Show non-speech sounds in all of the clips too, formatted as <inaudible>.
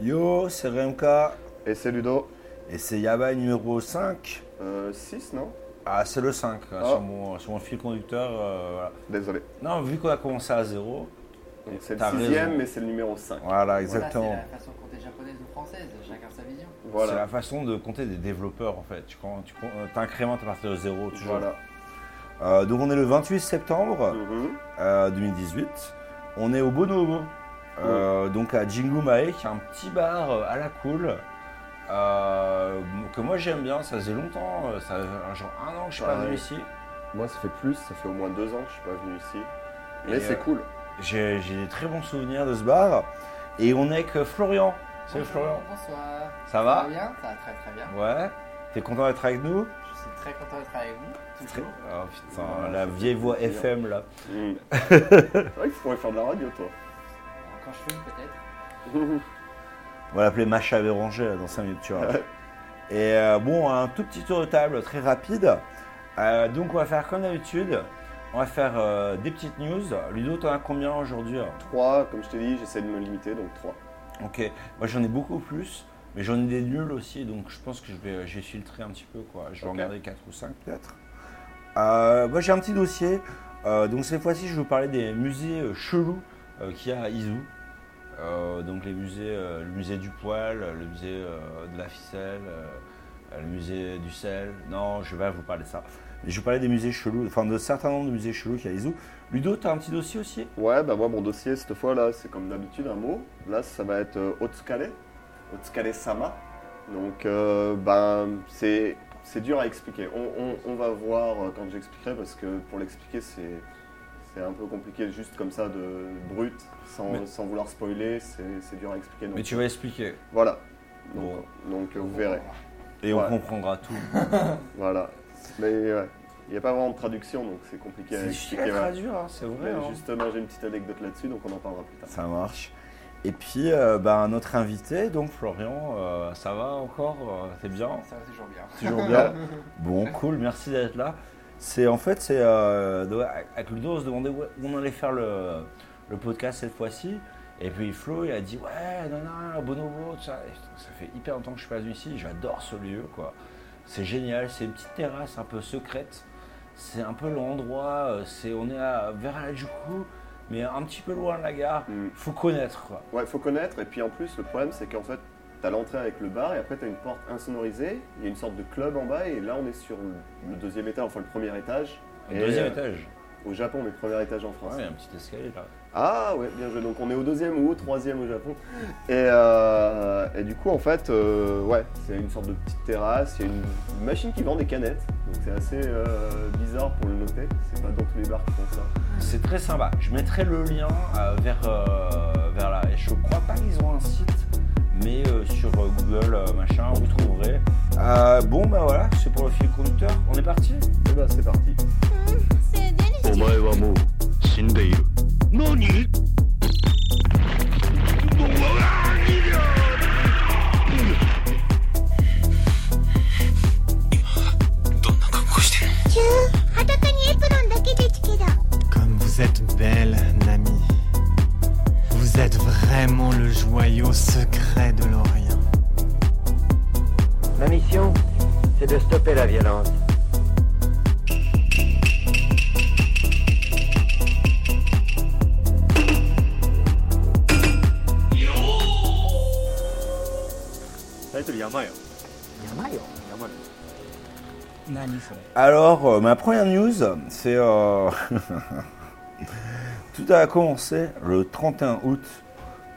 Yo, c'est RMK Et c'est Ludo. et c'est Yaba numéro 5. Euh, 6, non Ah, c'est le 5 hein, Ah. sur, mon, sur mon fil conducteur. euh, voilà. Désolé. Non, vu qu'on a commencé à zéro. Donc c'est le T'as sixième, raison. mais c'est le numéro 5. Voilà, Voilà, exactement. c'est la façon de compter japonaise ou française, chacun sa vision. C'est la Voilà. façon de compter des développeurs en fait. Tu, quand, tu euh, t'incrémentes à partir de zéro toujours. Voilà. Euh, donc on est le 28 septembre Mhm. euh, 2018. On est au Bonobo. Euh, Donc à Jingumae, qui est un petit bar euh, à la cool. euh, que moi j'aime bien, ça faisait longtemps, euh, ça fait genre un an que je suis pas Ouais. venu ici. Moi, ça fait plus, ça fait au moins deux ans que je suis pas venu ici. Mais Et, c'est euh, cool. J'ai j'ai des très bons souvenirs de ce bar. Et on est avec euh, Florian. Salut Bonjour, Florian. Bonsoir. Ça Ça Bah. va va bien Ça va très très bien. Ouais. T'es content d'être avec nous Je suis très content d'être avec vous. Très- Toujours. Euh, Oh putain, la vieille voix FM là. <laughs> Mm. c'est vrai que tu pourrais faire de la radio, toi. <laughs> Quand je fume peut-être. On va l'appeler Macha Béranger là, dans 5 minutes, tu vois. Et euh, bon, un tout petit tour de table très rapide. Euh, donc on va faire comme d'habitude. On va faire euh, des petites news. Ludo, t'en as combien aujourd'hui hein 3, comme je t'ai dit, j'essaie de me limiter, donc 3. Ok, moi j'en ai beaucoup plus, mais j'en ai des nuls aussi, donc je pense que je vais, j'ai filtré un petit peu quoi. Je vais Ok. en garder 4 ou 5 peut-être. Euh, moi j'ai un petit dossier, Euh, donc cette fois-ci je vais vous parler des musées euh, chelous euh, qu'il y a à Izu. Euh, donc les musées, euh, le musée du poil, le musée euh, de la ficelle, euh, euh, le musée du sel. Non, je vais pas vous parler de ça. Mais je vais vous parler des musées chelous, enfin de certains nombre de musées chelous qu'il y a à Izu. Ludo, t'as un petit dossier aussi Ouais, bah moi, mon dossier, cette fois-là, c'est comme d'habitude un mot. Là, ça va être euh, Otsukare. Otsukare-sama. Donc, euh, ben, c'est. C'est dur à expliquer. On, on- on va voir euh, quand j'expliquerai parce que pour l'expliquer c'est c'est un peu compliqué juste comme ça de brut, sans, Mais- sans vouloir spoiler, c'est c'est dur à expliquer. donc, Mais tu vas expliquer Voilà. Bon. Donc, donc, euh, vous verrez. et Ouais. on comprendra tout. Voilà. Mais ouais, il n'y a pas vraiment de traduction, donc c'est compliqué à C'est difficile à expliquer. voilà. traduire, hein, c'est vrai. Mais hein. justement, j'ai une petite anecdote là-dessus, donc on en parlera plus tard. Ça marche. Et puis, euh, bah, notre invité, donc Florian, euh, ça va encore euh, T'es bien Ça va toujours bien. <laughs> <laughs> Toujours bien Bon, cool, merci d'être là. C'est en fait, c'est euh, de- avec Ludo, on se demandait où on allait faire le, le podcast cette fois-ci. Et puis Flo, il a dit Ouais, non, non, Bonobo, tout ça. Et ça fait hyper longtemps que je suis pas venu ici. J'adore ce lieu, quoi. C'est génial. C'est une petite terrasse un peu secrète. C'est un peu l'endroit. euh, C'est, on est à, vers la Juku, mais un petit peu loin de la gare. Mm. Faut connaître, quoi. Ouais, faut connaître. Et puis en plus, le problème, c'est qu'en fait, t'as l'entrée avec le bar et après t'as une porte insonorisée. Il y a une sorte de club en bas et là, on est sur le deuxième étage, enfin le premier étage. Le Et, deuxième euh, étage. Au Japon, mais premier étage en Ouais, France. il y a un petit escalier là. Ah ouais, bien joué. Donc on est au deuxième ou au troisième au Japon. Et, euh, et du coup, en fait, euh, ouais, c'est une sorte de petite terrasse. Il y a une machine qui vend des canettes. Donc c'est assez euh, bizarre pour le noter. C'est pas dans tous les bars qui font ça. C'est très sympa. Je mettrai le lien euh, vers, euh, vers là. Et je crois pas qu'ils ont un site, mais euh, sur euh, Google, euh, machin, vous trouverez. Euh, bon, bah voilà, c'est pour le fil conducteur. On est parti Et ben c'est parti. すでにお前はもう死んでいる何もうわーいや急裸にエプロンだけでつけだ Comme vous êtes belle, Nami. Vous êtes vraiment le joyau secret de l'Orient. Ma mission, c'est de stopper la violence. Alors, euh, ma première news, c'est. euh, <laughs> Tout a commencé le 31 août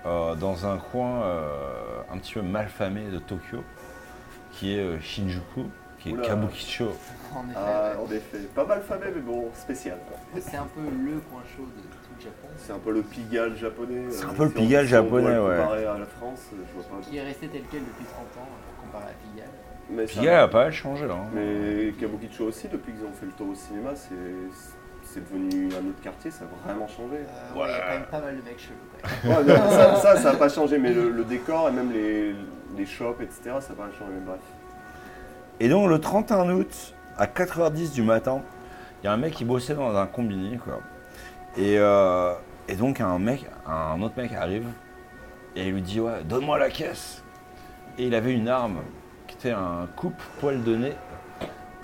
euh, dans un coin euh, un petit peu malfamé de Tokyo, qui est euh, Shinjuku, qui est Oula. Kabukicho. En effet, Ah, en effet, pas mal famé, mais bon, spécial. quoi. c'est un peu le point chaud de tout le Japon. C'est un peu le Pigalle japonais. C'est euh, un peu le si on- Pigalle si on japonais, doit le ouais. Comparé à la France, euh, je vois pas. Qui est resté tel quel depuis 30 ans, euh, comparé à Pigalle. Mais, ça- Puis elle a pas mal changé là. hein. mais Kabukicho aussi, depuis qu'ils ont fait le tour au cinéma, c'est c'est devenu un autre quartier, ça a <laughs> vraiment changé. Euh, ouais, il y a quand même pas mal de mecs chelous. quand même. Ouais, non, ça, ça, ça n'a pas changé, mais le, le décor et même les, les shops, etc., ça n'a pas changé, mais bref. Et donc le 31 août, à 4h10 du matin, il y a un mec qui bossait dans un combini, quoi. Et, euh, et donc un mec, un autre mec arrive Et il lui dit Ouais, donne-moi la caisse. Et il avait une arme qui était un coupe-poil de nez.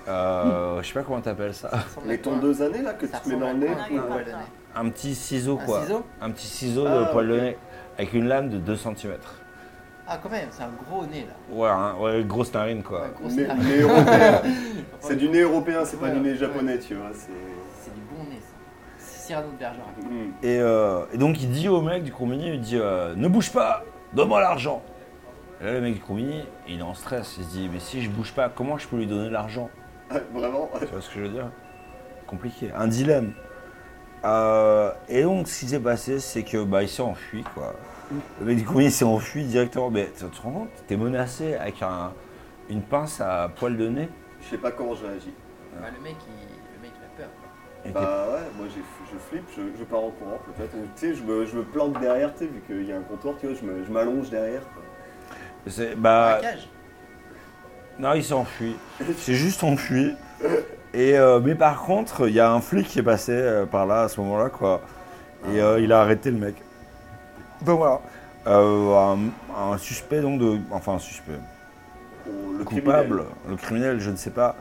Euh, je sais pas comment t'appelles ça. ressemble à Les quoi tondeuses années là que Ça tu te mets dans le ressemble à nez quoi, pour- un poil de nez Un petit ciseau, Un quoi. ciseau Un petit ciseau Ah, de poil de ok. nez avec une lame de 2 cm. Ah, quand même, c'est un gros nez là. Ouais, hein, ouais, grosse narine, quoi. Un gros Mais- scénario. mais européen. C'est du nez européen, c'est pas Ouais, du nez ouais. japonais, tu vois. C'est. C'est du bon nez ça. C'est Cyrano de Bergerac. Hmm. <laughs> Et, euh, et donc il dit au mec du combini, il dit euh, ne bouge pas, donne-moi l'argent. Et là le mec du combini, il est en stress, il se dit mais si je bouge pas, comment je peux lui donner l'argent Ah, Vraiment Tu vois ce que je veux dire Compliqué, un dilemme. Euh, et donc ce qui s'est passé, c'est que bah il s'est enfui quoi. Le mec du combini s'est enfui directement. Mais tu te rends compte T'es menacé avec un- une pince à poil de nez. Je sais pas comment je réagis. Bah, le, mec, il... le mec, il a peur. quoi. Et t'es- Bah ouais, moi j'ai- je flippe, je, je pars en courant peut-être. Ou, Tu sais, je me, je me planque derrière, tu sais, vu qu'il y a un comptoir, tu vois, je me- je m'allonge derrière. <laughs> quoi. c'est- Ah. bah, Braquage. Non, il s'est enfui. Oh, Il s'est juste enfui. Et, euh, mais par contre, il y a un flic qui est passé euh, par là à ce moment-là, quoi. Et euh, il a arrêté le mec. Donc voilà. Euh, un, un suspect, donc, de. Enfin, un suspect. Pour le coupable, criminel. le criminel, je ne sais pas.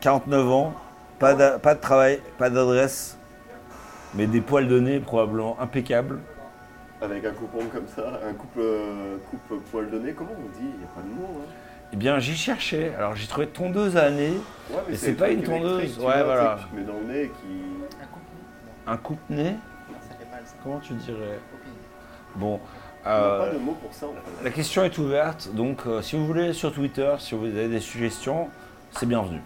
49 ans, pas, d'a- pas de travail, pas d'adresse, mais des poils de nez probablement impeccables. Avec un coupon comme ça, un coupe, euh, coupe poil de nez, comment on dit Il n'y a pas de mot. hein. Eh bien, j'y cherchais. Alors, j'ai trouvé tondeuse à nez, Ouais, Mais c'est le pas truc une électrique, tondeuse, tu ouais, vois, tu sais, voilà. que Tu te mets dans le nez et qui. Un copine. un coupe-nez. Non, ça fait mal ça. Comment tu dirais Copine. Bon. On n'a euh, pas de mot pour ça en fait. La question est ouverte, donc euh, si vous voulez sur Twitter, si vous avez des suggestions, c'est bienvenu.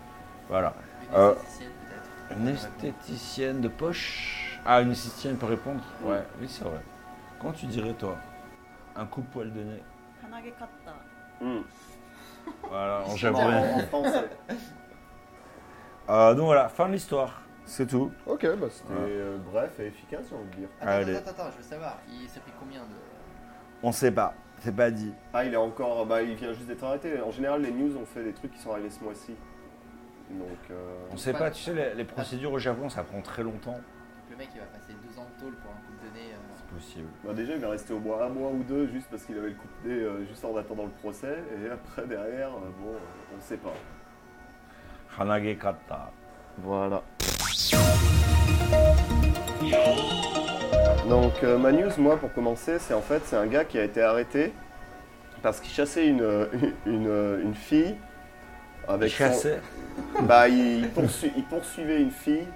Voilà. Une Ah. Euh, esthéticienne, peut-être. Une esthéticienne de poche Ah, une esthéticienne peut répondre Ouais, oui, c'est vrai. Quand tu dirais, toi Un coup de poil de nez. Hmm. Voilà, en japonais. En français. Euh, donc voilà, fin de l'histoire. C'est tout. <laughs> Ok, bah c'était Ouais. euh, bref et efficace, j'ai envie de dire. Attends, Allez. attends, attends, je veux savoir. Il s'est pris combien de. On sait pas. C'est pas dit. Ah, il est encore. Bah, il vient juste d'être arrêté. En général, les news ont fait des trucs qui sont arrivés ce mois-ci. Donc. euh, On sait pas, tu sais, les, les procédures au Japon, ça prend très longtemps. Le mec, il va passer deux ans de tôle pour un coup de nez. euh, C'est possible. bah, déjà, il est resté au moins un mois ou deux juste parce qu'il avait le coup de nez, euh, juste en attendant le procès. Et après, derrière, euh, bon, euh, on sait pas. Hanage kata. Voilà. Donc euh, ma news, moi, pour commencer, c'est en fait c'est un gars qui a été arrêté parce qu'il chassait une, euh, <laughs> une, euh, une fille avec son- Chassé. bah, il, il poursu- il poursuivait une fille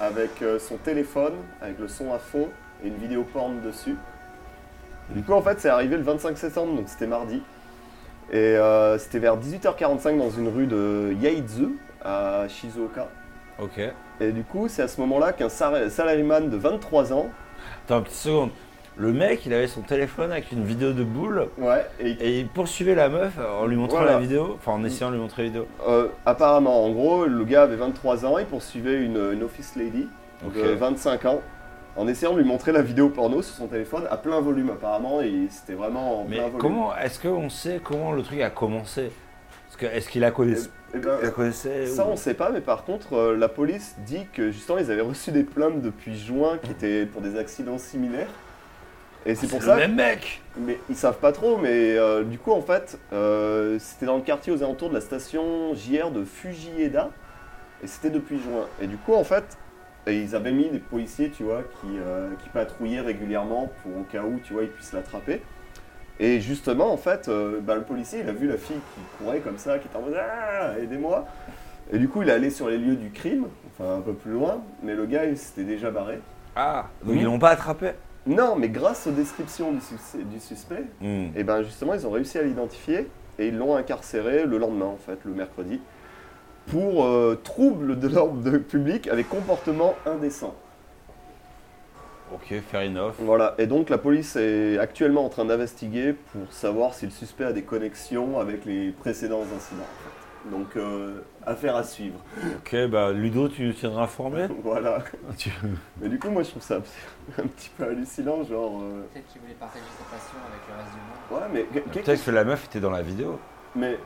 avec euh, son téléphone, avec le son à fond et une vidéo porn dessus. Du coup, en fait, c'est arrivé le 25 septembre, donc c'était mardi. Et euh, c'était vers 18h45 dans une rue de Yaizu à Shizuoka. Ok. Et du coup, c'est à ce moment-là qu'un sar- salaryman de 23 ans, Attends, une petite seconde. Le mec, il avait son téléphone avec une vidéo de boule. ouais, et, Et il poursuivait la meuf en lui montrant Voilà. la vidéo, enfin en essayant de lui montrer la vidéo. euh, apparemment, en gros, le gars avait 23 ans, il poursuivait une, une office lady Ok. de 25 ans en essayant de lui montrer la vidéo porno sur son téléphone à plein volume, apparemment, et c'était vraiment en Mais plein volume. comment, est-ce qu'on sait comment le truc a commencé Parce que, Est-ce qu'il la connaissait Eh ben, la connaissait ça, ou- on sait pas, mais par contre, euh, la police dit que justement, ils avaient reçu des plaintes depuis juin qui étaient pour des accidents similaires. Et c'est C'est pour le ça même mec Mais ils savent pas trop, mais euh, du coup, en fait, euh, c'était dans le quartier aux alentours de la station JR de Fujieda, et c'était depuis juin. Et du coup, en fait, et ils avaient mis des policiers, tu vois, qui, euh, qui patrouillaient régulièrement pour au cas où, tu vois, ils puissent l'attraper. Et justement, en fait, euh, bah, le policier, il a vu la fille qui courait comme ça, qui était en mode Ah, aidez-moi Et du coup, il est allé sur les lieux du crime, enfin un peu plus loin, mais le gars, il s'était déjà barré. Ah, donc Mhm. ils l'ont pas attrapé Non, mais grâce aux descriptions du sus- du suspect, Hmm. et ben justement, ils ont réussi à l'identifier et ils l'ont incarcéré le lendemain, en fait, le mercredi, pour euh, trouble de l'ordre de- public avec comportement indécent. Ok, fair enough. Voilà, et donc la police est actuellement en train d'investiguer pour savoir si le suspect a des connexions avec les précédents incidents. en fait. Donc, euh, affaire à suivre. Ok, bah Ludo, tu nous tiendras informé <laughs> <laughs> voilà. Tu- Mais du coup, moi, je trouve ça <laughs> un petit peu hallucinant, genre. euh, Peut-être qu'il voulait partager sa passion avec le reste du monde. Ouais, mais, Peut-être que la meuf était dans la vidéo. mais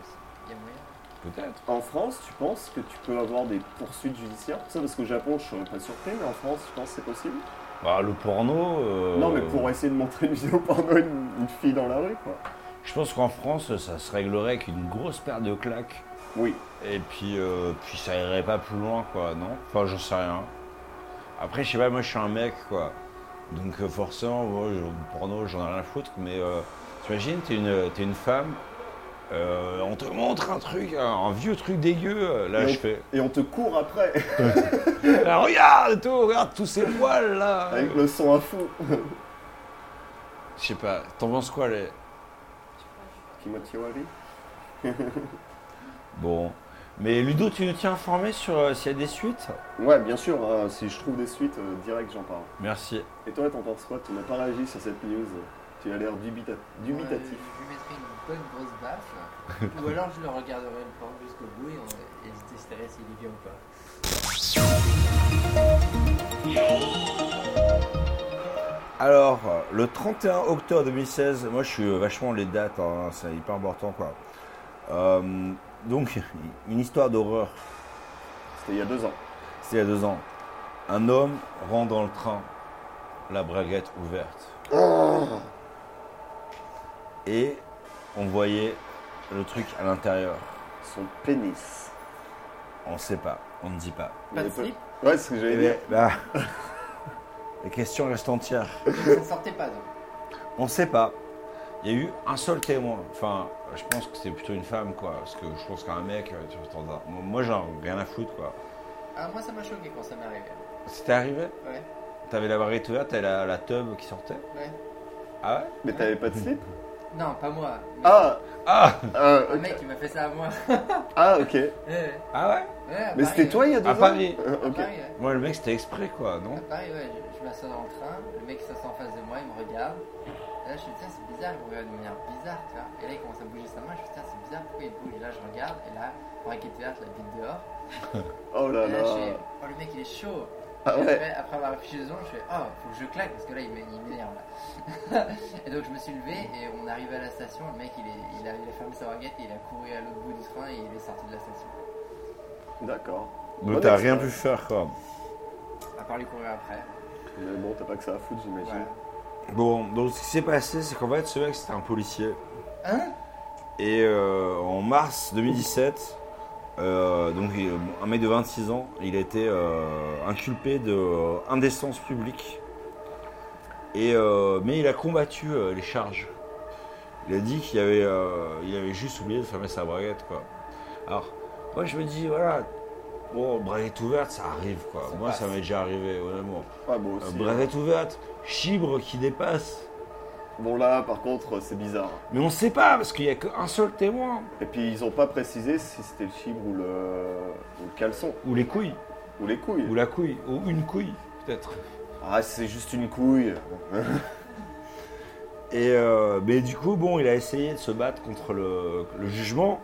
Il y a moyen. Peut-être. En France, tu penses que tu peux avoir des poursuites judiciaires pour ça Parce qu'au Japon, je serais pas surpris, mais en France, tu penses que c'est possible Bah, le porno. euh, Non, mais pour essayer de montrer une vidéo porno à une, une fille dans la rue, quoi. Je pense qu'en France, ça se réglerait avec une grosse paire de claques. Oui. Et puis, euh, puis ça irait pas plus loin, quoi, non Enfin, j'en sais rien. Après, je sais pas, moi je suis un mec, quoi. Donc, euh, forcément, moi, je- porno, j'en ai rien à foutre, mais euh, t'imagines, t'es une, t'es une femme, euh, on te montre un truc, un, un vieux truc dégueu, euh, là Mais je fais. Et on te court après, Ah, regarde et tout, regarde tous ces poils là <laughs> avec le son à fond. Je sais pas, t'en penses quoi, les. Timothy Wally Bon. Mais Ludo, tu nous tiens informé sur euh, s'il y a des suites Ouais, bien sûr, hein, si je trouve des suites, euh, direct j'en parle. Merci. Et toi, t'en penses quoi Tu n'as pas réagi sur cette news. Tu as l'air dubita- dubitatif. Je lui mettrais une bonne grosse baffe. ou alors je le regarderai le porno jusqu'au bout et, on, et je testerai s'il est bien ou pas. Alors, le 31 octobre 2016, moi je suis vachement les dates, hein, c'est hyper important quoi. Euh, donc, <laughs> une histoire d'horreur, C'était il y a deux ans. c'est il y a deux ans. Un homme rentre dans le train, la braguette ouverte. Et on voyait le truc à l'intérieur. Son pénis. On ne sait pas, on ne dit pas. Pas Il de est slip, Ouais, c'est ce que j'allais Eh dire. ben, <laughs> bah, les questions restent entières. ça ne sortait pas donc. On ne sait pas. Il y a eu un seul témoin. Enfin, je pense que c'est plutôt une femme, quoi. Parce que je pense qu'un mec, euh, tu t'en- moi, moi, j'en ai rien à foutre, quoi. Ah, moi ça m'a choqué quand ça m'est arrivé. C'était arrivé Ouais, T'avais la barrette ouverte, t'avais la, la teub qui sortait ouais. Ah ouais Mais t'avais pas de slip Non, pas moi. mais Ah Ah ah, Un ok. mec qui m'a fait ça à moi. <laughs> Ah, ok. Ouais, Ah ouais ouais, à Mais Paris, c'était ouais. toi il y a deux À ans Paris. Ah, À Ok. Paris, ouais. Moi, le mec, c'était exprès, quoi, À non Paris, ouais, je, je m'assois dans le train, le mec s'assoit en face de moi, il me regarde. Et là, je suis tiens, c'est bizarre, il me regarde de manière bizarre, tu vois. Et là, il commence à bouger sa main, je suis tiens, c'est bizarre, pourquoi il bouge Et là, je regarde, et là, braquette verte, la bite dehors. Oh là Et là, je fais, là. oh, le mec, il est chaud. Ah Et ouais. après, après avoir réfléchi deux secondes, je fais, oh, faut que je claque, parce que là, <laughs> il m'é- il m'énerve, là. et donc, je me suis levé, et on arrive à la station, le mec, il, est, il, a, il a fermé sa braguette, et il a couru à l'autre bout du train, et il est sorti de la station. D'accord. Mais Bonne t'as rien pu expérience. faire, quoi. À part lui courir après. Mais bon, t'as pas que ça à foutre, j'imagine. Bon, donc ce qui s'est passé, c'est qu'en fait, ce mec, c'était un policier. Hein Et euh, en mars 2017, euh, donc il- un mec de 26 ans, il a été euh, inculpé de euh, indécence publique. Et, euh, mais il a combattu euh, les charges. Il a dit qu'il avait, euh, il avait juste oublié de fermer sa braguette, quoi. Alors, moi je me dis, voilà, bon, braguette ouverte, ça arrive, quoi. Ça moi, ça passe. m'est déjà arrivé, honnêtement. Ah bon, Euh, aussi. braguette ouverte, chibre qui dépasse. hein. Bon là, par contre, c'est bizarre. Mais on sait pas, parce qu'il n'y a qu'un seul témoin. Et puis ils ont pas précisé si c'était le chibre ou le, ou le caleçon Ou les couilles. ou les couilles. Ou la couille, ou une couille, peut-être. Ah, c'est juste une couille. Et euh, mais du coup, bon, il a essayé de se battre contre le, le jugement.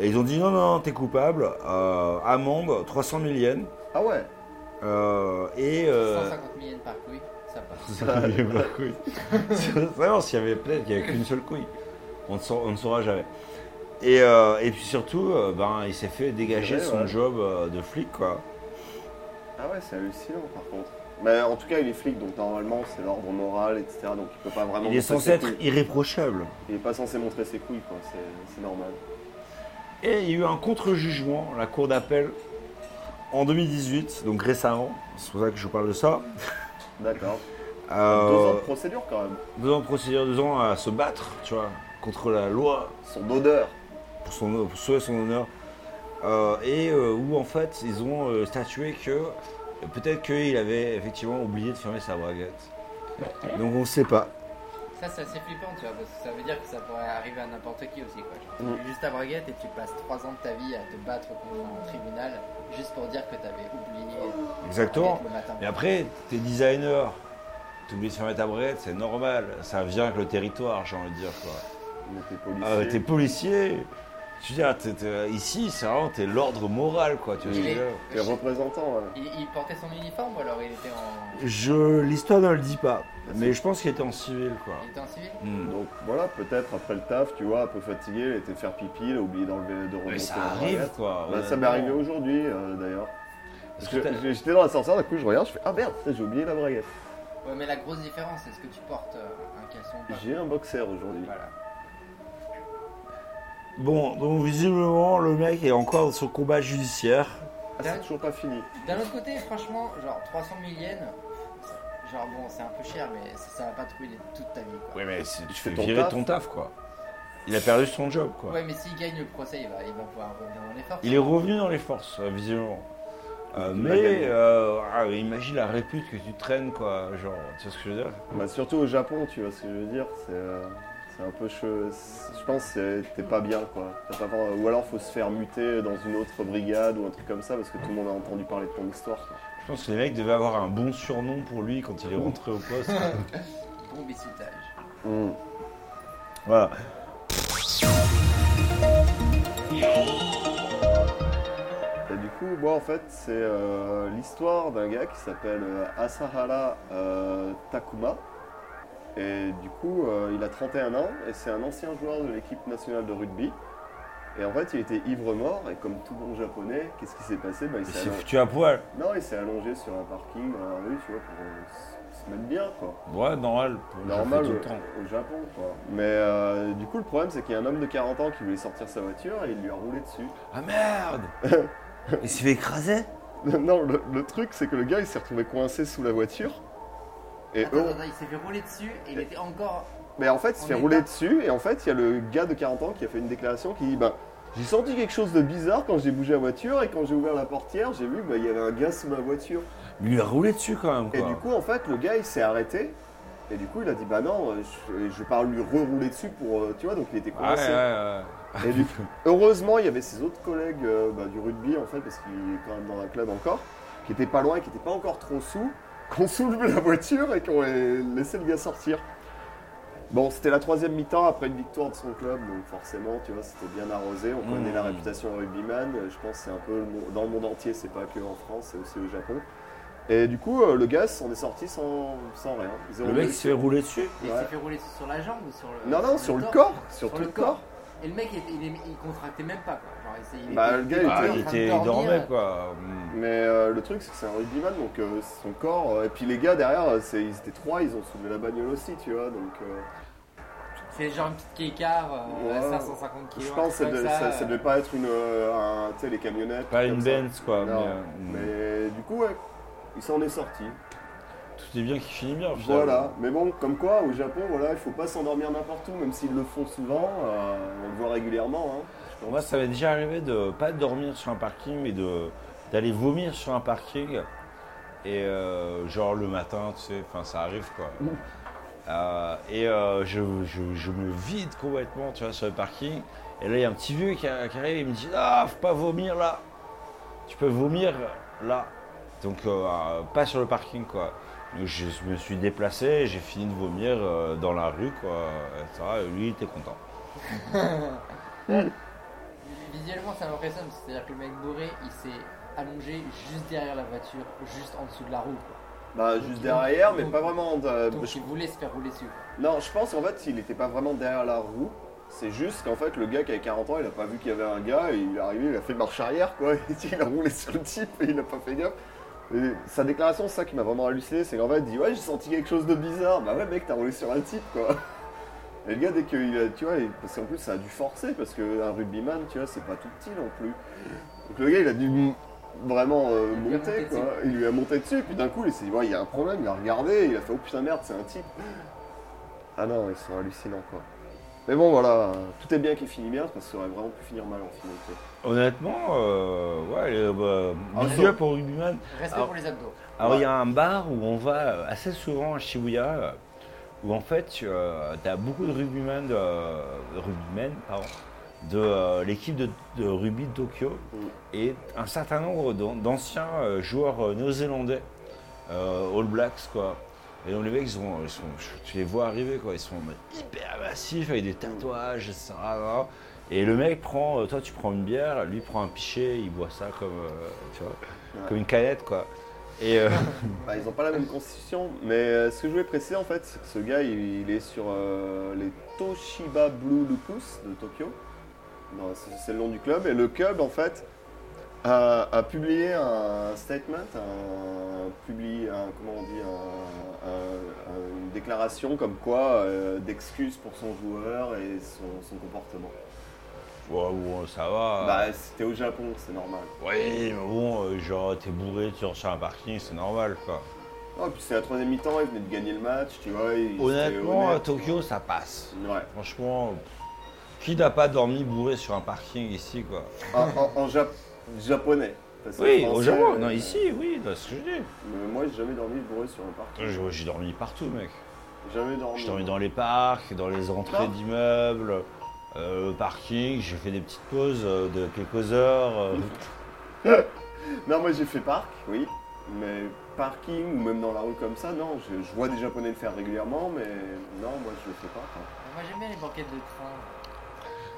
Et ils ont dit non, non, t'es coupable. Euh, amende, 300 000 yens. Ah ouais. Euh, et. Euh, 150 000 yens par couille, ça passe. 300 000 yens par couille. <laughs> Vraiment, s'il y avait peut-être qu'il n'y avait qu'une seule couille. On ne, saura, on ne saura jamais. Et, euh, et puis surtout, euh, ben, il s'est fait dégager Ouais, son ouais. job euh, de flic, quoi. Ah ouais, c'est hallucinant par contre. Mais en tout cas, il est flic, donc normalement, c'est l'ordre moral, etc. Donc il peut pas vraiment. Il est montrer censé ses être couilles. irréprochable. Il est pas censé montrer ses couilles, quoi. C'est c'est normal. Et il y a eu un contre-jugement, la cour d'appel, en 2018, donc récemment. C'est pour ça que je vous parle de ça. D'accord. Deux ans Euh, de procédure quand même. deux ans de procédure, deux ans à se battre, tu vois, contre la loi, Son odeur. pour, son, pour sauver son honneur. Euh, et euh, où en fait, ils ont euh, statué que euh, peut-être qu'il avait effectivement oublié de fermer sa braguette. Donc on ne sait pas. Ça, c'est assez flippant, tu vois, parce que ça veut dire que ça pourrait arriver à n'importe qui aussi, quoi. Genre, tu Mm. joues juste à braguette et tu passes 3 ans de ta vie à te battre contre un tribunal juste pour dire que t'avais oublié. Exactement. Le matin. Et après, t'es designer, t'oublies de fermer ta braguette, c'est normal. Ça vient avec le territoire, j'ai envie de dire quoi. Mais t'es policier. Ah, t'es policier. Tu veux dire, t'es- t'es- ici, c'est vraiment t'es l'ordre moral, quoi. Tu vois ce que Il, je est- veux dire T'es hein. représentant. ouais. il- il portait son uniforme ou alors il était en, Je l'histoire ne le dit pas, mais je pense qu'il était en civil, quoi. il était en civil Hmm. Donc voilà, peut-être après le taf, tu vois, un peu fatigué, il était faire pipi, il a oublié d'enlever de remonter Mais ça la arrive, braguette. euh, quoi. Bah, ça m'est arrivé aujourd'hui euh, d'ailleurs. Parce Parce que que t'as- j'étais dans l'ascenseur, d'un coup je regarde, je fais Ah merde, putain, j'ai oublié la braguette. Ouais, mais la grosse différence, c'est ce que tu portes euh, un caleçon ou pas. J'ai un boxer aujourd'hui. Voilà. Bon, donc visiblement, le mec est encore dans son combat judiciaire. Ah, c'est toujours pas fini. D'un autre côté, franchement, genre 300 000 yens, genre bon, c'est un peu cher, mais ça, ça va pas te ruiner toute ta vie quoi. Ouais, mais c'est- tu fais ton virer taf. ton taf, quoi. Il a perdu son job, quoi. Ouais, mais s'il gagne le procès, il va, il va pouvoir revenir dans l'effort. Il est revenu dans les forces, euh, visiblement. Euh, Il va gagner. mais euh, ah, imagine la répute que tu traînes, quoi. Genre, tu vois ce que je veux dire Bah, surtout au Japon, tu vois ce que je veux dire. C'est euh, c'est un peu. che- c'est- Je pense que c'est- t'es pas bien quoi. T'as pas vraiment- Ou alors faut se faire muter dans une autre brigade ou un truc comme ça parce que tout le monde a entendu parler de ton histoire. quoi. Je pense que les mecs devaient avoir un bon surnom pour lui quand il est rentré au <laughs> poste. Bon bicyclage. Mm. voilà. Et du coup, moi en fait, c'est euh, l'histoire d'un gars qui s'appelle euh, Asahara euh, Takuma. Et du coup, euh, il a 31 ans et c'est un ancien joueur de l'équipe nationale de rugby. Et en fait, il était ivre-mort et comme tout bon japonais, qu'est-ce qui s'est passé Bah, Il Il s'est s'est allongé- foutu à poil. Non, il s'est allongé sur un parking dans la rue, tu vois, pour euh, s- se mettre bien, quoi. Ouais, normal. pour- je Normal fais tout au, le temps. au Japon, quoi. Mais euh, du coup, le problème, c'est qu'il y a un homme de 40 ans qui voulait sortir sa voiture et il lui a roulé dessus. <laughs> Ah merde Il s'est fait écraser non, le, le truc, c'est que le gars, il s'est retrouvé coincé sous la voiture. Et Attends, eux- attends, il s'est fait rouler dessus et il était encore. Mais en fait, il On se fait est rouler pas- dessus. Et en fait, il y a le gars de 40 ans qui a fait une déclaration qui dit ben, J'ai senti quelque chose de bizarre quand j'ai bougé la voiture et quand j'ai ouvert la portière, j'ai vu ben, il y avait un gars sous ma voiture. Il lui a roulé dessus quand même, quoi. Et du coup, en fait, le gars, il s'est arrêté. Et du coup, il a dit Bah non, je, je parle lui rerouler dessus pour. euh, Tu vois, donc il était Ah ouais, coincé. ouais, Et du coup, heureusement, il y avait ses autres collègues euh, bah, du rugby, en fait, parce qu'il est quand même dans un club encore, qui était pas loin, qui n'était pas encore trop sous, <laughs> qu'on soulève la voiture et qu'on ait laissé le gars sortir. Bon, c'était la troisième mi-temps après une victoire de son club, donc forcément, tu vois, c'était bien arrosé. On connaît Mmh. la réputation de rugbyman. euh, Je pense que c'est un peu le mo- dans le monde entier, c'est pas que en France, c'est aussi au Japon. Et du coup, euh, le gars s'en est sorti sans, sans rien. ouais. Zéro Le mec but. il s'est fait rouler dessus Et il Ouais. s'est fait rouler dessus sur la jambe ou sur le. Non, non, sur le corps, sur, Sur tout le le corps. corps. Et le mec, il, était- il, est- il contractait même pas quoi. Genre, il, s'est- il Bah, était- le gars, en Ah, train il de était, il dormir. dormait, quoi. Mm. Mais euh, le truc, c'est que c'est un rugbyman, donc euh, son corps. euh, et puis les gars derrière, euh, c'est- ils étaient trois, ils ont soulevé la bagnole aussi, tu vois. Donc euh, C'est genre une petite kékar euh, à Ouais. 550 kg. je pense que ça, devait- ça- ça devait pas être une. euh, un- tu sais, les camionnettes. Pas comme une ça. Benz, quoi. Non. Mais, euh, mm. Mais du coup, ouais, il s'en est sorti. tout est bien qui finit bien, finalement. Voilà. Mais bon, comme quoi, au Japon, voilà, il faut pas s'endormir n'importe où, même s'ils le font souvent. euh, on le voit régulièrement. hein. Pour moi, ça m'est déjà arrivé de pas dormir sur un parking, mais de d'aller vomir sur un parking. Et euh, genre le matin, tu sais, enfin ça arrive quoi. Euh, et euh, je, je- je me vide complètement, tu vois, sur le parking. Et là, il y a un petit vieux qui, a- qui arrive, il me dit Ah, faut pas vomir là Tu peux vomir là. Donc, euh, euh, pas sur le parking quoi. Donc, je me suis déplacé, j'ai fini de vomir euh, dans la rue quoi. Et ça, lui, il était content. Visuellement, ça m'impressionne, c'est-à-dire que le mec bourré, il s'est allongé juste derrière la voiture, juste en dessous de la roue. Quoi. Bah, juste derrière, mais pas vraiment. euh, Donc je- il voulait se faire rouler dessus. quoi. Non, je pense en fait il n'était pas vraiment derrière la roue. C'est juste qu'en fait le gars qui avait 40 ans, il a pas vu qu'il y avait un gars, et il est arrivé, il a fait marche arrière quoi, <laughs> et il a roulé sur le type et il n'a pas fait gaffe. Et sa déclaration, c'est ça qui m'a vraiment halluciné, c'est qu'en fait il dit ouais j'ai senti quelque chose de bizarre, bah ouais mec t'as roulé sur un type quoi. <laughs> Et le gars dès qu'il a, tu vois, il- parce qu'en plus ça a dû forcer parce qu'un rugbyman tu vois c'est pas tout petit non plus. Donc le gars il a dû m- vraiment euh, Il lui a monter monté quoi, il lui a monté dessus et puis d'un coup il s'est dit ouais il y a un problème, il a regardé, il a fait oh putain merde c'est un type. Ah non, ils sont hallucinants quoi. Mais bon voilà, euh, tout est bien qui finit bien parce que ça aurait vraiment pu finir mal en finalité. Honnêtement, euh, ouais, euh, bah, Ah, big non. up au rugbyman. Respect Alors- pour les abdos. Alors, Ouais. Ah il y a un bar où on va euh, assez souvent à Shibuya, euh, où en fait, tu as beaucoup de rugbyman de, de rugbymen, pardon, de euh, l'équipe de, de rugby de Tokyo Mm. et un certain nombre d'an- d'anciens euh, joueurs euh, néo-zélandais, euh, All Blacks, quoi. Et donc les mecs, ils, ont, ils sont, tu les vois arriver, quoi. Ils sont mais, hyper massifs avec des tatouages, etc. Et le mec prend, euh, toi tu prends une bière, lui prend un pichet, il boit ça comme, euh, tu vois, Ouais. comme une canette, quoi. Et euh, Bah, ils ont pas la même constitution, mais euh, ce que je voulais préciser en fait, c'est que ce gars il, il est sur euh, les Toshiba Blue Lupus de Tokyo. Non, c'est- C'est le nom du club et le club en fait a, a publié un statement, un publié, un, comment on dit, un- une déclaration comme quoi euh, d'excuses pour son joueur et son, son comportement. Ouais, bon, ça va. Bah, c'était au Japon, c'est normal. Oui, mais bon, euh, genre, t'es bourré, tu rentres sur un parking, c'est normal, quoi. Oh, puis c'est la troisième mi-temps, il venait de gagner le match, tu vois. il- c'était Honnêtement, honnête. à Tokyo, ça passe. Ouais. Franchement, pff, qui n'a pas dormi bourré sur un parking ici, quoi En, en- en Jap- japonais. Parce que Oui, au français, Japon. euh, Non, ici, oui, c'est ce que je dis. mais moi, j'ai jamais dormi bourré sur un parc. J'ai- J'ai dormi partout, mec. Jamais dormi. J'ai dormi dans les parcs, dans les entrées Non. d'immeubles, euh, au parking, j'ai fait des petites pauses euh, de quelques heures. <laughs> euh. Non, moi j'ai fait parc, oui. Mais parking ou même dans la rue comme ça, non. Je, je vois des Japonais le faire régulièrement, mais non, moi je le fais pas. quoi. Moi j'aime bien les banquettes de train.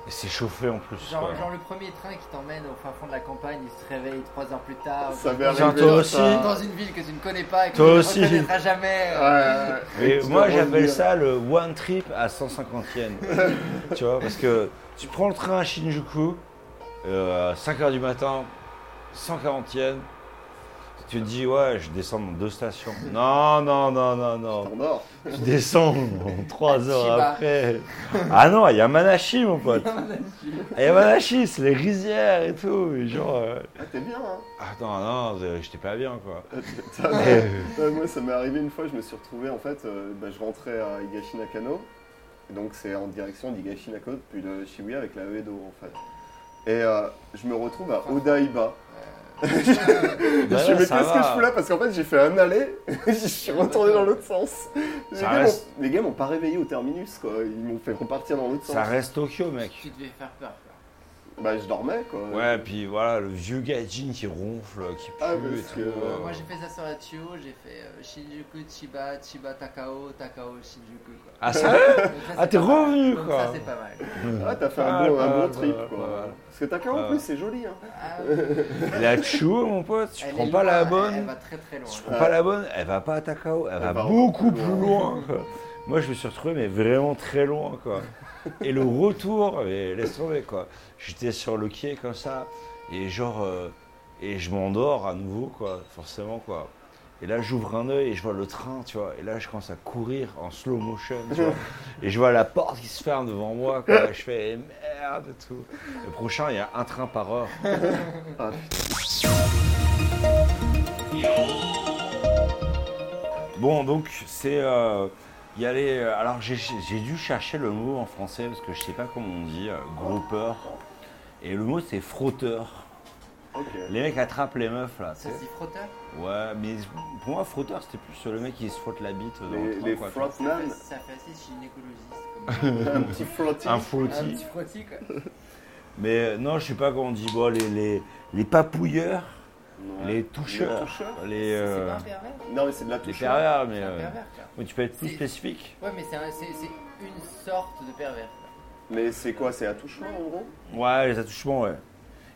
Et c'est chauffé en plus. Genre, quoi. genre le premier train qui t'emmène au fin fond de la campagne, il se réveille trois heures plus tard. Ah, Ça m'est dans, Genre, arrivé, toi là, aussi. ça. dans une ville que tu ne connais pas et que Toi tu aussi. ne connaîtras jamais. euh, Ouais, Mais Tu moi dois j'appelle revenir. ça le one trip à 150 <laughs> yens. tu vois, parce que tu prends le train à Shinjuku, euh, à 5h du matin, 140 yens. Tu te dis, ouais, je descends dans deux stations. Non, non, non, non, non. T'endors. Tu descends 3 heures Chiba. après. Ah non, il y a Manashi, mon pote. Il y a Manashi, c'est les rizières et tout. mais Genre. euh, Ah, t'es bien, hein. Attends, non, euh, j'étais pas bien, quoi. Ça m'a- Et, euh, Ouais, moi, ça m'est arrivé une fois, je me suis retrouvé en fait, euh, bah, je rentrais à Higashi Nakano, donc c'est en direction d'Higashi Nakano depuis le Shibuya avec la Uedo en fait. Et euh, je me retrouve à <laughs> Odaiba. bah je là, me dis, ça qu'est-ce que je va. fous là Parce qu'en fait, j'ai fait un aller, <laughs> je suis retourné dans l'autre sens. Les Ça gars m'ont- reste- les gars m'ont pas réveillé au terminus quoi, ils m'ont fait repartir dans l'autre sens. Ça reste Tokyo, mec. Tu devais faire peur. quoi. Bah, je dormais quoi. Ouais, puis voilà, le vieux gadjin qui ronfle, qui pue Ah, et parce tout. que- euh. Moi j'ai fait ça sur la Chio, j'ai fait euh, Shinjuku, Chiba, Chiba, Takao, Takao, <laughs> Shinjuku. Quoi. Ah, <laughs> sérieux Donc ça, Ah, c'est t'es pas mal. revenu, Donc quoi. Ça c'est pas mal. Ah, t'as fait un, Ah, bon, un pas bon mal, trip pas mal, quoi. pas mal. Parce que Takao Ah. en plus, c'est joli hein. Ah, La Chuo, mon pote, <laughs> tu elle prends est pas la loin, bonne. Elle, elle va très très loin. tu prends pas la bonne, elle va pas à Takao, elle, va, va beaucoup plus plus loin. quoi. Moi, je me suis retrouvé, mais vraiment très loin, quoi. Et le retour, mais laisse tomber, quoi. J'étais sur le quai comme ça, et genre, euh, et je m'endors à nouveau, quoi, forcément, quoi. Et là, j'ouvre un œil et je vois le train, tu vois. Et là, je commence à courir en slow motion, tu vois. Et je vois la porte qui se ferme devant moi, quoi. Et je fais eh, merde et tout. Le prochain, il y a un train par heure. Bon, donc, c'est. euh, Il y a les. Alors, j'ai j'ai dû chercher le mot en français parce que je sais pas comment on dit, euh, groupeur. Et le mot, c'est frotteur. Ok. Les mecs attrapent les meufs, là. tu Ça sais. se dit frotteur Ouais, mais pour moi, frotteur, c'était plus le mec qui se frotte la bite dans le Les, train, les quoi. Ça frontman, <laughs> fait- Ça fait assis chez une écologiste. comme- un petit flotting. Un Un frottis. petit frottis quoi. Mais euh, non, je sais pas comment on dit, bon, les, les, les papouilleurs, les toucheurs, Les toucheurs les, C'est euh, pas un pervers Non, mais c'est de la les touche. pervers, mais C'est un euh, pervers quoi. oui, tu peux être plus C'est- spécifique. Ouais, mais c'est un- c'est c'est une sorte de pervers. quoi. hein. Mais c'est quoi C'est attouchement en gros Ouais, les attouchements, ouais.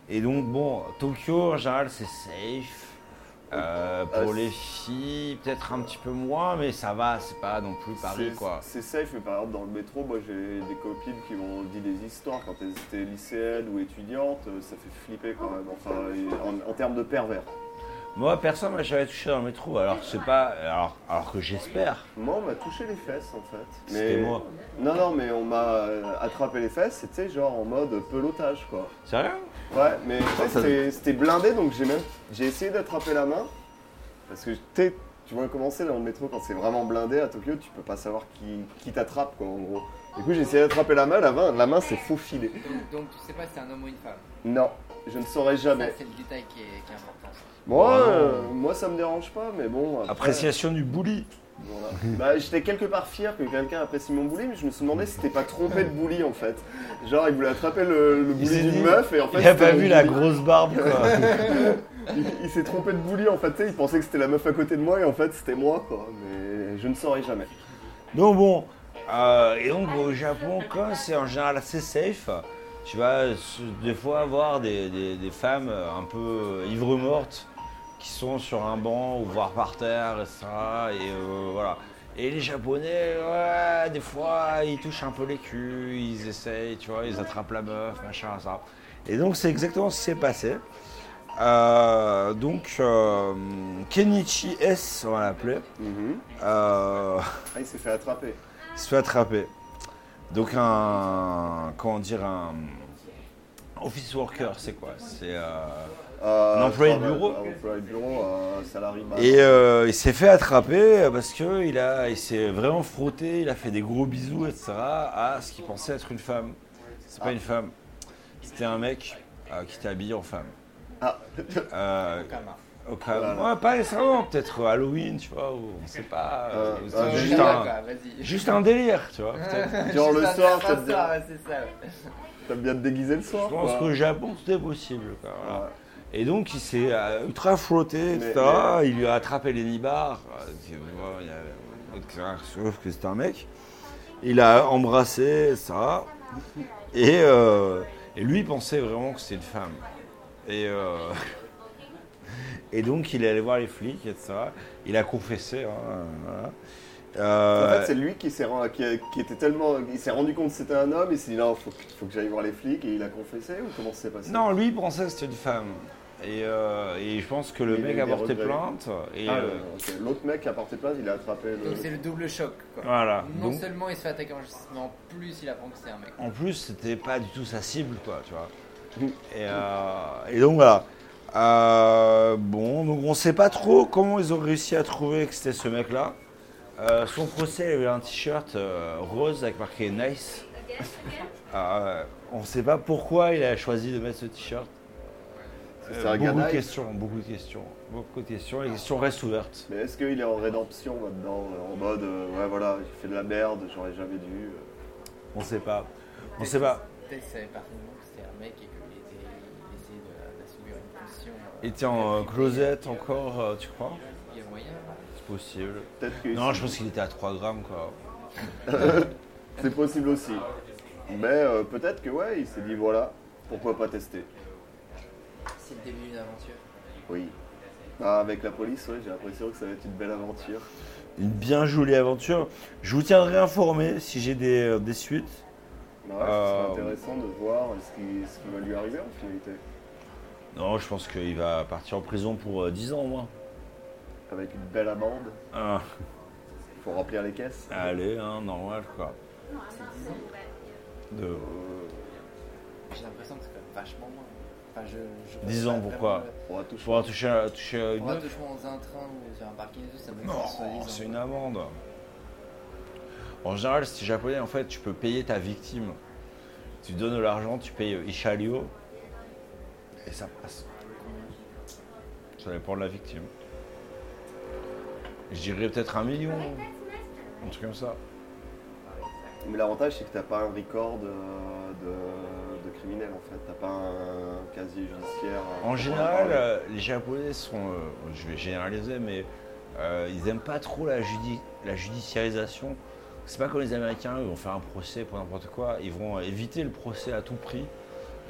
Et donc, bon, Tokyo, en général, c'est safe. Euh, pour Euh, les filles, peut-être un petit peu moins, mais ça va, c'est pas non plus Paris, C'est- quoi. C'est safe, mais par exemple dans le métro, moi j'ai des copines qui m'ont dit des histoires quand elles étaient lycéennes ou étudiantes, euh, ça fait flipper quand même, enfin en, en termes de pervers. Moi, personne m'a jamais touché dans le métro, alors que c'est pas. Alors, alors que j'espère. Moi on m'a touché les fesses en fait. C'était Mais- moi. Non, non, mais on m'a euh, attrapé les fesses, c'était genre en mode pelotage quoi. Sérieux Ouais, mais tu sais, Ah, ça- c'était- c'était blindé donc j'ai même. J'ai essayé d'attraper la main parce que t'es- tu vois comment c'est dans le métro quand c'est vraiment blindé à Tokyo, tu peux pas savoir qui, qui t'attrape quoi en gros. Du coup j'ai essayé d'attraper la main, la main, la main s'est faufilée. Donc, donc tu sais pas si c'est un homme ou une femme. Non, je ne saurais jamais. Ça, c'est le détail qui est, qui est important. Moi, Wow. euh, moi ça me dérange pas, mais bon. après, euh, Appréciation du bully. voilà. Bah, J'étais quelque part fier que quelqu'un apprécie mon bouli, mais je me suis demandé si c'était pas trompé de bouli en fait. Genre il voulait attraper le, le s'est bouli d'une dit, meuf et en fait. Il a c'était pas mon vu la bouli. grosse barbe, <laughs> quoi. Il, il s'est trompé de bouli en fait, tu sais, il pensait que c'était la meuf à côté de moi et en fait c'était moi quoi. Mais je ne saurais jamais. Donc bon, euh, et donc au Japon, comme c'est en général assez safe, tu vas s- des fois avoir des, des- des femmes euh, un peu ivres mortes qui sont sur un banc ou voire par terre et ça, et euh, voilà. Et les Japonais, ouais, des fois, ils touchent un peu les culs, ils essayent, tu vois, ils attrapent la meuf, machin, ça. Et donc c'est exactement ce qui s'est passé. Euh, donc, euh, Kenichi S, on va l'appeler, Mhm. euh, Ah, il s'est fait attraper. il se fait attraper. Donc, un. Comment dire Un. Office worker, c'est quoi C'est. euh, Euh, Un employé je crois, de bureau. ouais, Un employé de bureau, un salarié. bah. bas. Et euh, il s'est fait attraper parce qu'il a, il s'est vraiment frotté, il a fait des gros bisous, etc. à ce qu'il pensait être une femme. C'est pas une femme. C'était un mec euh, qui était habillé en femme. Ah, Euh, Okama. au cas- Voilà. ouais, pas nécessairement, peut-être Halloween, tu vois, ou on sait pas. euh, Euh, c'est euh, juste, Juste Okama, un, quoi, vas-y. juste un délire, tu vois, peut-être. Genre <laughs> le Juste un soir, train ça te dit- soir, ouais, c'est ça. ouais. t'aimes bien te déguiser le Je soir pense quoi. qu'au Japon, c'était possible. quoi, voilà. Ouais. Et donc, il s'est euh, ultra frotté, etc. Mais- Il lui a attrapé les nibards. euh, qui- voilà, il y avait- autre crainte, Sauf que c'était un mec. Il a embrassé ça. Et, euh, et lui, il pensait vraiment que c'était une femme. Et, euh, <laughs> et donc, il est allé voir les flics, etc. Il a confessé. hein, voilà. En Euh, fait, c'est lui qui s'est rendu, qui, a- qui était tellement, il s'est rendu compte que c'était un homme. Il s'est dit non, faut, que- faut que j'aille voir les flics. Et il a confessé ou comment ça s'est passé Ah, Non, lui il pensait que c'était une femme. Et, euh, et je pense que le Il a eu mec des a porté regrets. plainte. Et, Ah, euh, ok. L'autre mec qui a porté plainte, il a attrapé le. Donc c'est le double choc, quoi. voilà. Non Donc, seulement il se fait attaquer en justice, mais en plus il apprend que c'est un mec. en plus, c'était pas du tout sa cible, quoi, tu vois. Mm. Et, euh, et donc voilà. Euh, bon, donc on sait pas trop comment ils ont réussi à trouver que c'était ce mec-là. Euh, son procès, il avait un t-shirt euh, rose avec marqué Nice. Euh, on sait pas pourquoi il a choisi de mettre ce t-shirt. C'est Euh, un beaucoup de ganaille. questions, beaucoup de questions, beaucoup de questions. Les questions restent ouvertes. Mais est-ce qu'il est en rédemption maintenant, euh, en mode euh, ouais voilà, j'ai fait de la merde, j'aurais jamais dû. euh. On sait pas. On sait pas. Peut-être qu'il savait parfaitement que c'était un mec et qu'il était... il essayait de- d'assouvir une pulsion. euh, Il était en euh, closette encore, euh, tu crois Il y a moyen. C'est possible. Peut-être que Non, je pense qu'il était à 3 grammes, quoi. c'est possible aussi. Mais euh, peut-être que ouais, il s'est dit voilà, pourquoi pas tester. C'est le début d'une aventure. Oui. Bah, avec la police, ouais, j'ai l'impression que ça va être une belle aventure. Une bien jolie aventure. Je vous tiendrai informé si j'ai des, euh, des suites. Ouais, Euh, C'est intéressant de voir ce qui, ce qui va lui arriver en finalité. Non, je pense qu'il va partir en prison pour euh, 10 ans au moins. Avec une belle amende, Ah, faut remplir les caisses. allez, hein, normal, quoi. De- Euh, J'ai l'impression que c'est quand même vachement moins. Enfin, je, je Disons pas vraiment pourquoi. le- on va toucher. Faudra toucher, toucher On une va autre. te jouer dans un train ou sur un parking et tout, ça me Non, c'est une amende. En général, si t'es japonais, en fait, tu peux payer ta victime. Tu donnes de l'argent, tu payes Ishalio. Et ça passe. Ça dépend de la victime. Je dirais peut-être un million. Un truc comme ça. Mais l'avantage, c'est que t'as pas un record euh, de, de criminel en fait. T'as pas un casier judiciaire. euh, En pour général, parler. euh, les Japonais sont, euh, je vais généraliser, mais euh, ils n'aiment pas trop la, judi- la judiciarisation. C'est pas comme les Américains, ils vont faire un procès pour n'importe quoi, ils vont éviter le procès à tout prix,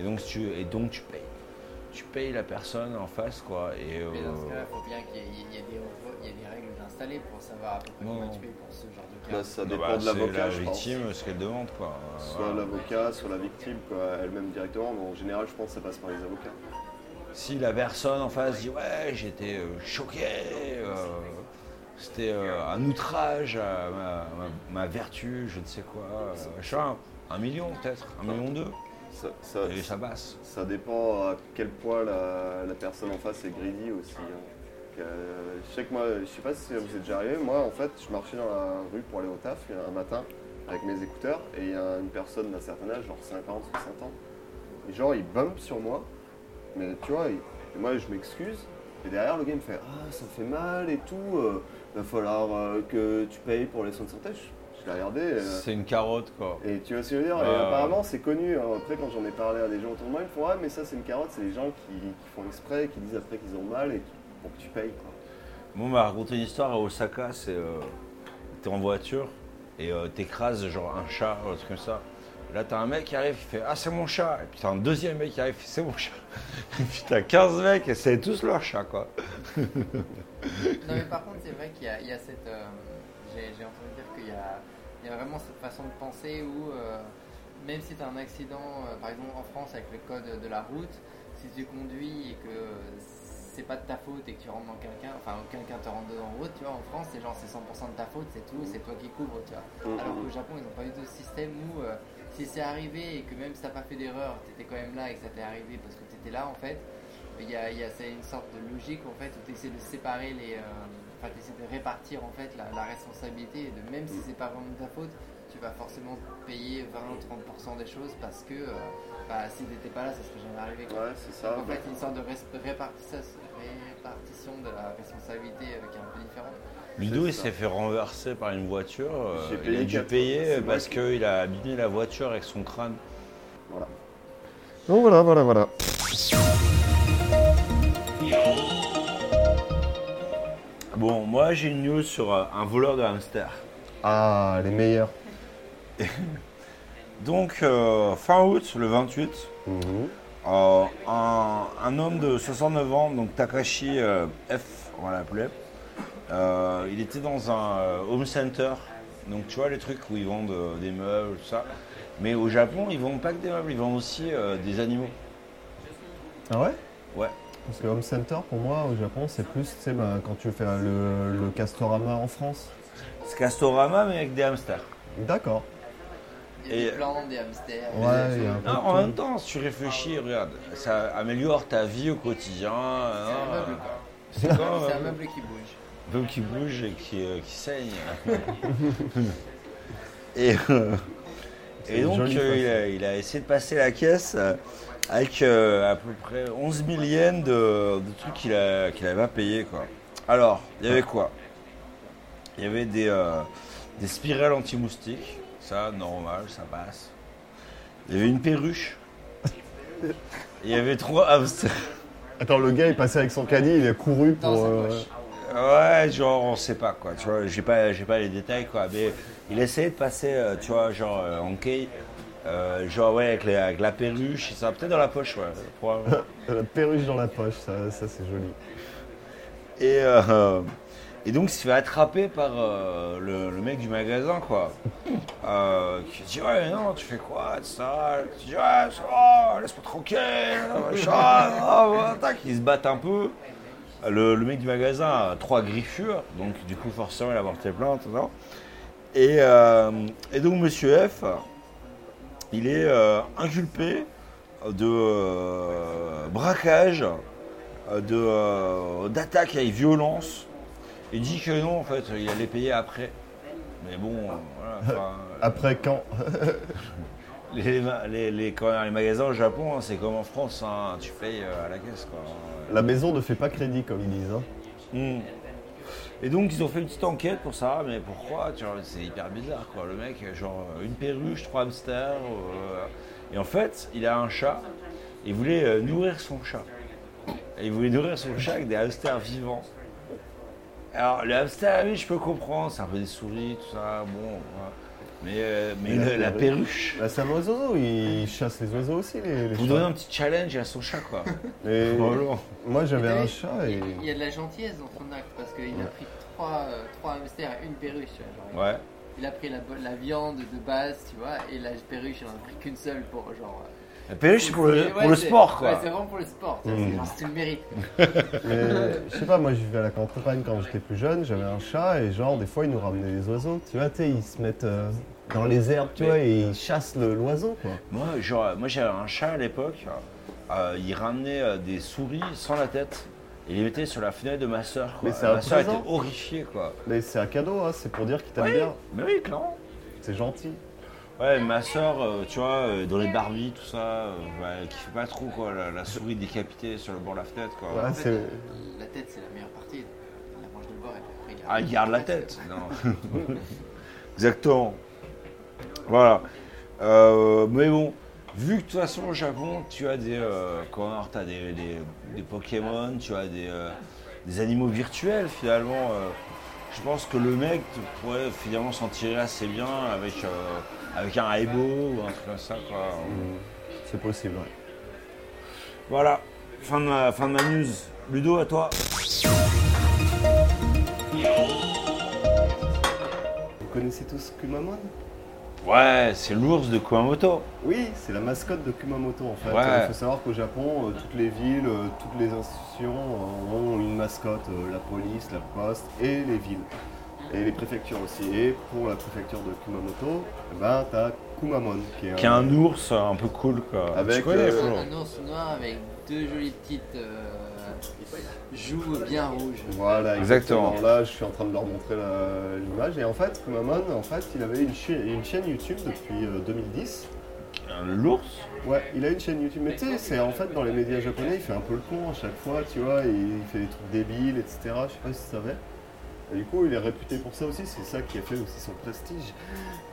et donc tu, et donc tu payes. Tu payes la personne en face, quoi. Et, Mais dans ce euh, cas-là, il faut bien qu'il y ait, il y ait des, revo- il y ait des règles installées pour savoir à peu près Non. comment tu es pour ce genre de cas. Là, ça bah, dépend de c'est l'avocat, la je pense. victime, ce qu'elle demande, quoi. Euh, Soit Voilà. l'avocat, soit la victime, quoi, elle-même directement. Mais en général, je pense que ça passe par les avocats. Si la personne en face dit ouais j'étais euh, choqué, euh, c'était euh, un outrage à ma, ma- ma vertu, je ne sais quoi, euh, machin, un million peut-être, un million deux, Ça, ça- et ça passe. ça dépend à quel point la, la personne en face est greedy aussi. hein. Euh, je sais que moi, je sais pas si vous êtes déjà arrivé, moi en fait, je marchais dans la rue pour aller au taf euh, un matin avec mes écouteurs et il y a une personne d'un certain âge, genre 50, 60 ans, et genre il bump sur moi, mais tu vois, il- et moi je m'excuse, et derrière le gars il me fait Ah, ça fait mal et tout, euh, va falloir euh, que tu payes pour les soins de santé. Je, je l'ai regardé. euh, C'est une carotte quoi. et tu vois ce que je veux dire Et Ouais. apparemment, c'est connu. hein. Après, quand j'en ai parlé à des gens autour de moi, ils me font Ouais, mais ça, c'est une carotte. C'est les gens qui, qui font exprès, qui disent après qu'ils ont mal et qui- pour que tu payes. quoi. Bon, on m'a raconté une histoire à Osaka, c'est. euh, t'es en voiture et euh, t'écrases genre un chat, un truc comme ça. Là, t'as un mec qui arrive, il fait Ah, c'est mon chat. Et puis t'as un deuxième mec qui arrive, il fait, C'est mon chat. <laughs> Et puis t'as 15 mecs et c'est tous leur chat quoi. Non, mais par contre, c'est vrai qu'il y a, il y a cette. euh, j'ai, j'ai entendu dire qu'il y a, il y a vraiment cette façon de penser où, euh, même si tu as un accident, euh, par exemple en France avec le code de la route, si si tu conduis et que c'est pas de ta faute et que tu rentres dans quelqu'un, enfin quelqu'un te rentre dans la route, tu vois, en France, c'est genre c'est 100% de ta faute, c'est tout, c'est toi qui couvres, tu vois. Hum, Alors qu'au Japon, ils n'ont pas eu de système où euh, si c'est arrivé et que même si t'as pas fait d'erreur, t'étais quand même là et que ça t'est arrivé parce que t'étais là en fait, il y a, il y a- c'est une sorte de logique en fait où t'essaies de séparer les. euh, Enfin, t'essaies de répartir en fait la, la responsabilité et de même si c'est pas vraiment de ta faute, tu vas forcément payer 20 ou 30% des choses parce que euh, bah, si t'étais pas là, ça serait jamais arrivé. hum. quoi. Ouais, c'est ça. En bah, fait, une sorte de res- répartition, répartition de la responsabilité euh, qui est un peu différente. Ludo, C'est il ça. s'est fait renverser par une voiture. euh, J'ai il a payé dû 80, payer c'est moi parce qui- qu'il a abîmé la voiture avec son crâne. Voilà. Donc voilà, voilà, voilà. Bon, moi j'ai une news sur euh, un voleur de hamster. Ah, les meilleurs. Donc, euh, fin août, le 28, euh, un, un homme de 69 ans, donc Takashi euh, F, on l'appelait, euh, il était dans un euh, home center. Donc, tu vois, les trucs où ils vendent euh, des meubles, tout ça. Mais au Japon, ils vendent pas que des meubles, ils vendent aussi euh, des animaux. Ah ouais Ouais. Parce que Home Center, pour moi, au Japon, c'est plus, tu sais, ben, quand tu fais le, le Castorama en France. C'est Castorama, mais avec des hamsters. D'accord. Il y a Et- des plantes, des hamsters. Ouais, des- il y a un peu Non, Ah, de en tout. même temps, si tu réfléchis, regarde, ça améliore ta vie au quotidien. C'est un hein. meuble, quoi. C'est comme C'est un un meuble. meuble qui bouge. Un meuble qui bouge et qui, euh, qui saigne. et, euh, et une donc, jolie euh, phrase. il, a, il a essayé de passer la caisse euh, avec euh, à peu près 11 000 yens de, de trucs qu'il n'avait pas payé. Quoi. Alors, il y avait quoi Il y avait des, euh, des spirales anti-moustiques. Ça, normal, ça passe. Il y avait une perruche. Il y avait trois hamsters. Attends, le gars est passé avec son caddie, il a couru Dans pour. sa euh, poche. Ouais, genre, on sait pas, quoi. Tu vois, j'ai pas, j'ai pas les détails, quoi. Mais il essayait de passer, euh, tu vois, genre, euh, en quai. euh, genre, ouais, avec, les- avec la perruche, ça peut-être dans la poche, ouais. probablement. la perruche dans la poche, ça, ça c'est joli. Et, euh, et donc, il se fait attraper par euh, le, le mec du magasin, quoi. Euh, qui dit, ouais, non, tu fais quoi, de ça Tu dis, ouais, ça va, laisse-moi tranquille, machin, ah, voilà, tac, ils se battent un peu. Le, le mec du magasin a trois griffures, donc du coup, forcément, il a porté plainte, non et, euh, et donc, monsieur F, il est euh, inculpé de euh, braquage euh, de, euh, d'attaque avec violence. Il dit que non, en fait, il allait payer après. Mais bon, euh, voilà, enfin, Après quand les, les, les- quand les magasins au Japon, hein, c'est comme en France, hein, tu payes euh, à la caisse. Quoi. La maison ne fait pas crédit, comme ils disent. hein. Hmm. Et donc, ils ont fait une petite enquête pour ça, mais pourquoi tu vois, C'est hyper bizarre, quoi. Le mec, genre, euh, une perruche, trois hamsters. euh, et en fait, il a un chat, et il voulait euh, nourrir son chat. Et il voulait nourrir son chat avec des hamsters vivants. Alors, les hamsters, oui, je peux comprendre, c'est un peu des souris, tout ça, bon. voilà. Mais, euh, mais Mais la le- la perruche. Bah, c'est un oiseau, ils chassent les oiseaux aussi, les, les Vous chats. donnez Oh un petit challenge à son chat, quoi. Et Vraiment. Moi, j'avais Et un t'as- chat et. Il y a de la gentillesse dans son acte parce qu'il a pris trois, euh, trois hamsters et une perruche. tu vois, genre. ouais. Il a pris la, bo- la viande de base, tu vois, et la perruche, il en a pris qu'une seule pour genre. euh, La perruche, c'est pour le, ouais, pour le c'est- sport, quoi. Ah, Ouais, c'est vraiment pour le sport. tu vois, Hmm. c'est genre, C'est le mérite. Mais je sais pas, moi je vivais à la campagne quand j'étais plus jeune, j'avais un chat et genre des fois ils nous ramenaient les oiseaux. Tu vois, tu sais, ils se mettent euh, dans les herbes, tu vois, et ils chassent le- l'oiseau quoi. Moi, genre, moi j'avais un chat à l'époque, euh, il ramenait euh, des souris sans la tête. Et il les mettait sur la fenêtre de ma soeur. Quoi. Mais c'est Et un ma soeur était présent. horrifiée, quoi. Mais c'est un cadeau, hein, c'est pour dire qu'ils t'aiment Oui, bien, mais oui, clairement. c'est gentil. Ouais, ma soeur, tu vois, euh, dans les Barbies, tout ça, euh, bah, elle kiffait pas trop, quoi, la, la souris décapitée sur le bord de la fenêtre, quoi. Ouais, En fait, c'est- la tête, c'est la meilleure partie. La branche de bord, elle regarde. Ah, il garde la tête. <laughs> Non. Exactement. Voilà. Euh, mais bon, vu que de toute façon au Japon, tu as des euh, comment, t'as des, des- des Pokémon, tu as des, euh, des animaux virtuels finalement. euh, je pense que le mec pourrait finalement s'en tirer assez bien avec, euh, avec un Haibo ou un truc comme ça. quoi. c'est possible. ouais. Voilà, fin de, ma, fin de ma news. Ludo, à toi. Vous connaissez tous Kumamon Ouais, c'est l'ours de Kumamoto. Oui, c'est la mascotte de Kumamoto en fait. Ouais. Euh, Il faut savoir qu'au Japon, euh, toutes les villes, euh, toutes les institutions euh, ont une mascotte, euh, la police, la poste et les villes. Et les préfectures aussi. Et pour la préfecture de Kumamoto, eh ben, t'as Kumamon qui est, Qui a un ours un peu cool, quoi. Avec, tu connais, euh, Flo Un ours noir avec deux jolies petites euh, joues bien rouges. Voilà, Exactement. exactement. Là, je suis en train de leur montrer la- l'image. Et en fait, Kumamon, en fait, il avait une, chi- une chaîne YouTube depuis euh, 2010. L'ours Ouais, il a une chaîne YouTube, mais tu sais, c'est en fait dans les médias japonais, il fait un peu le con à chaque fois, tu vois, il, il fait des trucs débiles, etc. Je sais pas si tu savais. Et du coup, il est réputé pour ça aussi, c'est ça qui a fait aussi son prestige.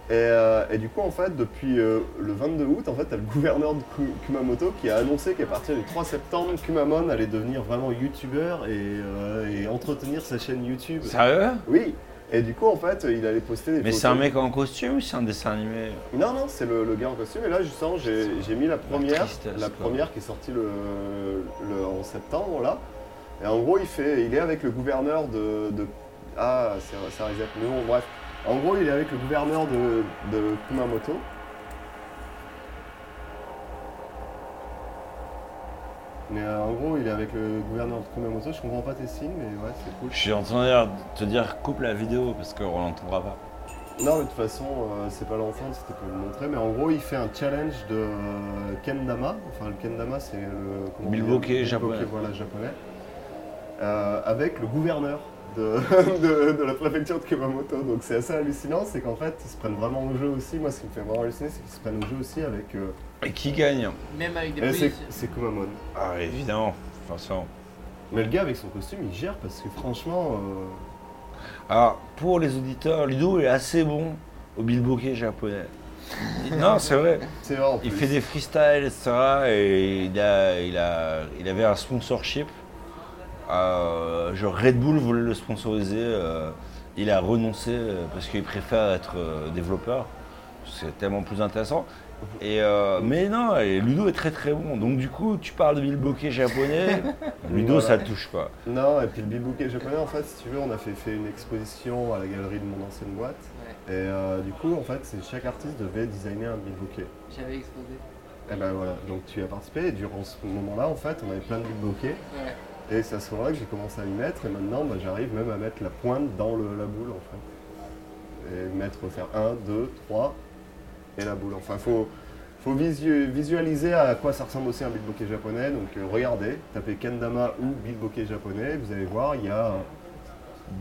Et, euh, et du coup, en fait, depuis euh, le 22 août, en fait, t'as le gouverneur de Ku- Kumamoto qui a annoncé qu'à partir du 3 septembre, Kumamon allait devenir vraiment youtubeur et, euh, et entretenir sa chaîne YouTube. Sérieux Oui. Et du coup, en fait, il allait poster des Mais photos. c'est un mec en costume ou c'est un dessin animé Non, non, c'est le, le gars en costume. Et là, justement, j'ai j'ai mis la première, tristesse, la quoi. première qui est sortie le, le- en septembre, là. Et en gros, il, fait, il est avec le gouverneur de... de- ah, c'est ça reset. Mais bon, bref. En gros, il est avec le gouverneur de, de Kumamoto. Mais euh, en gros, il est avec le gouverneur de Kumamoto. Je comprends pas tes signes, mais ouais, c'est cool. Je suis en train de te dire coupe la vidéo parce qu'on l'entendra pas. Non, mais de toute façon, euh, c'est pas l'enfant, c'était pour le montrer. Mais en gros, il fait un challenge de euh, kendama. Enfin, le kendama, c'est le. comment on dit Bilboquet Bilboquet, japonais. Voilà, japonais. Euh, avec le gouverneur de, <laughs> de- de la préfecture de Kumamoto. Donc, c'est assez hallucinant. C'est qu'en fait, ils se prennent vraiment au jeu aussi. Moi, ce qui me fait vraiment halluciner, c'est qu'ils se prennent au jeu aussi avec. euh, Et qui gagne Même avec des et c'est- policiers. c'est Kumamon. Ah, évidemment, forcément. Mais le gars, avec son costume, il gère parce que franchement. euh, Alors, pour les auditeurs, Ludo est assez bon au bilboquet japonais. non, c'est vrai. c'est vrai en Il plus. fait des freestyles, etc. Et il, a, il, a, il avait un sponsorship. Euh, genre Red Bull voulait le sponsoriser. euh, il a renoncé euh, parce qu'il préfère être euh, développeur. C'est tellement plus intéressant. Et euh, mais non, et Ludo est très très bon. Donc du coup, tu parles de bilboquet <laughs> japonais. Ludo, Voilà. ça te touche pas. Non, et puis le bibouquet japonais, en fait, si tu veux, on a fait, fait une exposition à la galerie de mon ancienne boîte. Ouais. Et euh, du coup, en fait, c'est chaque artiste devait designer un bibouquet. J'avais explosé. Et ben voilà, donc tu y as participé. Et durant ce moment-là, en fait, on avait plein de bibouquets. Ouais. Et c'est à ce moment-là que j'ai commencé à y mettre. Et maintenant, bah, j'arrive même à mettre la pointe dans le- la boule, en fait. Et mettre, faire 1, 2, 3, et la boule. Enfin, faut, faut visu- visualiser à quoi ça ressemble aussi un billboquet japonais. Donc euh, regardez, tapez kendama ou billboquet japonais, vous allez voir, il y a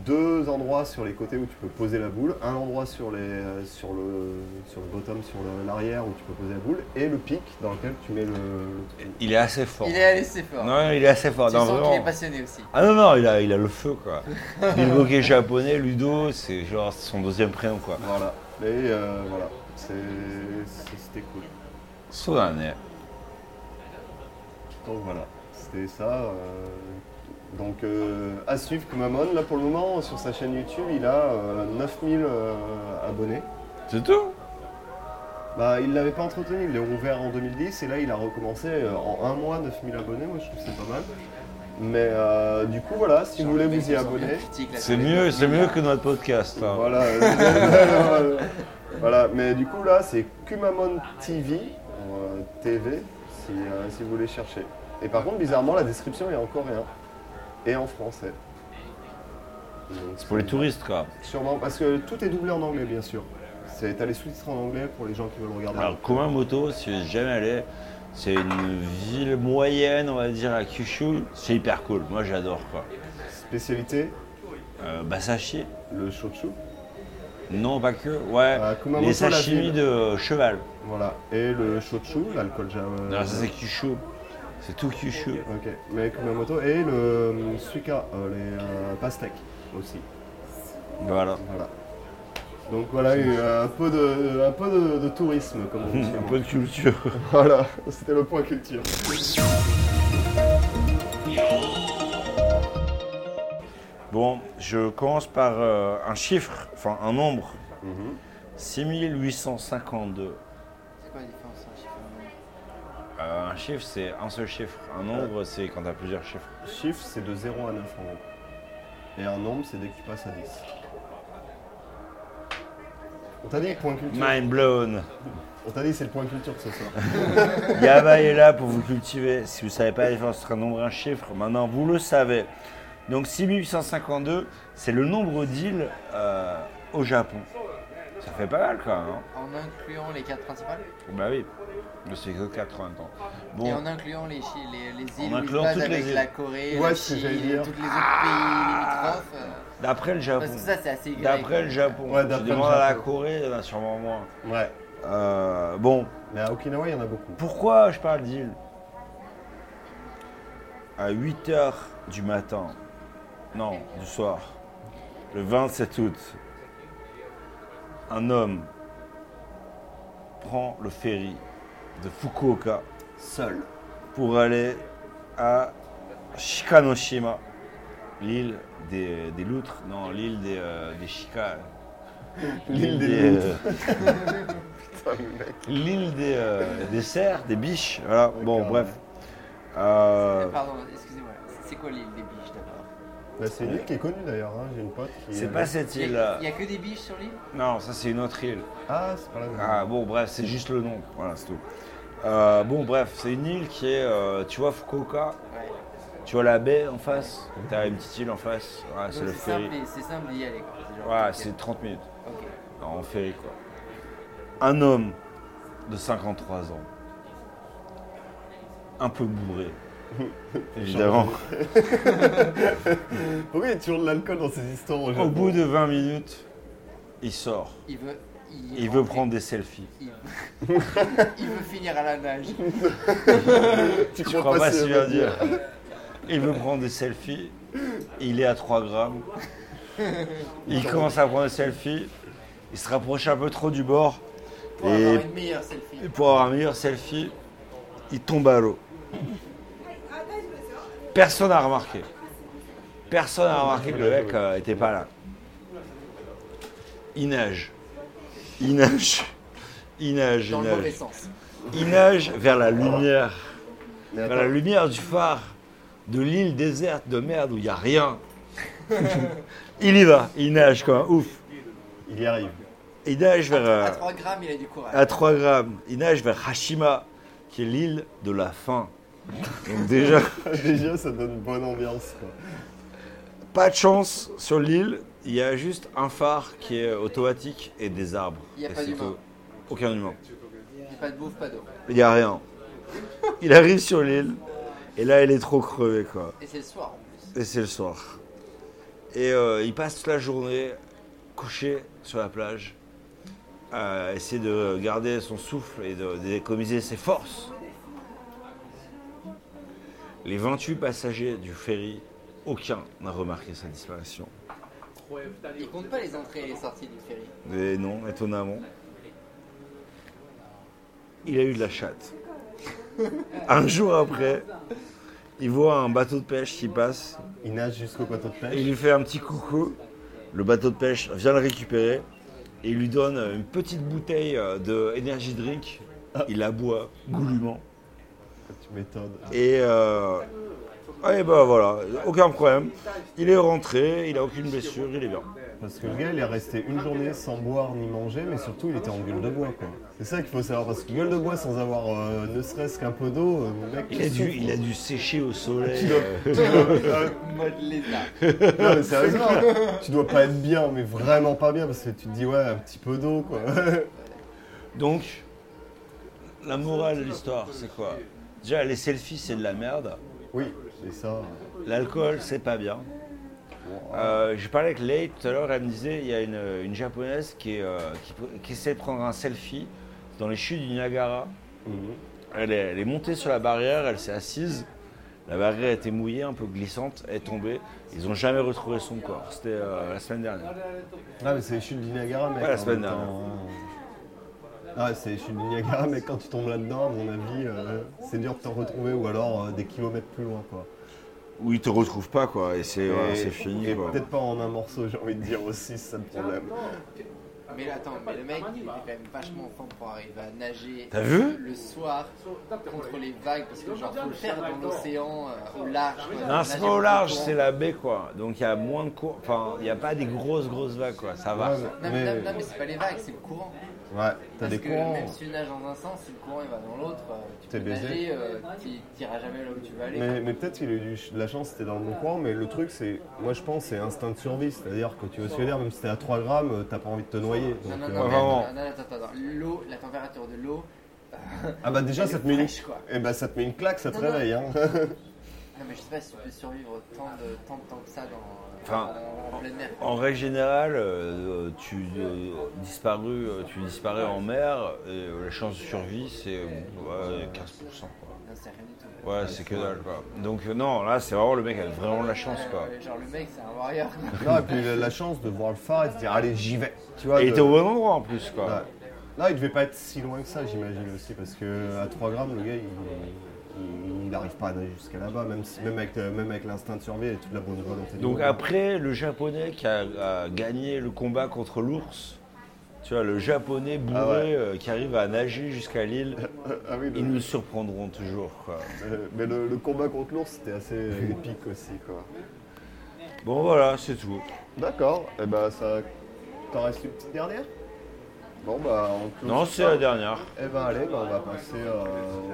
deux endroits sur les côtés où tu peux poser la boule, un endroit sur, les, euh, sur, le, sur le bottom, sur le- l'arrière où tu peux poser la boule, et le pic dans lequel tu mets le, le trou. Il est assez fort. Il est allé assez fort. Non, il est assez fort. tu non, sens qu'il vraiment. est passionné aussi. Ah non, non, il a, il a le feu quoi. <laughs> Bilboquet japonais, Ludo, c'est genre son deuxième prénom quoi. Voilà. Et euh, voilà, C'est- c'est- c'était cool. Sodané. Donc voilà, c'était ça. euh, donc euh, à suivre Kumamon, là pour le moment sur sa chaîne YouTube il a euh, 9000 euh, abonnés. C'est tout Bah il l'avait pas entretenu, il l'a ouvert en 2010 et là il a recommencé euh, en un mois 9000 abonnés, moi je trouve que c'est pas mal. Mais euh, du coup voilà, si vous voulez vous y abonner. C'est mieux, c'est mieux que notre podcast. hein. Voilà, <laughs> <laughs> euh, voilà, mais du coup là c'est Kumamon TV, euh, TV, si, euh, si vous voulez chercher. Et par contre bizarrement la description est en coréen et en français. Donc, C'est pour les touristes quoi. Sûrement, parce que tout est doublé en anglais bien sûr. C'est t'as les sous-titres en anglais pour les gens qui veulent regarder. Alors Kumamoto, si vous êtes jamais allé, c'est une ville moyenne, on va dire, à Kyushu. C'est hyper cool, moi j'adore quoi. Spécialité, Euh, Basashi le shochu. Non, pas que. Ouais, Euh, Kumamoto, les la sashimi ville. de cheval. Voilà. Et le shochu, l'alcool japonais. Non, ça c'est Kyushu. C'est tout Kyushu. Ok, mais Kumamoto et le euh, suika, euh, les euh, pastèques aussi. Voilà. Voilà. Donc voilà, eu un peu de, un peu de, de tourisme, comme <laughs> on dit. Un peu de culture. Voilà, c'était le point culture. <laughs> Bon, je commence par euh, un chiffre, enfin un nombre. Mhm. 6852. C'est quoi la différence entre un chiffre et un nombre Euh, un chiffre, c'est un seul chiffre. Un nombre, c'est quand t'as plusieurs chiffres. Chiffre, c'est de 0 à 9 en gros. Et un nombre, c'est dès que tu passes à 10. On t'a dit point culture. <laughs> Mind blown. On t'a dit c'est le point culture de ce soir. Yaba est là pour vous cultiver. Si vous ne savez pas la différence entre un nombre et un chiffre, maintenant vous le savez. Donc 6852, c'est le nombre d'îles euh, au Japon. Ça fait pas mal quand même. hein En incluant les quatre principales bah oui, mais c'est que 4 en même temps. et Bon, en incluant les, chi- En les, les îles où ils incluant passent toutes les avec îles. la Corée, Ouais, la c'est ce que j'allais Chine, tous les dire. autres pays limitrophes. euh, d'après le Japon. parce que ça, c'est assez grec. Ah. D'après le Japon. Ouais, Tu d'après le demandes à la Japon. Corée, il y en a sûrement moins. <laughs> Ouais. Euh, bon, Mais à Okinawa, il y en a beaucoup. Pourquoi je parle d'île À 8h du matin, non, du soir, le 27 août, un homme prend le ferry de Fukuoka Seul. pour aller à Shikanoshima, l'île des, des loutres, non, l'île des, euh, des chicas. L'île des loutres. L'île des, euh, des cerfs, des biches, voilà. Bon, D'accord. bref. Euh, Euh, Pardon, excusez-moi. C'est- C'est quoi l'île des biches d'abord Bah, c'est une île qui est connue d'ailleurs. hein. J'ai une pote qui. c'est euh, pas cette Il île n'y là. a, il y a que des biches sur l'île Non, ça c'est une autre île. Ah, c'est pas la même. Ah bon, bref, c'est juste le nom. Voilà, c'est tout. Euh, bon, bref, c'est une île qui est, euh, tu vois, Fukuoka. Ouais. Tu vois la baie en face. T'as une petite île en face. Ouais, c'est Donc, le C'est simple, ferry. et- c'est simple d'y aller. quoi. genre, Ouais, ok, c'est 30 minutes. ok. en ferry quoi. Un homme de 53 ans, un peu bourré, <laughs> évidemment. Pourquoi il y a toujours de l'alcool dans ces histoires au Au Japon bout de 20 minutes, il sort. Il veut. Il, Il veut prendre des selfies. Il, il <laughs> veut finir à la nage. tu Je crois pas si bien dire. Il veut prendre des selfies. Il est à 3 grammes. Il commence à prendre des selfies. Il se rapproche un peu trop du bord. Pour Et- avoir une meilleure selfie. Et pour avoir un meilleur selfie, il tombe à l'eau. Personne n'a remarqué. Personne n'a remarqué que le mec n'était pas là. Il nage. Il nage. Il nage, il Dans le mauvais nage. sens. Il nage vers la lumière. Mais Vers la attends, lumière du phare de l'île déserte de merde où il n'y a rien. il y va. Il nage comme un ouf. il y arrive. <laughs> Il nage vers. À euh, 3 grammes, il a du courage. à 3 grammes. Il nage vers Hashima, qui est l'île de la faim. Donc déjà, Déjà, ça donne bonne ambiance. Quoi. pas de chance sur l'île. Il y a juste un phare qui est automatique et des arbres. Il y a Et pas c'est d'humain. tout. Aucun humain. Pas de bouffe, pas d'eau. Il n'y a rien. Il arrive sur l'île et là, il est trop crevé, quoi. Et c'est le soir en plus. Et c'est le soir. Et euh, il passe toute la journée couché sur la plage à essayer de garder son souffle et de- d'économiser ses forces. Les 28 passagers du ferry, aucun n'a remarqué sa disparition. Il compte pas les entrées et les sorties du ferry. Et non, étonnamment. Il a eu de la chatte. Un jour après, il voit un bateau de pêche qui passe Il nage jusqu'au bateau de Et pêche. il lui fait un petit coucou. Le bateau de pêche vient le récupérer et il lui donne une petite bouteille euh, de energy drink. Il la boit goulûment. Tu m'étonnes. Et euh, ah, et ben voilà, aucun problème. Il est rentré, il a aucune blessure, il est bien. Parce que le gars, il est resté une journée sans boire ni manger, mais surtout, il était en gueule de bois. quoi. C'est ça qu'il faut savoir. Parce que gueule de bois sans avoir euh, ne serait-ce qu'un peu d'eau, euh, le mec. Il a dû, il a dû sécher au soleil. euh, Mode lézard. <laughs> Non, mais sérieusement, tu dois pas être bien, mais vraiment pas bien, parce que tu te dis, ouais, un petit peu d'eau, quoi. <laughs> Donc, la morale de l'histoire, c'est quoi Déjà, les selfies, c'est de la merde. Oui, c'est ça. L'alcool, c'est pas bien. Euh, je parlais avec Leï tout à l'heure, elle me disait il y a une, une japonaise qui, est, euh, qui, qui essaie de prendre un selfie dans les chutes du Niagara. Elle est, elle est montée sur la barrière, elle s'est assise. La barrière était mouillée, un peu glissante, elle est tombée. Ils n'ont jamais retrouvé son corps. C'était euh, la semaine dernière. Ah, mais c'est les chutes du Niagara, mec. Ouais, la en semaine même temps, hein. Ah, c'est les chutes du Niagara, mec, quand tu tombes là-dedans, à mon avis, euh, c'est dur de t'en retrouver, ou alors euh, des kilomètres plus loin, quoi. Où ils te retrouvent pas, quoi. Et c'est Et- voilà, c'est fini. Et quoi. peut-être pas en un morceau, j'ai envie de dire aussi, c'est ça le problème. Mais là, attends, mais le mec, il était quand même vachement fort pour arriver à nager. T'as vu Le soir, contre les vagues, parce que genre, faut le faire dans l'océan, euh, au large. quoi. Non, Nager c'est pas contre au le large, courant. c'est la baie, quoi. Donc il y a moins de cours. Enfin, il n'y a pas des grosses, grosses vagues, quoi. Ça va. Ouais, Non, Ah, mais, non, non, mais c'est pas les vagues, c'est le courant. Ouais, t'as Parce des que courants. même si tu nages dans un sens, si le courant il va dans l'autre, euh, tu T'es peux baisé. nager, euh, t'i- t'iras jamais là où tu vas aller. Mais, mais peut-être qu'il a eu du- de la chance, c'était dans le bon courant, mais le truc, c'est, moi je pense, c'est instinct de survie. C'est-à-dire que tu vas sur l'air, même si t'es à 3 grammes, euh, t'as pas envie de te noyer. Non, Donc, non, euh, non, mais vraiment. attends, non, non, attends, attends. L'eau, la température de l'eau. Ah bah déjà, elle ça est te met une... fraîche, quoi. eh bah, ça te met une claque, ça te Non, non. réveille. Hein. <laughs> Non, mais je sais pas si tu peux survivre tant de, tant de temps que ça dans, Enfin, dans- en pleine mer. En règle générale, euh, tu, euh, disparu, euh, tu disparais en mer, et euh, la chance de survie, c'est euh, ouais, 15%. Quoi. Non, c'est rien du tout. Ouais, c'est que dalle, quoi. Donc euh, non, là, c'est vraiment le mec a vraiment de la chance, quoi. Euh, genre, le mec, c'est un warrior. non, et puis il a la chance de voir le phare et de se dire, allez, j'y vais. Tu vois, Et il de- était au bon endroit, en plus, quoi. Ouais. Non, Bah, il devait pas être si loin que ça, j'imagine aussi, parce que à 3 grammes, le gars, il n'arrive pas à aller jusqu'à là-bas, même, si- même avec, euh, même avec l'instinct de survie et toute la bonne volonté. du Donc gars. après, le japonais qui a, a gagné le combat contre l'ours, tu vois, le japonais bourré Ah ouais. euh, qui arrive à nager jusqu'à l'île, Ah oui, le- ils nous surprendront toujours, quoi. euh, mais le, le combat contre l'ours, c'était assez <laughs> épique aussi, quoi. Bon, voilà, c'est tout. D'accord, et bah ça. T'en reste une petite dernière Bon, bah on clôt Non, sur c'est ça. la dernière. Eh ben allez, bah, on va passer euh, au-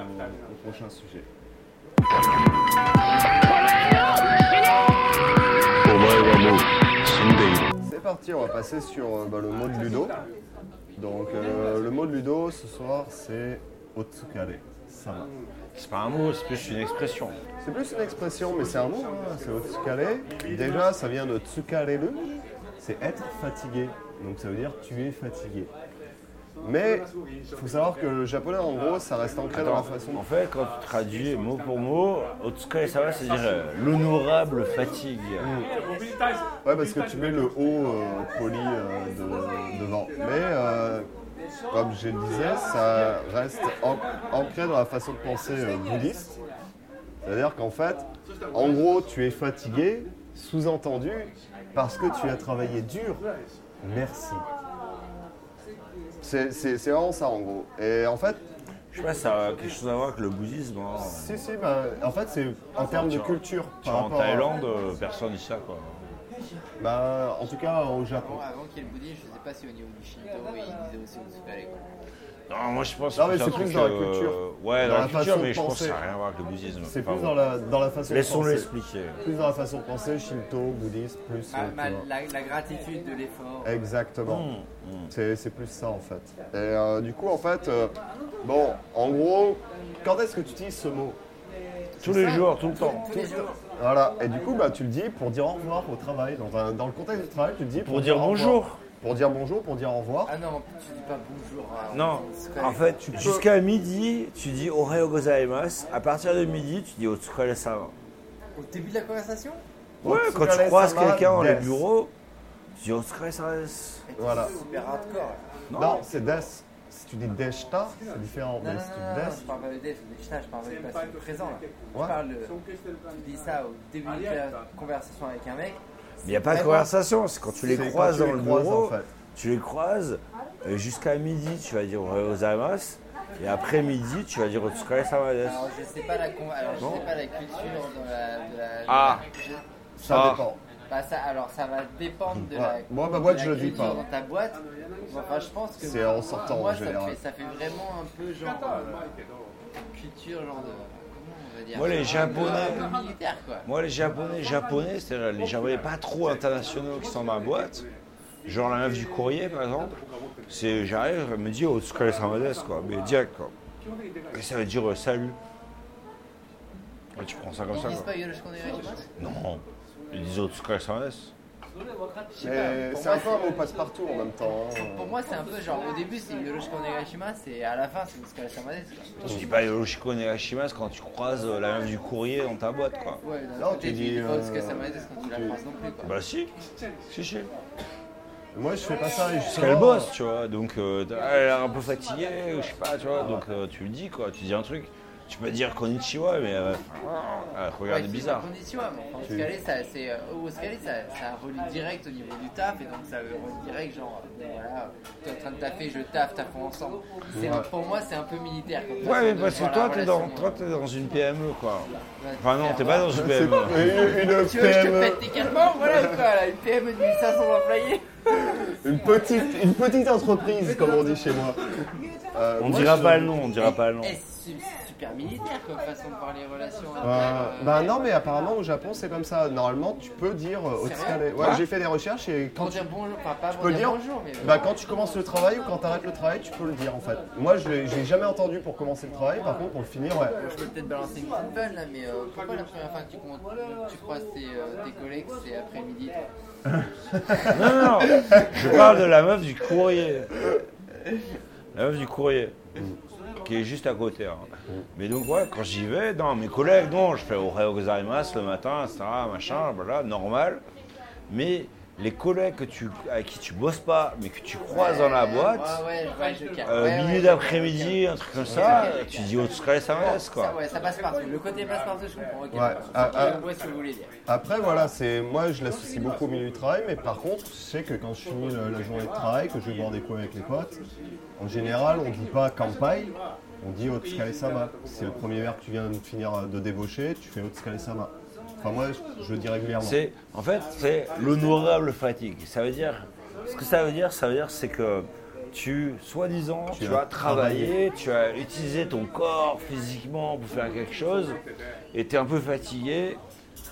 au prochain sujet. お前はもう死んでいる C'est parti, on va passer sur euh, bah, le mot de Ludo. Donc euh, le mot de Ludo ce soir c'est Otsukare. Sama. C'est pas un mot, c'est plus une expression. C'est plus une expression, mais c'est un mot, hein, c'est Otsukare. Déjà ça vient de Tsukarelu, c'est être fatigué. Donc ça veut dire tu es fatigué. Mais il faut savoir que le japonais en gros ça reste ancré dans la façon En fait, quand tu traduis mot pour mot, Otsukai Sama, c'est-à-dire euh, l'honorable fatigue. Mm. Ouais, parce que tu mets le haut euh, poli euh, de- devant. Mais euh, comme je le disais, ça reste an- ancré dans la façon de penser euh, bouddhiste. C'est-à-dire qu'en fait, en gros, tu es fatigué, sous-entendu, parce que tu as travaillé dur. Merci. C'est c'est- c'est vraiment ça, en gros. Et en fait, Je sais pas, ça a quelque chose à voir avec le bouddhisme. hein. si, si, bah, en fait, c'est en termes de culture. Tu vois, par en rapport à- Thaïlande, euh, personne dit ça, quoi. bah, En tout cas, au Japon. Bon, avant qu'il y ait le bouddhisme, je sais pas si au niveau du Shinto, il disait aussi au aller quoi. Non, moi je pense Non, que mais c'est un plus truc, dans la euh, culture. Ouais, Dans dans, la la culture, façon de mais je pense que penser. ça n'a rien à voir avec le bouddhisme. C'est Enfin, plus bon. dans la, dans la façon Laissons-le de penser. expliquer. Plus dans la façon de penser, Shinto, bouddhiste, plus. Ah, euh, ma- tu vois. la, la gratitude de l'effort. Eh, Exactement. Hum, hum. C'est c'est plus ça en fait. Et euh, du coup, en fait, euh, bon, en gros, quand est-ce que tu utilises ce mot Tous les jours, tout le temps. Tous les jours. Voilà, et du coup, bah, tu le dis pour dire au revoir au travail. Dans, un- dans le contexte du travail, tu le dis pour, Pour dire au revoir. bonjour. Pour dire bonjour, pour dire au revoir. Ah non, tu dis pas bonjour. hein, Non, on se connaît. en fait, jusqu'à midi, tu dis Ohio gozaimasu. À partir de midi, tu dis Otsukai Sama. Au début de la conversation Ouais, quand tu Otsukai croises sama quelqu'un dans les des. bureaux, tu dis Otsukai Sama. desu. Voilà. C'est super hardcore. Non, c'est des. Si tu dis deshta, c'est différent. Non, Mais non, si tu non, non, je dis parle pas de death, de chita, je parle pas du passé, du présent. Là. Je Ouais. parle, de- tu dis ça au début de la conversation avec un mec. Il n'y a pas de Vraiment. conversation, c'est quand tu les C'est quand croises tu dans les le croises, bureau, en fait. tu les croises euh, jusqu'à midi, tu vas dire Ohio gozaimasu. Et après midi, tu vas dire Otsukai Sama. desu. Alors je sais pas la, con- alors, je Non. sais pas la culture de la. De la de Ah. la- je- ça Ah. dépend. bah, ça, alors ça va dépendre de la. Ouais. Moi, ma boîte, de la je le dis culture pas. Dans ta boîte, enfin, je pense que. C'est en sortant, en moi, ça général. Fait, ça fait vraiment un peu genre. euh, culture, genre de. Comment on va dire Moi, les Genre, un peu- Japonais- un peu militaire, quoi. Moi, les japonais, japonais, c'est-à-dire les japonais pas trop internationaux qui sont dans la boîte, genre la meuf du courrier par exemple, c'est j'arrive, elle me dit oh, Otsukai Samades, quoi, mais direct quoi. Et ça veut dire euh, salut. Ouais, tu prends ça comme Ils ça disent quoi. pas Yoroshiku onegaishimasu Non, ils disent Otsukai Samades. Je sais pas, Mais pour c'est moi, un peu un mot passe-partout en même temps. hein. Pour moi, c'est un peu genre au début c'est Yoroshiku onegaishimasu et à la fin c'est Muskara Samades. quoi. Tu dis pas Yoroshiko Negashimas quand tu croises euh, la meuf du courrier dans ta boîte quoi. Ouais, d'un Non, côté, tu tu dis dis, oh, pas euh, Muskara Samades quand tu la croises non plus. quoi. Bah si, si, si. Moi, je fais pas ça. et Parce qu'elle justement- bosse, tu vois, donc euh, elle est un peu fatiguée, ou je sais pas, tu vois, donc euh, tu le dis quoi, tu dis un truc. Tu peux dire Konnichiwa, mais. euh, ah, regarde, Ouais, c'est c'est bizarre. pas condition, mais en Tu- escalade, ça, c'est, euh, au escalade, ça, ça relie direct au niveau du taf, et donc ça relie direct, genre, euh, voilà, t'es en train de taffer, je taffe, taffons ensemble. C'est un- pour moi, c'est un peu militaire. comme façon Ouais, mais de parce que voir toi, la t'es dans, relation, toi, euh, t'es dans une PME, quoi. ouais, Enfin, non, faire t'es voir. pas dans une E. C'est PME. une, une Tu veux que je te PME, pète tes calmants, voilà ou quoi, là, une PME de 1500 employés une petite, une petite entreprise, comme on dit chez moi. Euh, On moi, dira je- pas le nom, on dira pas le nom. Eh, C'est c'est super militaire comme façon de voir les relations. Euh, après, euh, bah non mais apparemment au Japon c'est comme ça. Normalement tu peux dire euh, Sérieux Otsukare. Ouais, Quoi j'ai fait des recherches et quand Pour tu, dire bonjour, enfin pas peux pour dire dire bonjour, mais. euh, bah, quand tu commences le travail ou quand tu arrêtes le travail tu peux le dire en fait. Moi je l'ai je l'ai jamais entendu pour commencer le travail, par contre pour le finir ouais. Je peux peut-être balancer une petite balle là, mais euh, pourquoi la première fois que tu, comptes, tu croises tes, euh, tes collègues, c'est après-midi toi Non, non, non, je parle de la meuf du courrier. La meuf du courrier, qui est juste à côté. hein. Mais donc, ouais, quand j'y vais, non, mes collègues, non, je fais au gozaimasu le matin, etc., machin, voilà, normal. Mais les collègues que tu, avec qui tu bosses pas, mais que tu croises dans la Ouais, boîte, Ouais, ouais, je vois, je capte. euh, Ouais, ouais, milieu je- d'après-midi, un truc comme ça, tu dis, oh, tu serais SMS, Ça, quoi. ouais, ça passe partout. Le côté passe partout, je comprends. Ok, Ouais, d'accord. ah, ah. Je vois ce que vous voulez dire. Après voilà c'est moi je l'associe beaucoup au milieu du travail mais par contre je sais que quand je finis le- la journée de travail que je vais boire des coups avec les potes, en général on dit pas kampai, on dit Otsukare sama. C'est le premier verre que tu viens de finir de débaucher, tu fais Otsukare sama. Enfin moi je, je le dis régulièrement. C'est, en fait, c'est l'honorable fatigue. Ça veut dire, ce que ça veut dire, ça veut dire, c'est que tu, soi-disant, tu, as as travaillé, tu as utilisé ton corps physiquement pour faire quelque chose, et tu es un peu fatigué,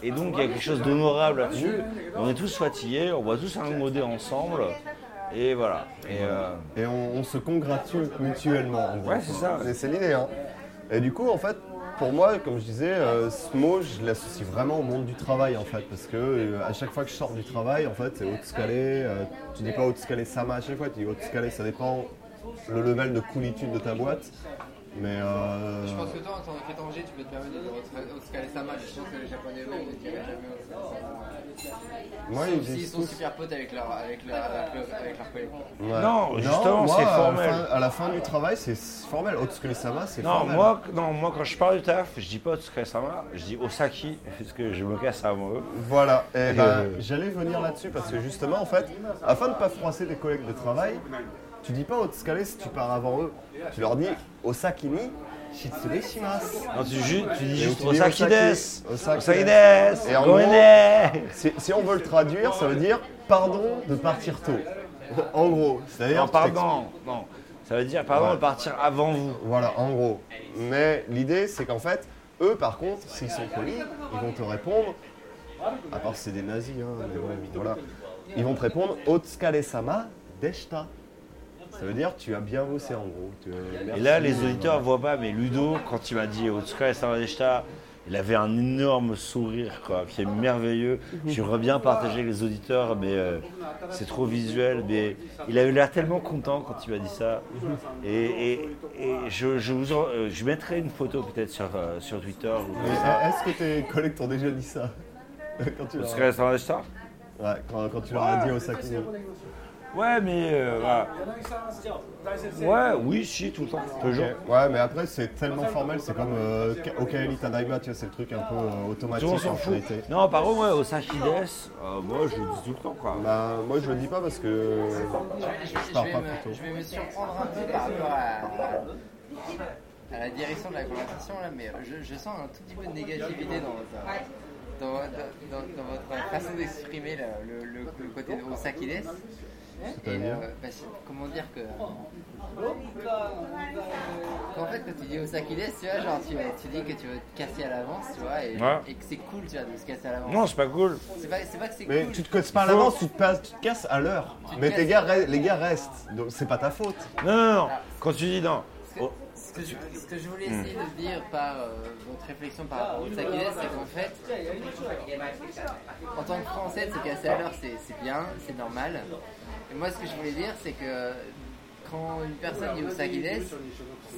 et donc il y a quelque chose d'honorable là-dessus. On est tous fatigués, on boit tous un modé ensemble, et voilà. Et, euh, Et on, on se congratule mutuellement. en gros. Ouais, c'est ça. C'est c'est l'idée. hein. Et du coup, en fait, pour moi, comme je disais, euh, ce mot, je l'associe vraiment au monde du travail, en fait, parce que euh, à chaque fois que je sors du travail, en fait, c'est Otsukare. euh, tu dis pas Otsukare Sama à chaque fois, tu dis Otsukare, ça dépend le level de coolitude de ta boîte. Mais euh, Je pense que toi, en tant qu'étranger, tu peux te permettre de dire au Scala Sama. Je pense que les Japonais eux, ils ne diraient jamais au moi, ils me disent S'ils sont tous- super potes avec leur, avec leur, avec leur, avec leur collègue. Ouais. Non, justement, moi, c'est à la formel. fin- À la fin du travail, c'est formel. Otsukare Sama, c'est Non formel. moi, non, moi quand je parle du taf, je dis pas Otsukare-sama, je dis Osaki, <laughs> parce que je me casse à moi. Voilà, et ben, euh, j'allais venir là-dessus parce que justement, en fait, afin de ne pas froisser tes collègues de travail, tu dis pas Otsukare si tu pars avant eux. Tu leur dis Osakini Shitsune Shimasu. Non, Ah, tu, ju- tu dis Et juste tu dis Osaki Osaki. des Osaki Osaki des des. Et en Goine gros- des Si, si on veut le traduire, ça veut dire pardon de partir tôt. En gros, c'est-à-dire. Non, tu pardon, non. Ça veut dire, pardon, Ouais. de partir avant vous. Voilà, en gros. Mais l'idée, c'est qu'en fait, eux, par contre, s'ils sont polis, ils vont te répondre, à part si c'est des nazis, hein, mais bon, voilà. Ils vont te répondre Otsukare-sama deshita. Ça veut dire tu as bien bossé, en gros. Tu as- Et merci, là, les voilà. auditeurs voient pas, mais Ludo, quand il m'a dit Otsuka Samadeshita, il avait un énorme sourire, quoi, qui est merveilleux. Mhm. J'aimerais bien partager avec les auditeurs, mais euh, c'est trop visuel. Mais il avait l'air tellement content quand il m'a dit ça. Et, et- et je, je vous en- euh, je mettrai une photo peut-être sur, euh, sur Twitter. ou Mais, comme ça. euh, Est-ce que tes collègues t'ont déjà dit ça <laughs> quand tu, leur... Otsuka Samadeshita Ouais, quand, quand tu leur as dit Osakini. Ouais, mais. euh, voilà. Ouais, oui, si, tout le temps, toujours. Ok. Ouais, mais après, c'est tellement formel, c'est comme euh, Ka- Okaeli Tadaima, tu vois, c'est le truc un peu euh, automatique. Tout le monde s'en en fout. réalité. Non, par contre, ouais, au Sakides, moi je le dis tout le temps quoi. Bah, moi je le dis pas parce que. Je, je pars vais pas me- plus tôt. je vais me surprendre un peu par rapport à, à la direction de la conversation là, mais je, je sens un tout petit peu de négativité dans votre, dans, dans- dans- dans votre façon d'exprimer là, le, le- le côté de Osakides. Et C'est-à-dire euh, bah, c'est- comment dire que. En fait, quand tu dis Osakides, tu vois, genre, tu, tu dis que tu veux te casser à l'avance, tu vois, et, Ouais. et que c'est cool, tu vois, de se casser à l'avance. Non, c'est pas cool. C'est pas, c'est pas que c'est Mais cool. tu te casses pas à l'avance, tu, te passes- tu te casses à l'heure. Mais tes gars, re- les gars restent, donc c'est pas ta faute. Non, non, non. Quand tu dis non. oh, Ce que, je, ce que je voulais essayer de dire par euh, votre réflexion par rapport au Sakines, c'est qu'en fait, en tant que français, c'est casser à l'heure, c'est c'est bien, c'est normal. Et moi, ce que je voulais dire, c'est que quand une personne dit au Sakines,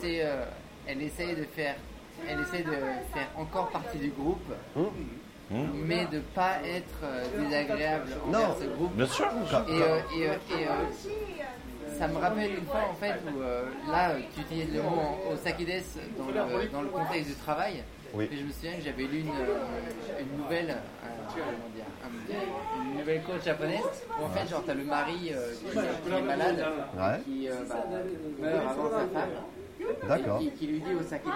c'est euh, elle essaye de faire, elle essaye de faire encore partie du groupe, mais de pas être euh, désagréable envers Non. ce groupe. Bien sûr. Et, euh, et, euh, et, euh, ça me rappelle une fois en fait où euh, là euh, tu utilises le mot en- au sakides dans le, dans le contexte du travail. Oui. Et je me souviens que j'avais lu une, euh, une nouvelle, euh, comment dire, un- une nouvelle coach japonaise où en fait genre t'as le mari euh, qui, qui est malade, Ouais. qui euh, bah, meurt avant sa femme. D'accord. Qui, qui lui dit au Sakides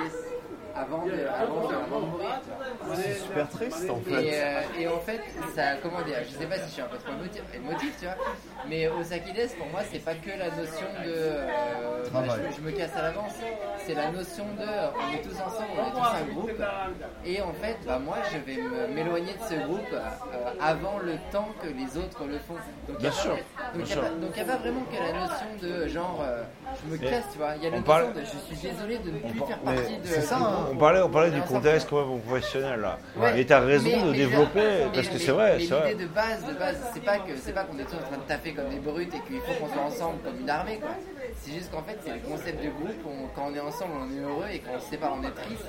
avant de, avant, de- avant de mourir. tu vois. C'est super triste en Et, fait. euh, et en fait, ça, comment dire, je sais pas si je suis un peu trop émotif, émotif, tu vois, mais au Sakides, pour moi, c'est pas que la notion de euh, bah, Travail. je, je me casse à l'avance, c'est la notion de euh, on est tous ensemble, on est tous un groupe, et en fait, bah, moi, je vais me- m'éloigner de ce groupe euh, avant le temps que les autres le font. Donc, il y a Bien pas- sûr, Donc, bien il n'y a, sûr. pas- donc, il y a pas vraiment que la notion de genre euh, je me Mais casse, tu vois, il y a la on notion parle- de je suis désolé de ne plus par- faire mais partie de. c'est ça, du hein. groupe. On parlait, on parlait du Dans un contexte sens- quand même professionnel là. Ouais. Et t'as raison Mais- de mais développer, mais- parce que mais- c'est vrai, mais c'est vrai. L'idée de base, de base, c'est pas que c'est pas qu'on est tous en train de taper comme des brutes et qu'il faut qu'on soit ensemble comme une armée quoi. C'est juste qu'en fait c'est le concept de groupe. on- quand on est ensemble, on est heureux et quand on se sépare, on est triste.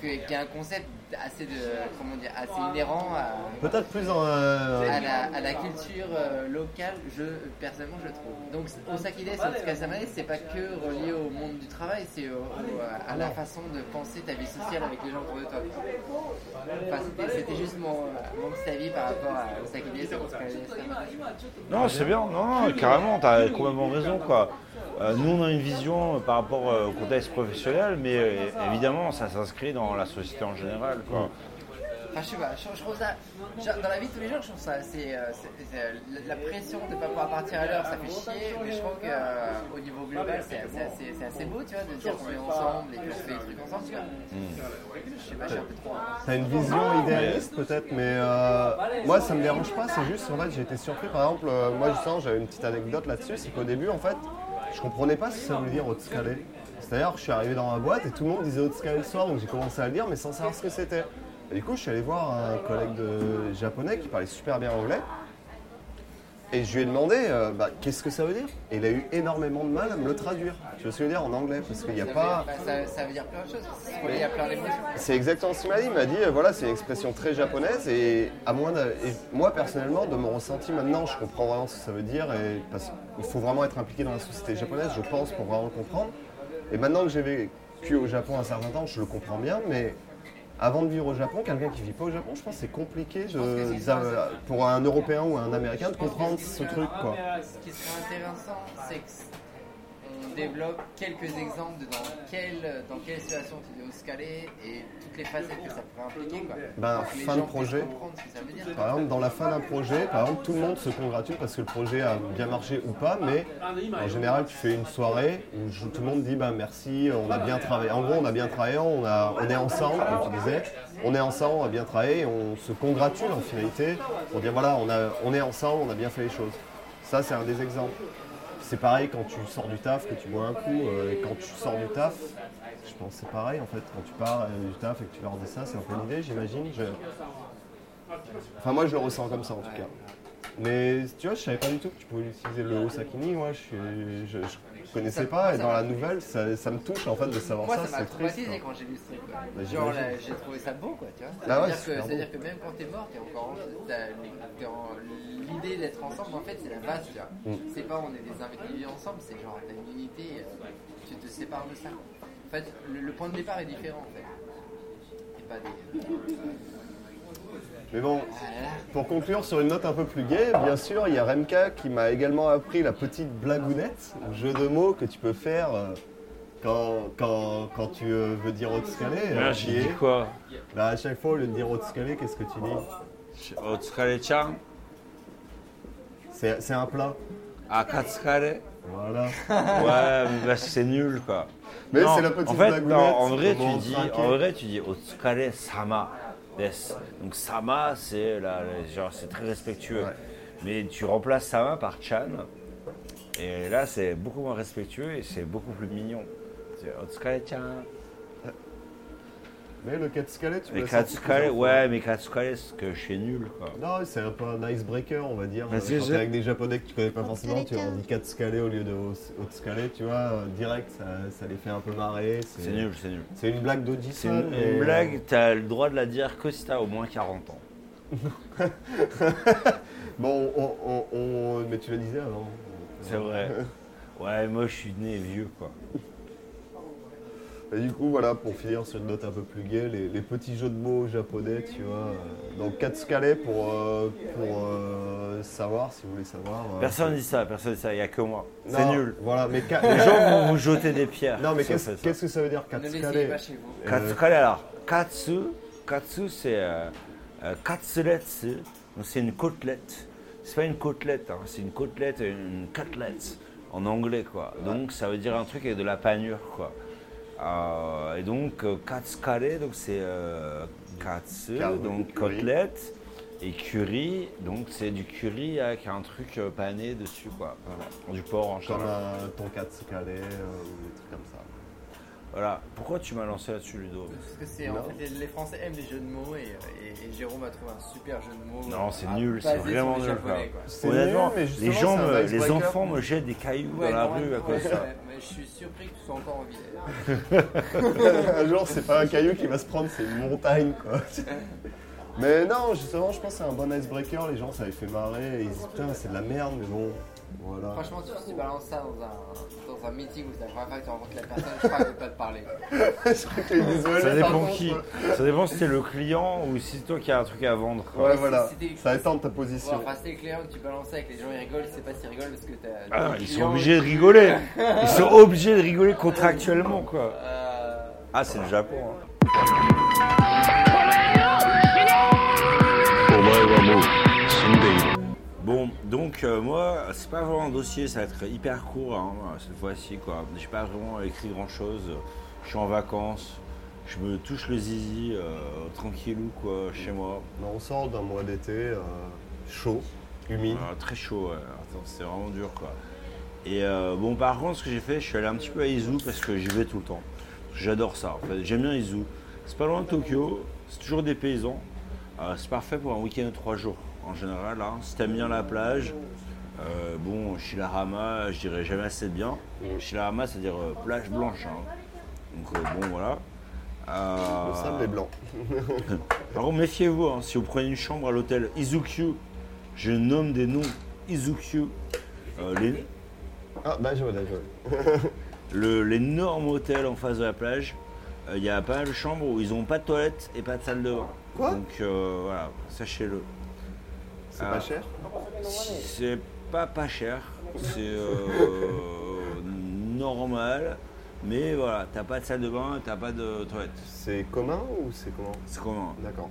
Que, qu'il y a un concept assez de comment dire, assez inhérent à, Peut-être plus en. euh, à la, à la culture euh, locale. Je personnellement je le trouve. Donc au Sakides, au Tsukasamane, c'est pas que relié au monde du travail, c'est au- au- à la façon de penser ta vie sociale avec les gens autour de toi. quoi. Enfin, c'était- c'était juste mon, euh, mon petit avis par rapport à, au Sakidé. Non, c'est bien, non, non, carrément, t'as complètement raison, quoi. Euh, nous, on a une vision euh, par rapport euh, au contexte professionnel, mais euh, évidemment, ça s'inscrit dans la société en général, quoi. Enfin, je sais pas, je, je trouve ça. je- dans la vie de tous les jours, je trouve ça. C'est, euh, c'est- c'est, euh, la pression de ne pas pouvoir partir à l'heure, ça fait chier, mais je trouve qu'au niveau global, c'est assez, c'est- c'est assez beau, tu vois, de dire qu'on est ensemble et qu'on fait des trucs ensemble, tu vois. Je sais pas, j'ai un peu trop. T'as une vision idéaliste peut-être, mais euh, moi ça me dérange pas, c'est juste en fait j'ai été surpris. Par exemple, euh, moi je sens, j'avais une petite anecdote là-dessus, c'est qu'au début en fait, je comprenais pas ce que ça voulait dire Otskale. C'est-à-dire, je suis arrivé dans ma boîte et tout le monde disait Otskale le soir, donc j'ai commencé à le dire, mais sans savoir ce que c'était. Et du coup, je suis allé voir un collègue de japonais qui parlait super bien anglais. Et je lui ai demandé euh, bah, qu'est-ce que ça veut dire. Et il a eu énormément de mal à me le traduire. Tu vois ce que je veux dire en anglais Parce qu'il n'y a pas. Enfin, ça, ça veut dire plein de choses, c'est relié à plein d'émotions. C'est exactement ce qu'il m'a dit. Il m'a dit, euh, voilà, c'est une expression très japonaise et à moins d'a- et moi personnellement, de mon ressenti maintenant, je comprends vraiment ce que ça veut dire et parce qu'il faut vraiment être impliqué dans la société japonaise, je pense, pour vraiment le comprendre. Et maintenant que j'ai vécu au Japon un certain temps, je le comprends bien, mais avant de vivre au Japon, quelqu'un qui vit pas au Japon, je pense que c'est compliqué de- que c'est- d'a- pour un Européen ou un Américain de comprendre ce truc, quoi. Ce qui serait intéressant, c'est qu'on développe quelques exemples de dans quelle, dans quelle situation tu dois se caler et toutes les facettes que ça pourrait impliquer. Quoi. Ben, Que les fin gens de projet. puissent comprendre ce que ça veut dire. Par exemple, dans la fin d'un projet, par exemple, tout le monde se congratule parce que le projet a bien marché ou pas, mais en général, tu fais une soirée où je- tout le monde dit bah, merci, on a bien travaillé. En gros, on a bien travaillé, on, a- on est ensemble, comme tu disais. On est ensemble, on a bien travaillé, et on se congratule en finalité. On dit voilà, on, a- on est ensemble, on a bien fait les choses. Ça, c'est un des exemples. C'est pareil quand tu sors du taf, que tu bois un coup, euh, et quand tu sors du taf, je pense que c'est pareil en fait. Quand tu pars euh, du taf et que tu leur dis ça, c'est un peu l'idée, j'imagine. Je- Enfin, moi, je le ressens comme ça, en tout cas. Mais tu vois, je savais pas du tout que tu pouvais utiliser le Osakini. Moi, je, suis- je, je connaissais pas. Et dans la nouvelle, ça, ça me touche, en fait, de savoir Moi, ça. ça m'a c'est triste. traumatisé quoi. quand j'ai lu ce truc. quoi. Bah, Genre, j'imagine. là, j'ai trouvé ça beau, quoi, tu vois. Bah ouais, c'est super C'est-à-dire que, c'est-à-dire que même quand t'es mort, t'es encore. en- t'as- t'es en- L'idée d'être ensemble, en fait, c'est la base, tu Mm. vois. C'est pas on est des individus ensemble, c'est genre t'as une unité, euh, tu te sépares de ça. En fait, le, le point de départ est différent, en fait. C'est pas des. Mais bon, Ah là là. pour conclure sur une note un peu plus gaie, bien sûr, il y a Remka qui m'a également appris la petite blagounette, un jeu de mots que tu peux faire euh, quand, quand, quand tu euh, veux dire Otskale. euh, Merde, qui Ah, j'ai est- dit quoi Bah, à chaque fois, au lieu de dire Otskale, qu'est-ce que tu dis Otsukare chan, C'est c'est un plat. akatsukare. Voilà. Ouais, mais parce que c'est nul quoi. Mais Non, c'est la petite en fait, blagounette. non, en vrai, Comment tu dis, trinquer. en vrai, tu dis Otsukare sama des. Donc sama, c'est la, la- genre, c'est très respectueux. Ouais. Mais tu remplaces sama par chan, et là, c'est beaucoup moins respectueux et c'est beaucoup plus mignon. C'est Otsukare chan. Mais le Katsukale, tu Mais l'as sorti Katsukare, plusieurs fois. ouais, mais Katsukare, c'est que je suis nul quoi. Non, c'est un peu un icebreaker, on va dire. Parce Euh, que Quand j'ai- t'es avec des japonais que tu connais pas forcément, tu leur Katsukale. dis Katsukale au lieu de Os- Otskale, tu vois, euh, direct, ça, ça les fait un peu marrer. C'est nul, c'est nul. C'est une blague d'Odysson. C'est une, mais, une blague, t'as le droit de la dire que si t'as au moins 40 ans. euh, Bon, on, on- on- mais tu le disais avant. <laughs> C'est vrai. Ouais, moi je suis né vieux quoi. Et du coup, voilà, pour finir sur une note un peu plus gaie, les, les petits jeux de mots japonais, tu vois. euh, donc, Katsukale pour, euh, pour euh, savoir, si vous voulez savoir. euh, Personne dit ça, personne dit ça, il n'y a que moi. non, C'est nul. Voilà, mais ka- <laughs> Les gens vont vous jeter des pierres. Non, mais si on qu'est-ce fait ça. qu'est-ce que ça veut dire Ne l'essayez pas Katsukale chez vous. Euh, Katsukale, alors, katsu, katsu c'est euh, euh, katsuretsu, donc c'est une côtelette. C'est pas une côtelette, hein, c'est une côtelette, une cutlet en anglais quoi. Donc ça veut dire un truc avec de la panure quoi. Euh, et donc euh, katsukale, donc c'est euh, katsu, Carbo, donc du curry. côtelette. Et curry, donc c'est du curry avec un truc euh, pané dessus quoi. Voilà. Du porc en Comme général. un ton Katsukale euh, ou des trucs comme ça. Voilà. Pourquoi tu m'as lancé là-dessus Ludo Parce que c'est en Non. fait les, les Français aiment les jeux de mots et, et- et Jérôme a trouvé un super jeu de mots. Non, c'est Ah, nul, basé c'est sur vraiment les nul. Japonais, quoi. C'est Honnêtement, nul, mais les justement, gens, c'est un me- les icebreaker. enfants me jettent des cailloux Ouais, dans la non, rue à ouais, cause de <laughs> ça. ouais, mais je suis surpris que tu sois encore en vie. <laughs> un jour, c'est pas un caillou qui va se prendre, c'est une montagne, quoi. <laughs> Mais non, justement, je pense que c'est un bon icebreaker. Les gens, ça les fait marrer. Ils se disent, putain, c'est de la merde, mais bon, voilà. Franchement, si tu balances ça dans un, dans un meeting où c'est la première fois que tu rencontres la personne, je crois qu'elle peut pas te <laughs> parler. je crois que les désolés, Ça par dépend contre, qui. euh, Ça dépend si c'est le client ou si c'est toi qui as un truc à vendre. quoi. Ouais, voilà. c'était- Ça dépend de ta Ouais, position. enfin, c'est clair, tu balances ça avec les gens, ils rigolent, tu sais pas s'ils rigolent parce que t'as. Ah, t'as des ils sont clients- obligés de <laughs> rigoler. Ils sont obligés de rigoler contractuellement, quoi. Euh, Ah, c'est le Japon. hein. お前はもう死んでいる Bon, donc euh, moi, c'est pas vraiment un dossier, ça va être hyper court hein, cette fois-ci quoi. J'ai pas vraiment écrit grand-chose. Je suis en vacances, je me touche le zizi euh, tranquillou quoi, chez moi. Mais on sort d'un mois d'été euh, chaud, humide. Ah, très chaud, ouais. Attends, c'était vraiment dur quoi. Et euh, bon, par contre, ce que j'ai fait, je suis allé un petit peu à Izu parce que j'y vais tout le temps. Parce que J'adore ça, en fait. J'aime bien Izu. C'est pas loin de Tokyo, c'est toujours des paysans. Euh, c'est parfait pour un week-end de trois jours en général. hein. Si t'aimes bien la plage, euh, bon, Shilarama, je dirais jamais assez bien. Shilarama, c'est-à-dire euh, plage blanche. hein. Donc, euh, bon, voilà. Euh, Le sable est blanc. par contre, méfiez-vous, hein, si vous prenez une chambre à l'hôtel Izukyu, je nomme des noms Izukyu, euh, les- Ah, bah, je vois, je vois. le- l'énorme hôtel en face de la plage, euh, il y a pas mal de chambres où ils n'ont pas de toilette et pas de salle de bain. Quoi Donc euh, voilà, sachez-le. C'est Ah. pas cher Si- C'est pas pas cher, c'est euh, normal, mais voilà, t'as pas de salle de bain, t'as pas de toilette. C'est commun ou c'est comment C'est comment D'accord.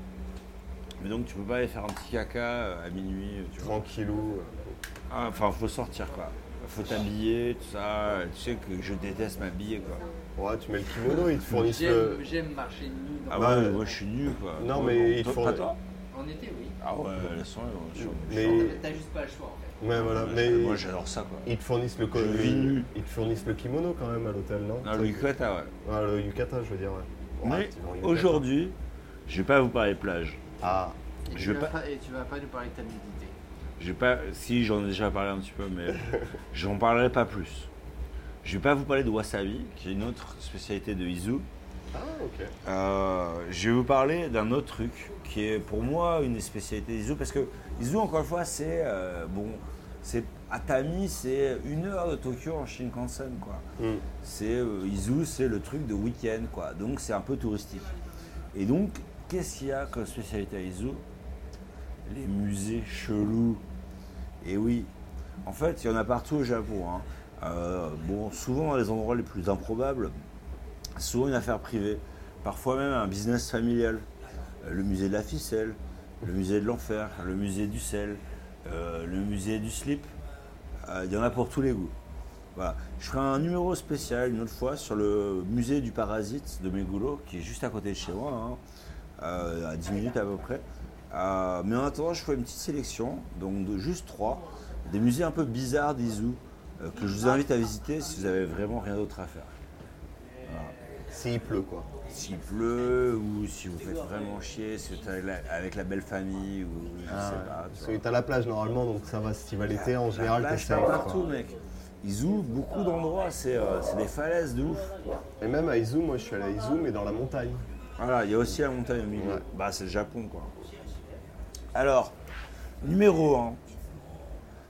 Mais donc tu peux pas aller faire un petit caca euh, à minuit, tu vois. Tranquillou. euh. Ah, Enfin, faut sortir quoi. Faut t'habiller, tout ça. Tu sais que je déteste m'habiller quoi. euh, Ouais, tu mets le kimono, ils te fournissent le. J'aime j'aime marcher nu dans euh, Ah Bah, ouais, euh, moi je suis nu quoi. non, Ouais, mais bon, il toi- faut- pas toi En été, oui. Ah ouais, laisse tomber, moi, je suis- je suis Mais- en- Et- T'as juste pas le choix en fait. Ouais, voilà, Ouais, mais. Moi j'adore ça quoi. Ils te fournissent le, co- Je vis nu. ils te fournissent le kimono quand même à l'hôtel, non Non, le yukata, ouais. Ah, le yukata, je veux dire. ouais. Ouais, Mais tu vas en yukata. aujourd'hui, je vais pas vous parler plage. Ah, Et, Je tu vas pa- pas, et tu vas pas nous parler de ta nudité. Je vais pas. Si j'en ai déjà parlé un petit peu, <laughs> mais j'en parlerai pas plus. Je vais pas vous parler de wasabi, qui est une autre spécialité de Izu. ah ok. Euh, je vais vous parler d'un autre truc qui est pour moi une spécialité d'Izu parce que Izu encore une fois c'est euh, bon c'est Atami c'est une heure de Tokyo en Shinkansen quoi. Mm. C'est euh, Izu c'est le truc de week-end quoi donc c'est un peu touristique. Et donc qu'est-ce qu'il y a comme spécialité à Izu Les musées chelous. Et oui, en fait il y en a partout au Japon. hein. Euh, bon souvent dans les endroits les plus improbables souvent une affaire privée, parfois même un business familial. Euh, Le musée de la ficelle, le musée de l'enfer, le musée du sel, euh, le musée du slip. Euh, Il y en a pour tous les goûts. Voilà. Je ferai un numéro spécial une autre fois sur le musée du parasite de Meguro, qui est juste à côté de chez moi, hein, euh, à 10 minutes à peu près. Euh, mais en attendant, je ferai une petite sélection, donc de juste trois, des musées un peu bizarres d'Izu, euh, que je vous invite à visiter si vous avez vraiment rien d'autre à faire. S'il pleut, quoi. S'il pleut ou si vous faites vraiment chier, si vous êtes avec la, avec la belle famille ou je Ah sais pas. tu Parce vois. que t'as la plage normalement, donc ça va. Si tu vas l'été, en général, Là, t'es je pars safe, quoi. partout, mec. Ils ouvrent beaucoup d'endroits, c'est euh, c'est des falaises de ouf. Et même à Izu, moi je suis allé à Izu, mais dans la montagne. Voilà, il y a aussi la montagne au milieu. Ouais. Bah, c'est le Japon, quoi. Alors, numéro 1,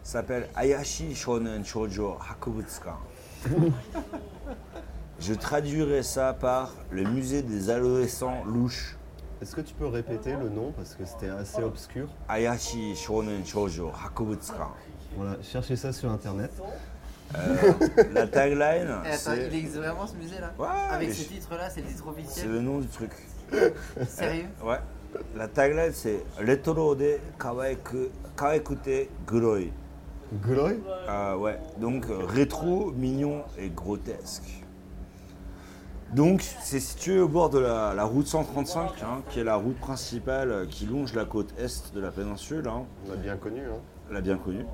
s'appelle Ayashi Shonen Shoujo <laughs> Hakubutsukan. Je traduirais ça par le musée des adolescents louches. Est-ce que tu peux répéter le nom parce que c'était assez obscur Ayashi Shonen Shoujo Hakubutsukan. Voilà, cherchez ça sur internet. La tagline, Eh, attends, Ah, c'est il existe vraiment ce musée là Ouais, Avec mais ce je- titre là, c'est le titre c'est officiel. le nom du truc. <laughs> Sérieux Ouais. La tagline, c'est Retro de kawaiku, Kawaikute Guroi. Gloy Ah ouais, donc euh, rétro, mignon et grotesque. Donc c'est situé au bord de la, la route 135, hein, qui est la route principale euh, qui longe la côte est de la péninsule, hein, On l'a bien connu, hein. la bien connue.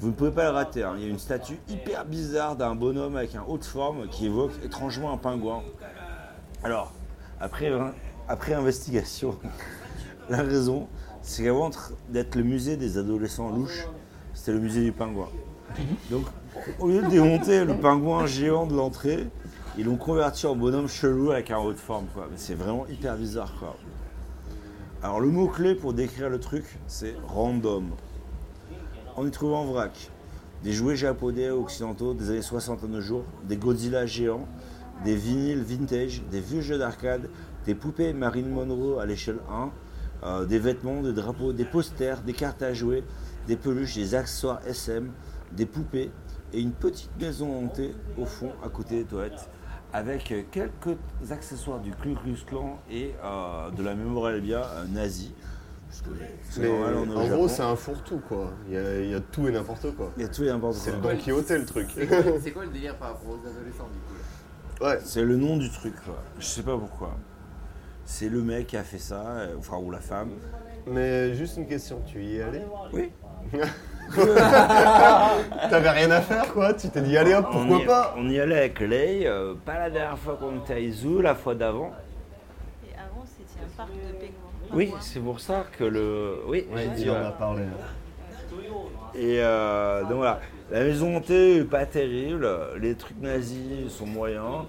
Vous ne pouvez pas le rater, hein, il y a une statue hyper bizarre d'un bonhomme avec un haut de forme qui évoque étrangement un pingouin. Alors, après, hein, après investigation, <laughs> la raison, c'est qu'avant d'être le musée des adolescents louches, c'était le musée du pingouin. Donc, au lieu de démonter le pingouin géant de l'entrée, ils l'ont converti en bonhomme chelou avec un haut de forme. quoi. Mais C'est vraiment hyper bizarre. Quoi. Alors, le mot-clé pour décrire le truc, c'est random. On y trouve en vrac des jouets japonais occidentaux des années 60 à nos jours, des Godzilla géants, des vinyles vintage, des vieux jeux d'arcade, des poupées Marine Monroe à l'échelle 1, euh, des vêtements, des drapeaux, des posters, des cartes à jouer, des peluches, des accessoires SM, des poupées et une petite maison hantée au fond à côté des toilettes avec euh, quelques accessoires du Ku Klux Klan et euh, de la mémorabilia euh, nazie. Parce que c'est Mais normal, on est au en gros, Japon. c'est un fourre-tout, quoi. Il y, a- il y a tout et n'importe quoi. Il y a tout et n'importe C'est le quoi. Don Quixote, le truc. C'est quoi, c'est quoi le délire par rapport aux adolescents du coup là <laughs> Ouais. C'est le nom du truc, quoi. Je sais pas pourquoi. C'est le mec qui a fait ça, euh, enfin, ou la femme. Mais juste une question, tu y es allé Oui. <laughs> T'avais rien à faire, quoi Tu t'es dit, allez hop, on pourquoi y, pas On y allait avec Lei, euh, pas la dernière fois qu'on était à Izu, la fois d'avant. Et avant, c'était un parc de pingouins. Oui, c'est pour ça que le. Oui, j'ai dit, Il en ouais. a parlé. Et euh, donc voilà. La maison hantée, pas terrible. Les trucs nazis sont moyens.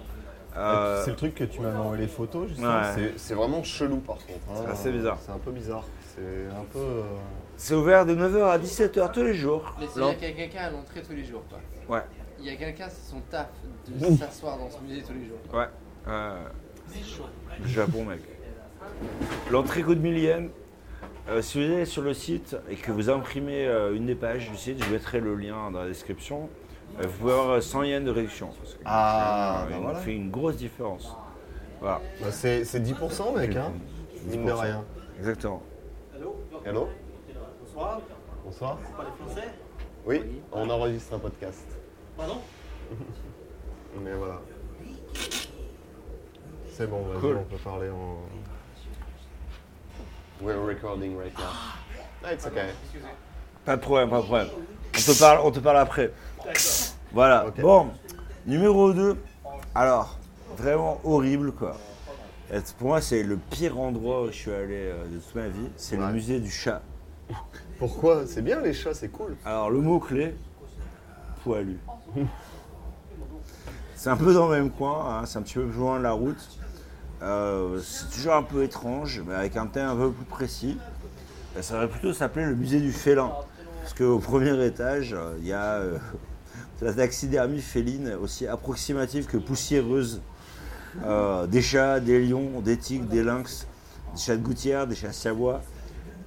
Euh, C'est le truc que tu m'avais envoyé les photos, justement. Ouais. C'est- C'est vraiment chelou, par contre. hein. C'est assez bizarre. C'est un peu bizarre. C'est un peu. euh, c'est ouvert de 9h à 17h tous les jours. Mais Non. c'est-à-dire qu'il y a quelqu'un à l'entrée tous les jours quoi. Ouais, Il y a quelqu'un, c'est son taf de s'asseoir dans ce musée tous les jours. ouais. Euh, C'est chaud. Le Japon, mec. L'entrée coûte 1000 yens. Euh, si vous allez sur le site et que vous imprimez euh, une des pages du site, je mettrai le lien dans la description. euh, vous pouvez avoir 100 yens de réduction. Parce que, Ah, euh, bah il voilà. fait une grosse différence. Voilà, bah, c'est c'est 10%, Ah, mec, hein Mine de 10%. rien. exactement. Hello Bonsoir. Bonsoir. Oui, on enregistre un podcast. Pardon <laughs> Mais voilà. C'est bon, vas-y, Cool. on peut parler en. We're recording right now. Ah, It's okay. Pas de problème, pas de problème. On te parle, on te parle après. Voilà. Ok. Bon, numéro 2. Alors, vraiment horrible quoi. Et Pour moi, c'est le pire endroit où je suis allé euh, de toute ma vie. C'est le Ouais. musée du chat. Pourquoi C'est bien les chats, c'est cool. Alors le mot clé, poilu. C'est un peu dans le même coin, hein, c'est un petit peu plus loin de la route. Euh, c'est toujours un peu étrange, mais avec un thème un peu plus précis. Et ça va plutôt s'appeler le musée du félin. Parce qu'au premier étage, euh, il y a euh, <laughs> de la taxidermie féline aussi approximative que poussiéreuse. Euh, des chats, des lions, des tigres, des lynx, des chats de gouttière, des chats savoie,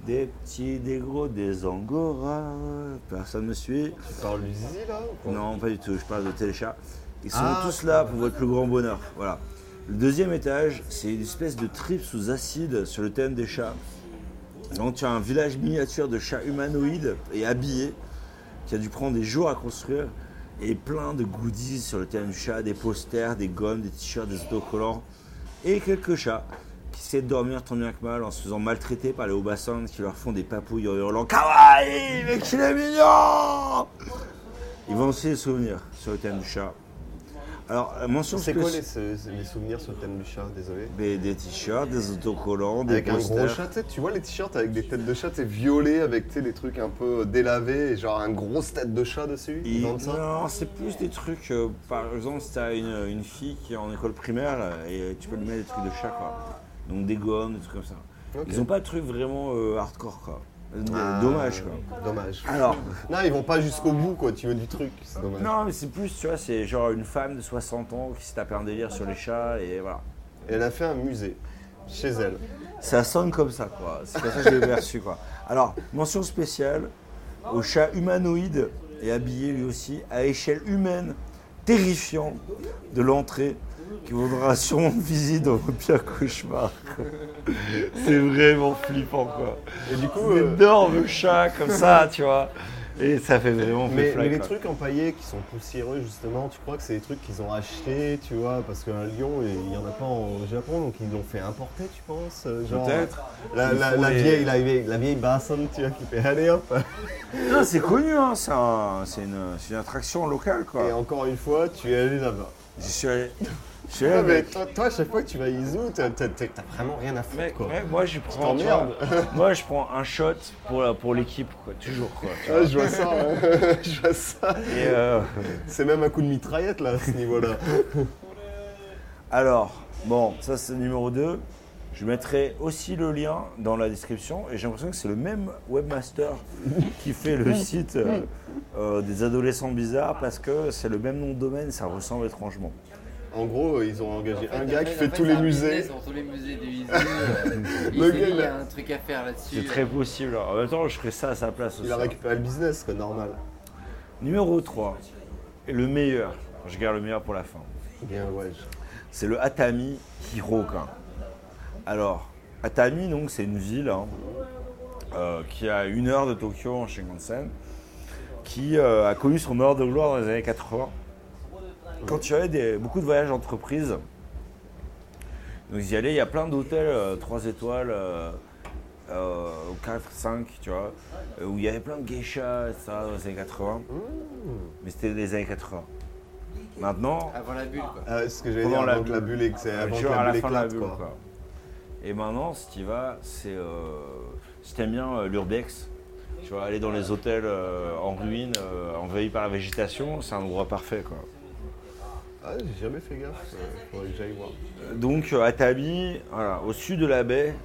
des petits, des gros, des angoras. Personne ne me suit. Tu parles du zizi là ou quoi Non, pas du tout, je parle de Téléchat. Ils sont Ah, tous là pour votre plus grand bonheur. Voilà. Le deuxième étage, c'est une espèce de trip sous acide sur le thème des chats. Donc tu as un village miniature de chats humanoïdes et habillés qui a dû prendre des jours à construire et plein de goodies sur le thème du chat, des posters, des gommes, des t-shirts, des autocollants et quelques chats qui essaient de dormir tant bien que mal en se faisant maltraiter par les Obasan qui leur font des papouilles en hurlant Kawaii, mais qu'il est mignon Ils vont aussi les souvenirs sur le thème du chat. Alors, la mention C'est quoi spéciale- les, ce- les souvenirs sur le thème du chat Désolé. des, des t-shirts, des autocollants, des Avec un posters. gros chat, tu sais, tu vois les t-shirts avec des têtes de chat, c'est violet avec tu sais, des trucs un peu délavés et genre une grosse tête de chat dessus. Il- Ils vendent ça. Non, c'est plus des trucs. euh, par exemple, si t'as une, une fille qui est en école primaire là, et euh, tu peux lui mettre des trucs de chat, quoi. Donc des gommes, des trucs comme ça. Ok. Ils ont pas de trucs vraiment euh, hardcore, quoi. D- Ah. Dommage, quoi. Dommage. Alors, Non, ils vont pas jusqu'au bout, quoi, tu veux du truc, c'est dommage. non, mais c'est plus, tu vois, c'est genre une femme de 60 ans qui s'est tapée un délire sur les chats et voilà. Et elle a fait un musée, chez elle. Ça sonne comme ça, quoi. C'est comme ça que je l'ai perçu, quoi. Alors, mention spéciale au chat humanoïde et habillé lui aussi à échelle humaine, terrifiant de l'entrée, qui vaudra <laughs> sûrement visite dans vos pires cauchemars. quoi. C'est vraiment flippant, quoi. Et du coup, Un euh, énorme chat comme ça, tu vois. Et ça fait vraiment mais, flag, mais les quoi. trucs empaillés qui sont poussiéreux, justement, tu crois que c'est des trucs qu'ils ont achetés, tu vois, parce qu'à Lyon, il n'y en a pas au Japon, donc ils l'ont fait importer, tu penses euh, genre, Peut-être. La, Ils la- font la les- vieille, la, vieille, la vieille basson, tu vois, qui fait allez hop Non, c'est connu, hein. C'est un- c'est une, c'est une attraction locale, quoi. Et encore une fois, tu es allé là-bas. Je suis allé- je suis allé Ouais, mais avec- toi, toi, à chaque fois que tu vas à Izu, t'as t'as- t'as- t'as vraiment rien à foutre, Mec, quoi. mec, moi je prends, tu t'emmerdes. vois, moi je prends un shot pour la- pour l'équipe quoi, toujours quoi. tu vois. Ah, je vois ça, hein. <laughs> je vois ça. Et, euh, C'est même un coup de mitraillette, là, à ce niveau-là. alors bon, ça c'est le numéro 2. Je mettrai aussi le lien dans la description et j'ai l'impression que c'est le même <laughs> webmaster qui fait le site euh, euh, des adolescents bizarres parce que c'est le même nom de domaine, ça ressemble étrangement. En gros, ils ont engagé En un gars qui en fait tous les c'est un musées. business Dans tous les musées <laughs> du Izu, euh, il Le s'est gars, il dit, il y a- a un truc à faire là-dessus. C'est très possible. En même temps, je ferai ça à sa place aussi. hein. Il a récupéré le business, quoi, normal. Numéro 3 et le meilleur. Je garde le meilleur pour la fin. Eh Bien, ouais. je- c'est le Atami Hiroka. Alors, Atami, donc, c'est une ville hein, euh, qui a une heure de Tokyo en Shinkansen, qui euh, a connu son heure de gloire dans les années 80. Quand il y avait des- beaucoup de voyages d'entreprise, donc ils y allaient, il y a plein d'hôtels 3 étoiles, euh, euh, 4, 5, tu vois, euh, où il y avait plein de geishas, et ça, dans les années 80. Mais c'était les années 80. Maintenant, Avant la bulle, quoi. Ah, ce que j'allais Pendant dire, la avant que la bulle. bulle, ex- Ah, mais avant tu que vois, à la la bulle fin de la éclate, bulle, quoi. quoi. Et maintenant, si tu vas, c'est. euh, si t'aimes bien euh, l'urbex, tu vois, aller dans les hôtels euh, en ruine, euh, envahis par la végétation, c'est un endroit parfait, quoi. Ah, j'ai jamais fait gaffe. euh, Faudrait que j'aille voir. Donc, euh, Atami, voilà, au sud de la baie,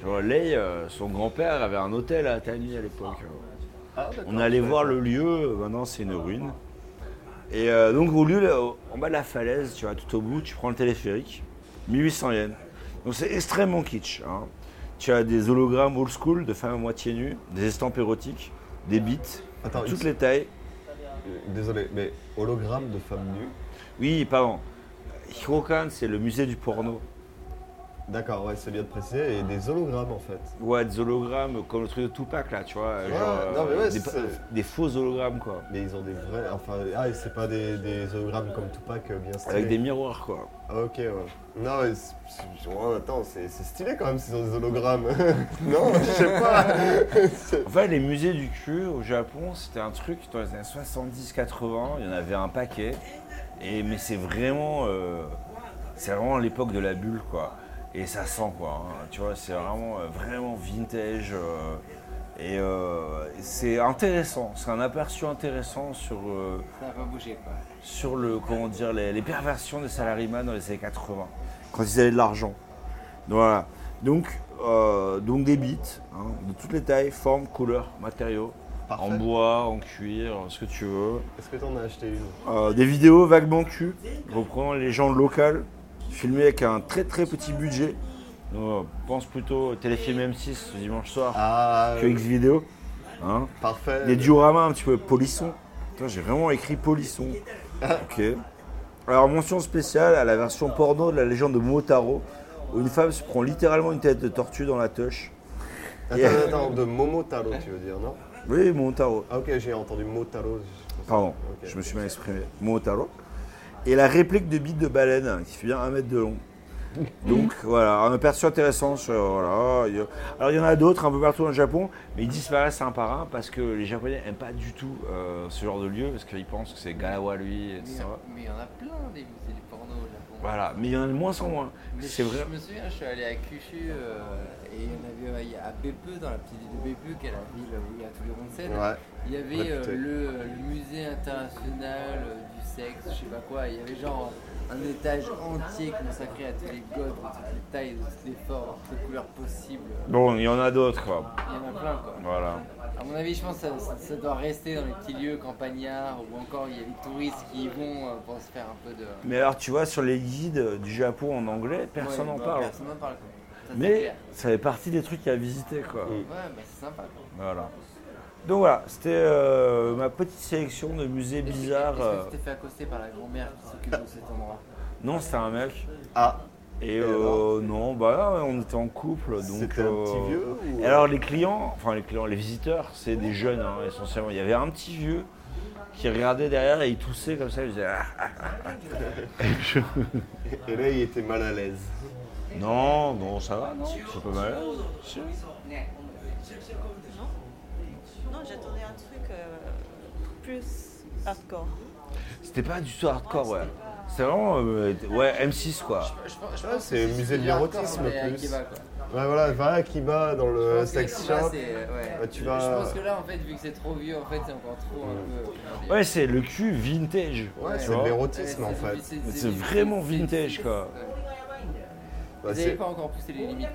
tu vois, Lei, euh, son grand-père avait un hôtel à Atami à l'époque. Ah, d'accord. On allait voir le lieu, euh, maintenant c'est une ruine. Et euh, donc au lieu, là, au- en bas de la falaise, tu vois, tout au bout, tu prends le téléphérique, 1800 yens. Donc c'est extrêmement kitsch. hein. Tu as des hologrammes old school de femmes à moitié nues, des estampes érotiques, des bites, Attends, toutes ils- les tailles. Euh, Désolé, mais hologramme de femme nue. Oui, pardon. Hirokan, c'est le musée du porno. D'accord, ouais, c'est bien de préciser. Et des hologrammes, en fait. Ouais, des hologrammes comme le truc de Tupac là, tu vois. Ouais, genre, euh, non, mais ouais, des, c'est- des faux hologrammes quoi. Mais ils ont des vrais. Enfin, ah, et c'est pas des, des hologrammes comme Tupac euh, bien stylés. Avec des miroirs quoi. Ah, ok, ouais. Non, mais c'est- c'est- ouais, attends, c'est c'est stylé quand même s'ils ont des hologrammes. <laughs> non, je sais pas. C'est- En fait, les musées du cul au Japon, c'était un truc dans les années 70-80, il y en avait un paquet. Et, mais c'est vraiment, euh, c'est vraiment l'époque de la bulle, quoi. Et ça sent, quoi. hein. Tu vois, c'est vraiment, euh, vraiment vintage. euh, et euh, c'est intéressant. C'est un aperçu intéressant sur, euh, Ça n'a pas bougé, quoi. sur le, comment dire, les, les perversions des salariés dans les années 80, quand ils avaient de l'argent. Donc, Voilà. Donc, euh, donc des bits hein, de toutes les tailles, formes, couleurs, matériaux, Parfait. en bois, en cuir, en ce que tu veux. Est-ce que t'en as acheté une Euh, des vidéos vaguement cul, reprenant les gens locales, filmées avec un très très petit budget. Donc, euh, pense plutôt téléfilm M6 ce dimanche soir Ah, que X vidéo. Hein. parfait. Des dioramas un petit peu polisson. Putain, j'ai vraiment écrit polisson. Ok. Alors, mention spéciale à la version porno de la légende de Motaro, où une femme se prend littéralement une tête de tortue dans la touche. Attends, attends, de Momotaro, tu veux dire, non Oui, Motaro. Ah, ok, j'ai entendu Motaro. Pardon, Ok. je me suis mal exprimé. Motaro. Et la réplique de bite de baleine, hein, qui fait bien un mètre de long. Donc voilà, un aperçu intéressant. sur- voilà. Il y a- Alors il y en a d'autres un peu partout dans le Japon, mais ils disparaissent un par un parce que les Japonais n'aiment pas du tout euh, ce genre de lieu parce qu'ils pensent que c'est Galawa lui, Mais etc. mais il y en a plein des musées du porno au Japon. Voilà, mais il y en a de moins en moins. Mais C'est je- vrai. Je me souviens, je suis allé à Kyushu euh, et il y en avait euh, il y a- à Bepeu, dans la petite ville de Bepeu, qui est la ville où il y a tous les ronsels, Ouais. il y avait euh, Réputé. le, le musée international euh, du sexe, je sais pas quoi, il y avait genre un étage entier consacré à tous les godes, de toutes les tailles, de toutes les formes, de toutes les couleurs possibles. Bon, il y en a d'autres, quoi. Il y en a plein quoi. Voilà. À mon avis, je pense que ça, ça- ça doit rester dans les petits lieux campagnards ou encore il y a les touristes qui y vont euh, pour se faire un peu de. Mais alors, tu vois, sur les guides euh, du Japon en anglais, personne Ouais, n'en bah, parle. Personne n'en parle quoi. Ça, c'est Mais clair. ça fait partie des trucs à visiter, quoi. Mm. Ouais, bah c'est sympa quoi. Voilà. Donc voilà, c'était euh, ma petite sélection de musées Est-ce que- bizarres. Est-ce euh. que tu t'es fait accoster par la grand-mère qui s'occupe de cet endroit Non, c'était un mec. Ah, Et, alors euh, non, bah on était en couple, donc. c'était un petit euh, vieux ou- Et Alors les clients, enfin les clients, les visiteurs, c'est des jeunes hein, essentiellement. Il y avait un petit vieux qui regardait derrière et il toussait comme ça, il faisait Ah, ah. Et là, il était mal à l'aise. non, non, ça va, non, c'est pas mal. Non, j'attendais un truc euh, plus hardcore. C'était pas du tout hardcore, ouais. Ah, C'est vraiment, euh, ouais, M6 quoi. Je pense- je Ouais, pense c'est que musée de bien l'érotisme, hardcore, mais, euh, plus. qui va, quoi. Ouais, voilà, va à Kiba dans Je le pense que sex là, shop. c'est- euh, ouais. Bah, tu Je- vas- Je pense que là, en fait, vu que c'est trop vieux, en fait, c'est encore trop un peu. Ouais, c'est le cul vintage. Ouais, tu c'est de vois. l'érotisme en Ouais, fait. c'est- Mais c'est vraiment vintage quoi. Ouais. Bah, Vous avez c'est- pas encore poussé les limites.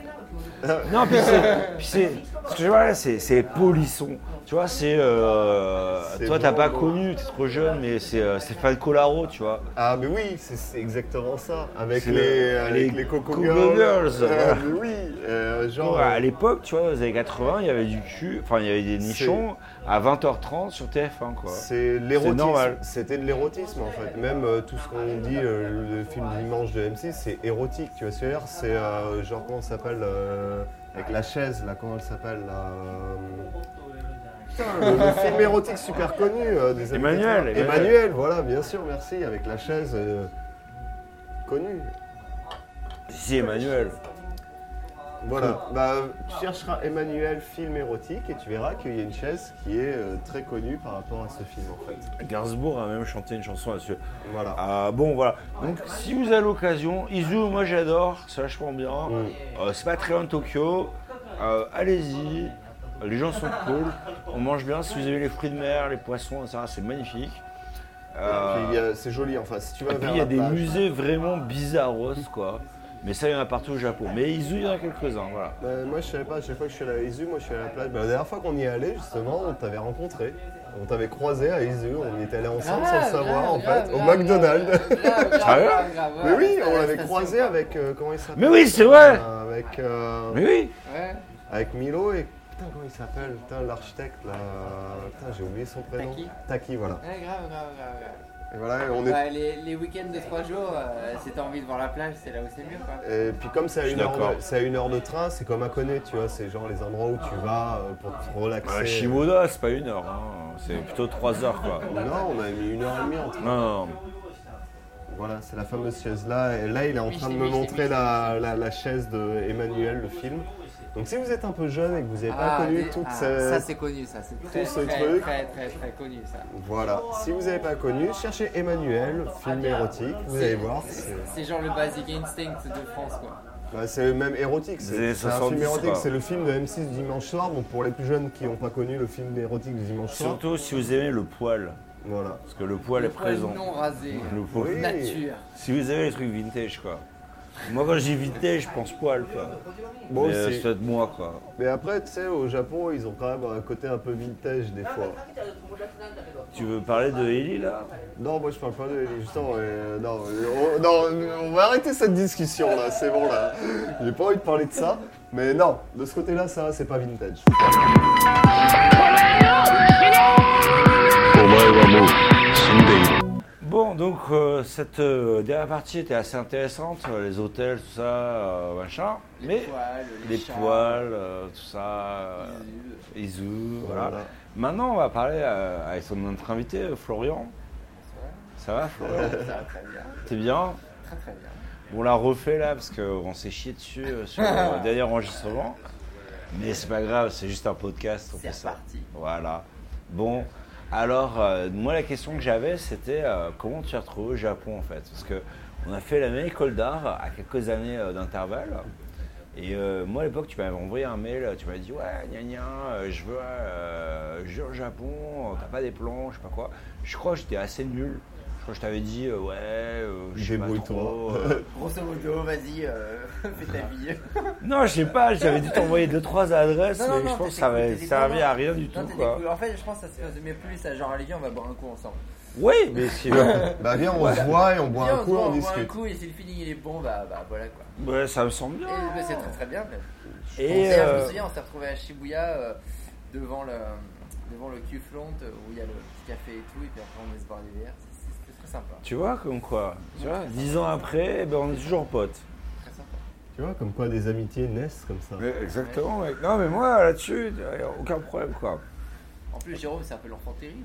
quoi. Non, puis c'est. <laughs> puis c'est- Parce que voilà, c'est c'est polisson. Tu vois, c'est. euh, C'est toi, t'as bon, pas bon. connu, t'es trop jeune, mais c'est euh, Stéphane Collaro, tu vois. Ah, mais oui, c'est- c'est exactement ça. Avec C'est les, le- avec les les Coco Coco Girls. Girls, Euh, voilà. mais oui, euh, Genre, genre. à l'époque, tu vois, aux années 80, il y avait du cul, enfin, il y avait des nichons à 20h30 sur TF1, quoi. C'est l'érotisme. normal. C'était de l'érotisme en fait. Même euh, tout ce qu'on dit, euh, le film du dimanche de M6, c'est érotique. Tu vois ce que je veux dire C'est euh, genre comment ça s'appelle euh, Avec la chaise, là, comment elle s'appelle là, euh, putain, le, le film érotique super connu euh, des années Emmanuel, 80. Emmanuel. Emmanuel, voilà, bien sûr, merci. Avec la chaise euh, connue. Si, Emmanuel. Voilà, bah, tu chercheras Emmanuel film érotique et tu verras qu'il y a une chaise qui est euh, très connue par rapport à ce film en fait. Gainsbourg a même chanté une chanson là-dessus. Voilà. Ah, bon, voilà. Donc, si vous avez l'occasion, Izu, moi j'adore, c'est vachement bien. Mm. Euh, c'est pas très loin de Tokyo. Euh, Allez-y. Les gens sont cool. On mange bien. Si vous avez les fruits de mer, les poissons, etc., c'est magnifique. Et puis, Euh, euh, c'est joli en face. Si tu vas et puis, vers il y a la des plage, musées vraiment bizarros, quoi. Mais ça, il y en a partout au Japon. Mais Izu, il y en a quelques-uns, voilà. Bah, moi, je savais pas, à chaque fois que je suis allé à Izu, moi, je suis allé à la plage. Bah, la dernière fois qu'on y est allé, justement, on t'avait rencontré. On t'avait croisé à Izu, on y était allé ensemble sans le Grave, savoir, Ah, grave, en fait, grave, au grave, McDonald's. grave, grave, grave, Sérieux grave, grave, <laughs> Mais ouais, oui, à on la l'avait station, croisé quoi. avec. euh, comment il s'appelle Mais oui, c'est vrai Euh, Avec, euh, Mais oui Ouais. avec Milo et. Putain, comment il s'appelle Putain, l'architecte, là. Putain, j'ai oublié son prénom. Taki. voilà. Ouais, grave, grave, grave, grave. Et voilà, on est. Bah, les, les week-ends de 3 jours, euh, si t'as envie de voir la plage, c'est là où c'est mieux quoi. Et puis comme c'est à, suis une heure d'accord. de- c'est à une heure de train, c'est comme à Koné, tu vois, c'est genre les endroits où tu vas euh, pour te relaxer. Bah, Shimoda, c'est pas une heure. hein. C'est plutôt trois heures, quoi. Non, on a mis une heure et demie en train. Non, non. Voilà, c'est la fameuse chaise là. Et là, il est en Oui, train de je l'ai me vu, je l'ai montrer vu, la, la- la chaise de Emmanuel, le film. Donc, si vous êtes un peu jeune et que vous n'avez pas connu des- toute ah, cette- Ça c'est connu ça, c'est très, ce très, truc. très très très connu ça. Voilà, si vous n'avez pas connu, cherchez Emmanuel, film érotique, vous allez voir. c'est- C'est genre le basic instinct de France quoi. bah, C'est même érotique, Des années c'est c'est un film 70, érotique, quoi. c'est le film de M6 du dimanche soir. Donc, pour les plus jeunes qui n'ont pas connu le film érotique du dimanche soir, Surtout si vous aimez le poil. voilà. Parce que le poil est Le poil présent. non rasé, Le poil. Oui. nature. Si vous avez les trucs vintage, quoi. Moi, quand je dis vintage, je pense poil, quoi. Moi Mais, euh, aussi. c'est de moi, quoi. Mais après, tu sais, au Japon, ils ont quand même un côté un peu vintage des fois. Tu veux parler de Ellie, là Non, moi je parle pas de Justement, euh, non, euh, on, non, on va arrêter cette discussion là, c'est bon là. J'ai pas envie de parler de ça, mais non, de ce côté-là, ça, c'est pas vintage. お前はもう死んでいる Bon, donc, euh, cette euh, dernière partie était assez intéressante. euh, Les hôtels, tout ça, euh, machin. Les Mais poils, les, les chats, poils, euh, tout ça, euh, Izu, voilà. Voilà. Maintenant, on va parler à, à son autre invité, euh, Florian. Ça va, Florian Ça va très bien, T'es bien très très bien. On l'a refait là parce qu'on s'est chié dessus euh, sur <laughs> le dernier enregistrement. Mais c'est pas grave, c'est juste un podcast. On C'est fait ça. reparti. Voilà. Bon, alors, euh, moi, la question que j'avais, c'était euh, comment tu as retrouvé au Japon en fait Parce que on a fait la même école d'art à quelques années euh, d'intervalle. Et euh, moi, à l'époque, tu m'avais envoyé un mail, tu m'avais dit Ouais, gna gna, euh, je veux, euh, je veux le Japon, t'as pas des plans, je sais pas quoi. Je crois que j'étais assez nul. Je crois que je t'avais dit euh, Ouais, euh, je sais pas Débrouille-toi. trop. euh, Grosso modo, vas-y, euh, <laughs> fais ta vie. non, je sais pas, j'avais dû t'envoyer deux, trois adresses, mais je pense que ça t'étais m'avait servi cool, t'étais à cool. rien du Non, tout. t'étais quoi. cool. En fait, je pense que ça se passe mais plus à genre, allez, viens, on va boire un coup ensemble. Oui, mais si. <laughs> Bah viens, on se voit et on boit Viens, un se coup, voit, on, boit un discute. coup, et si le feeling il est bon, bah, bah voilà quoi. ouais, ça me semble bien. Et bah, c'est très très bien. même. Ah. Et, D'ailleurs, Je euh, me souviens, on s'est retrouvé à Shibuya euh, devant le devant le Q-Flont euh, où il y a le petit café et tout, et puis après on est se boire des verres. C'est- c'est- C'était très sympa. tu vois, comme quoi, tu vois, dix ans après, eh ben, on est toujours potes. Très sympa. Tu vois, comme quoi des amitiés naissent comme ça. Mais exactement, mec. Non, mais moi, là-dessus, y a aucun problème, quoi. En plus, Jérôme, c'est un peu l'enfant terrible,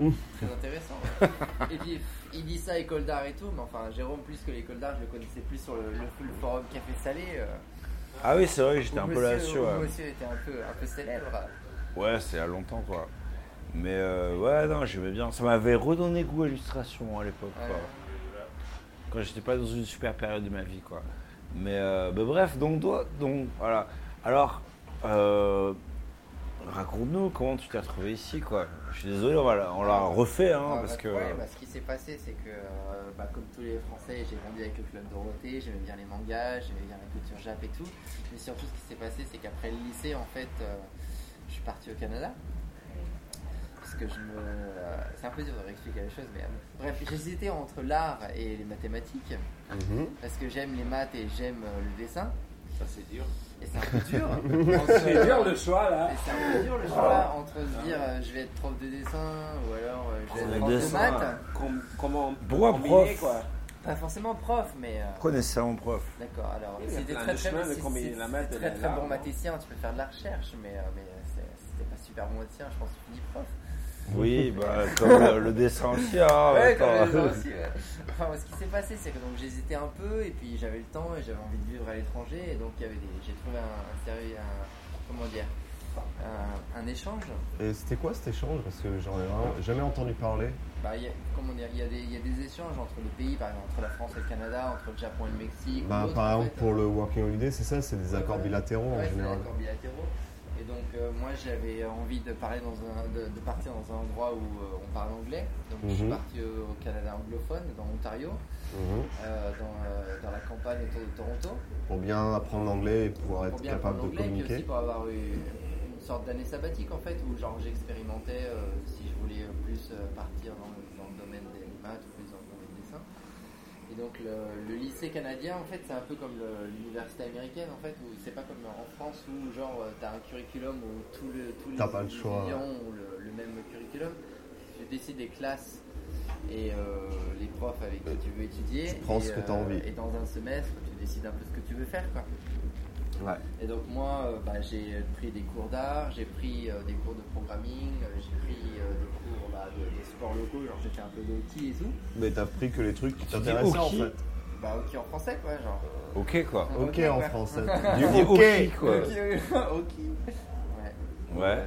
donc euh, très intéressant. ouais. et puis, il dit ça école d'art et tout, mais enfin, Jérôme, plus que l'école d'art, je le connaissais plus sur le, le- le forum Café Salé. euh, Ah oui, c'est vrai que j'étais où un peu monsieur- là-dessus. où ouais. Monsieur était un peu, un peu célèbre. Ouais, c'est à longtemps, quoi. Mais euh, ouais, non, j'aimais bien. Ça m'avait redonné goût à l'illustration hein, à l'époque, quoi. Ouais. Quand j'étais pas dans une super période de ma vie, quoi. Mais euh, bah, bref, donc, toi, donc, voilà. Alors, euh, raconte-nous comment tu t'es retrouvé ici, quoi. Je suis désolé, on, va la- on l'a refait, hein, Ah, parce bah, que. ouais, bah, ce qui s'est passé, c'est que, euh, bah, comme tous les Français, j'ai grandi avec le club Dorothée, j'aimais bien les mangas, j'aimais bien la culture Jap et tout. Mais surtout, ce qui s'est passé, c'est qu'après le lycée, en fait, euh, je suis parti au Canada. Parce que je me. euh, c'est un peu dur de réexpliquer la chose, mais. euh, bref, j'hésitais entre l'art et les mathématiques. Mhm. Parce que j'aime les maths et j'aime euh, le dessin. Ça, c'est dur. Et c'est un peu <laughs> dur. <laughs> C'est dur le choix, là. Et C'est un peu dur le choix là, entre se dire euh, je vais être prof de dessin ou alors euh, je vais Prof être de prof de dessin, maths. Com- comment Pourquoi combiner, prof quoi Pas forcément prof, mais. euh, Prenez ça, mon prof. D'accord, alors Oui, il y a c'était plein très de très, chemins de c'est- combiner c'est- la maths c'est et très, la- hein. très bon l'art. mathématicien, tu peux faire de la recherche, mais, euh, mais euh, c'est- c'était pas super bon mathématicien, je pense que tu finis prof. Oui, <laughs> bah, comme le, le dessin aussi, hein. Ouais, attends. comme les gens aussi, ouais. Enfin, moi, ce qui s'est passé, c'est que donc j'hésitais un peu, et puis j'avais le temps, et j'avais envie de vivre à l'étranger, et donc il y avait des- j'ai trouvé un, un sérieux, un- comment dire, un, un échange. Et c'était quoi cet échange Parce que j'en ai vraiment jamais entendu parler. Bah, il y a- comment dire, il y, a des- il y a des échanges entre les pays, par exemple entre la France et le Canada, entre le Japon et le Mexique. Bah, ou autre, par en exemple, fait. pour le Working Holiday, c'est ça, c'est des Ouais, accords voilà. bilatéraux en Ouais, c'est général. des accords bilatéraux. Et donc, euh, moi, j'avais envie de, parler dans un, de, de partir dans un endroit où euh, on parle anglais. Donc, je suis Mhm. parti au, au Canada anglophone, dans l'Ontario, Mhm. euh, dans, euh, dans la campagne autour de Toronto, Pour bien apprendre l'anglais et pouvoir pour être bien capable apprendre de l'anglais, et puis aussi communiquer. pour avoir eu une sorte d'année sabbatique, en fait, où genre j'expérimentais euh, si je voulais euh, plus euh, partir dans le, dans le domaine des maths ou plus dans le domaine des dessins. Et donc le, le lycée canadien, en fait, c'est un peu comme le- l'université américaine, en fait, où c'est pas comme en France où genre euh, t'as un curriculum où tout le, tous les T'as pas le choix. étudiants ont le, le même curriculum. Tu décides des classes et euh, les profs avec qui tu veux étudier. Tu prends et, euh, ce que t'as envie. Et dans un semestre, tu décides un peu ce que tu veux faire, quoi. Ouais. Et donc moi, euh, bah, j'ai pris des cours d'art, j'ai pris euh, des cours de programming, euh, j'ai pris euh, des cours bah, de, de sports locaux, genre j'étais un peu de hockey et tout. Mais t'as pris que les trucs qui dis t'intéressaient en ok. fait. Bah hockey en français quoi, genre. Ok, quoi. Un Ok hockey, en quoi. <laughs> français. Ah. Du Du hockey, ok quoi. Hockey, hockey. Ouais. Ouais.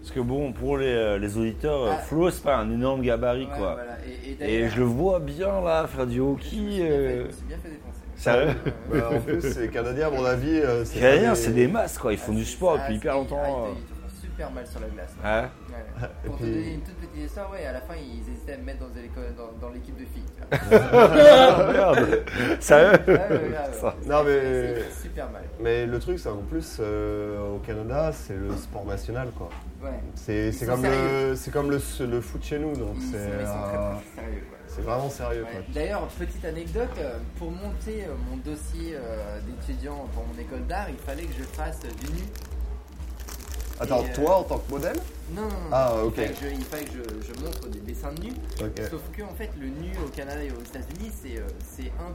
Parce que bon, pour les, les auditeurs, euh, Ah. Flo, c'est pas un énorme gabarit, Ouais, quoi. voilà. Et, et Et d'ailleurs, je le vois bien là faire du je me suis hockey. bien fait- euh, je me suis bien fait défoncer. Sérieux Ouais, ouais. Bah, en plus, les Canadiens, à mon avis, euh, C'est pas rien, c'est des masses quoi, <laughs> ils font du Ah, sport c'est- depuis hyper ah, longtemps. Ils te- ils te font super mal sur la glace. euh. Hein Ouais. Et Pour te puis- donner une toute petite histoire, ouais, à la fin ils hésitaient à me mettre dans, les- dans- dans l'équipe de filles. <laughs> tu vois. Ah, merde Sérieux Ah, ouais, grave. Ça. Non, mais- C'est- c'est Super mal. Mais le truc, c'est en plus, euh, au Canada, c'est le sport national quoi. Ouais. C'est Ils c'est sont comme, sérieux. le, c'est comme le, le foot chez nous, donc Ils sont, c'est ils sont très, euh, très sérieux. quoi. c'est vraiment sérieux. Ouais. quoi. D'ailleurs, petite anecdote, euh, pour monter euh, mon dossier euh, d'étudiant pour mon école d'art, il fallait que je fasse euh, du nu. Attends, Et, euh, toi en tant que modèle Non, non, non. Ah, il ok. fallait que je- Il fallait que je, je montre des dessins de nu. Ok. Sauf que, en fait, le nu au Canada et aux États-Unis, c'est euh, c'est un.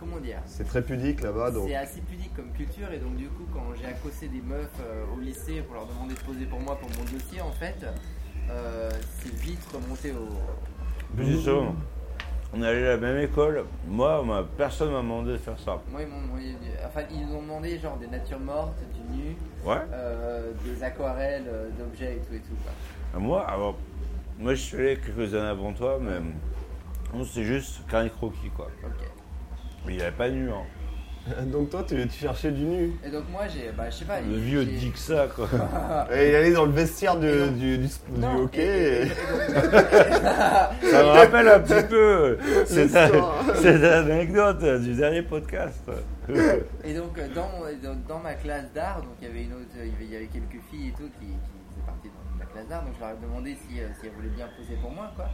Comment dire C'est très pudique là-bas, Ah, donc C'est assez pudique comme culture et donc du coup quand j'ai accossé des meufs euh, au lycée pour leur demander de poser pour moi pour mon dossier en fait euh, c'est vite remonté au... Plus du tout. On est allé à la même école. Moi, on m'a- personne m'a demandé de faire ça. Moi ils m'ont demandé... Enfin ils nous ont demandé genre des natures mortes, du nu, Ouais. euh, des aquarelles, euh, d'objets et tout et tout quoi. Ah, Moi, alors, moi je suis allé quelques années avant toi, mais non, c'est juste carnet croquis quoi. Ok. Mais Il n'y avait pas nu. Hein. <laughs> Donc toi, tu, tu cherchais du nu. Et donc moi j'ai, bah je sais pas. Le j'ai- vieux j'ai- dit que ça, quoi. Et il allait dans le vestiaire du, Ah. Et donc- du, du, sp- du Non, hockey. et- et- et- Ça me rappelle un petit peu cette, L'histoire. cette anecdote du dernier podcast. Et donc euh, dans, mon- dans, dans ma classe d'art, donc il y avait une autre, il y avait- il y avait quelques filles et tout qui, qui faisaient partie de la classe d'art, donc je leur ai demandé si, euh, si elles voulaient bien poser pour moi quoi.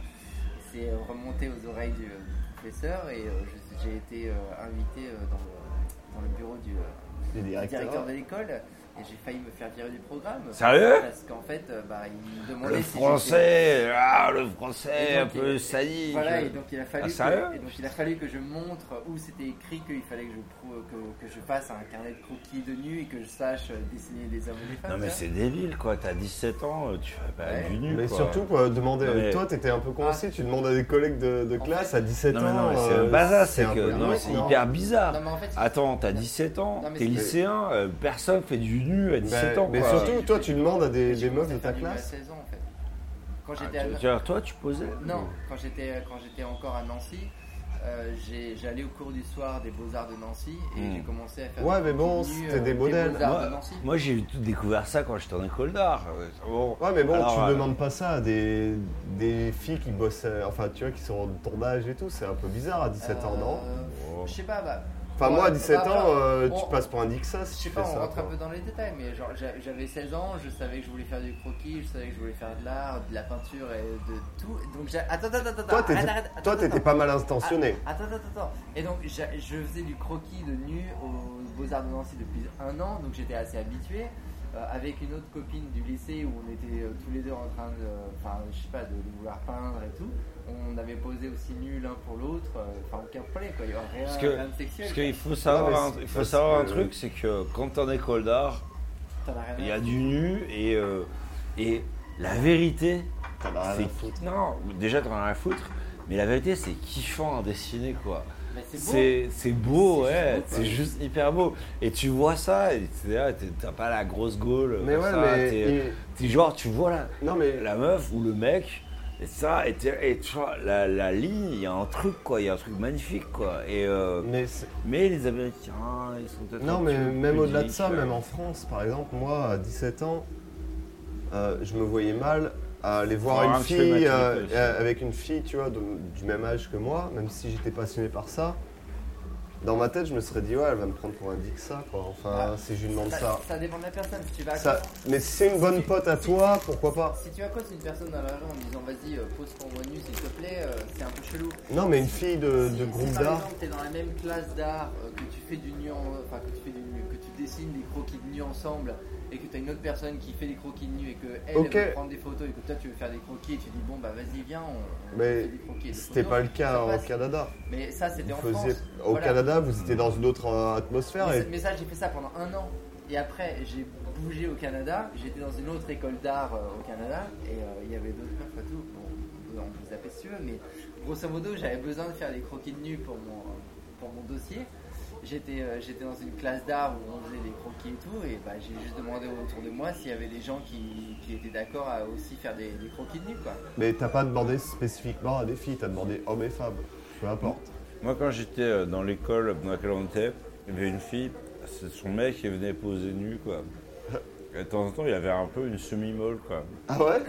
C'est euh, remonté aux oreilles du, euh, du professeur et euh, je- j'ai été euh, invité euh, dans, le, dans le bureau du, euh, du du directeur. directeur de l'école et j'ai failli me faire virer du programme. Sérieux Parce qu'en fait, euh, bah, il me demandait Le si j'étais- français, ah, le français Et un donc, peu et- sadique. Voilà, et donc il a fallu, Ah, sérieux que, et donc, il a fallu que je montre où c'était écrit qu'il fallait que je, prou- que, que je fasse un carnet de croquis de nu et que je sache euh, dessiner des hommes et des femmes. Non mais tu vois. c'est débile quoi, t'as 17 ans, tu fais pas Ouais. du nu. Mais quoi. surtout, quoi, demander. Non, mais- Toi, t'étais un peu con aussi. Tu demandes à des collègues de, de Ah. En classe fait- à 17 Non ans. mais non mais c'est euh, le bazar, c'est un que peu non, mais limite, c'est non hyper bizarre. Non, mais en fait, Ah, Attends, t'as 17 ans, Non, mais t'es c'est- lycéen, euh, personne fait du nu à 17 Mais- ans. Ben, mais quoi. surtout, toi, tu demandes à des, j'ai des meufs commencé de à ta faire du nu à classe. 16 ans en fait. Quand Ah, j'étais à tu- tu vois, toi tu posais Non, quand j'étais quand j'étais encore à Nancy, euh, j'ai- j'allais au cours du soir des Beaux-Arts de Nancy et Hmm. j'ai commencé à faire Ouais, des mais bon, croquis de nu, c'était des modèles. Beaux-Arts de Moi, Nancy. moi, j'ai tout découvert ça quand j'étais en école d'art. Euh, Bon. Ouais, mais bon, Alors, tu euh, demandes pas ça à des, des filles qui bossent, euh, enfin, tu vois, qui sont de tournage et tout. C'est un peu bizarre à 17 ans, non Euh, Wow. Je sais pas, bah, Enfin, ouais, moi, à 17 bah, ans, euh, tu on- passes pour un Dixas Je si tu sais pas, fais on ça. rentre quoi. un peu dans les détails, mais genre j'a- j'avais 16 ans, je savais que je voulais faire du croquis, je savais que je voulais faire de l'art, de la peinture et de tout. Donc j'ai. Attends, attends, attends, Toi, attends, t'étais- arrête, arrête, Toi, attends, t'étais attends. pas mal intentionné. Ah, Attends, attends, attends. Et donc j'a- je faisais du croquis de nu aux Beaux-Arts de Nancy depuis un an, donc j'étais assez habitué. Euh, avec une autre copine du lycée où on était euh, tous les deux en train de. Enfin, je sais pas, de, de vouloir peindre et tout. On avait posé aussi nu l'un pour l'autre. euh, Enfin, aucun problème quoi, il y avait rien, Parce que- rien de sexuel. Parce qu'il faut Ouais, mais savoir, un, c'est- il faut parce savoir un que- truc, c'est que quand t'es en école d'art, T'en as rien à il y a faire. du nu et, euh, et la vérité, T'en as rien à Ah, c'est- Ah, foutre. Non, déjà t'en as rien à foutre, mais la vérité c'est kiffant à dessiner quoi. Mais c'est beau. C'est c'est beau, C'est ouais, juste beau, quoi. c'est juste hyper beau. Et tu vois ça, et t'es là, t'es- t'as pas la grosse gaule. Mais comme ouais, ça, mais. t'es- t'es genre, tu vois la, il- Non, mais. la meuf ou le mec, et ça, et, t'es- et tu vois, la, la ligne, il y a un truc quoi, il y a un truc magnifique quoi. Et, euh, mais c'est- mais les Américains, ils sont peut-être. Non, un mais petit peu même plus au-delà de ça, dix, même en France, par exemple, moi, à 17 ans, euh, je me voyais mal à aller voir Faudra une un petit peu fille maturité euh, aussi. euh, avec une fille, tu vois, de- du même âge que moi, même si j'étais passionné par ça. Dans ma tête, je me serais dit, ouais, elle va me prendre pour un dick ça, quoi. Enfin, Ouais. si je lui demande Ça, ça. ça dépend de la personne. Si tu vas à Ça- Mais si c'est une bonne pote à toi, pourquoi pas Si tu accotes une personne dans la rue en disant vas-y euh, pose pour moi nu s'il te plaît, euh, c'est un peu chelou. Non, mais une fille de, Si- de si groupe Par d'art. exemple, t'es dans la même classe d'art, euh, que tu fais du nu, en- enfin que tu fais du nu, que tu dessines des croquis de nu ensemble, et que t'as une autre personne qui fait des croquis de nu et que elle Ok. veut prendre des photos et que toi tu veux faire des croquis et tu dis bon bah vas-y viens on, on Mais fait des croquis. et des C'était photos. pas le cas Ça au passe. Canada. Mais ça Vous c'était en faisiez- France. Au Voilà. Canada, vous étiez dans une autre euh, atmosphère. Mais, et- ça- mais ça, j'ai fait ça pendant un an. Et après, j'ai bougé au Canada. J'étais dans une autre école d'art euh, au Canada. Et euh, il y avait d'autres meufs et tout. Bon, on peut- on peut zapper si tu veux. Mais grosso modo, j'avais besoin de faire des croquis de nu pour mon, pour mon dossier. J'étais euh, j'étais dans une classe d'art où on faisait des croquis et tout. Et bah, j'ai juste demandé autour de moi s'il y avait des gens qui, qui étaient d'accord à aussi faire des, des croquis de nu. Quoi. Mais t'as pas demandé spécifiquement à des filles, t'as demandé hommes et femmes. Peu importe. Moi, quand j'étais euh, dans l'école dans laquelle on était, il y avait une fille, c'est son mec qui venait poser nu, <laughs> quoi. Et de temps en temps, il avait un peu une semi-molle, quoi. Ah <laughs> ouais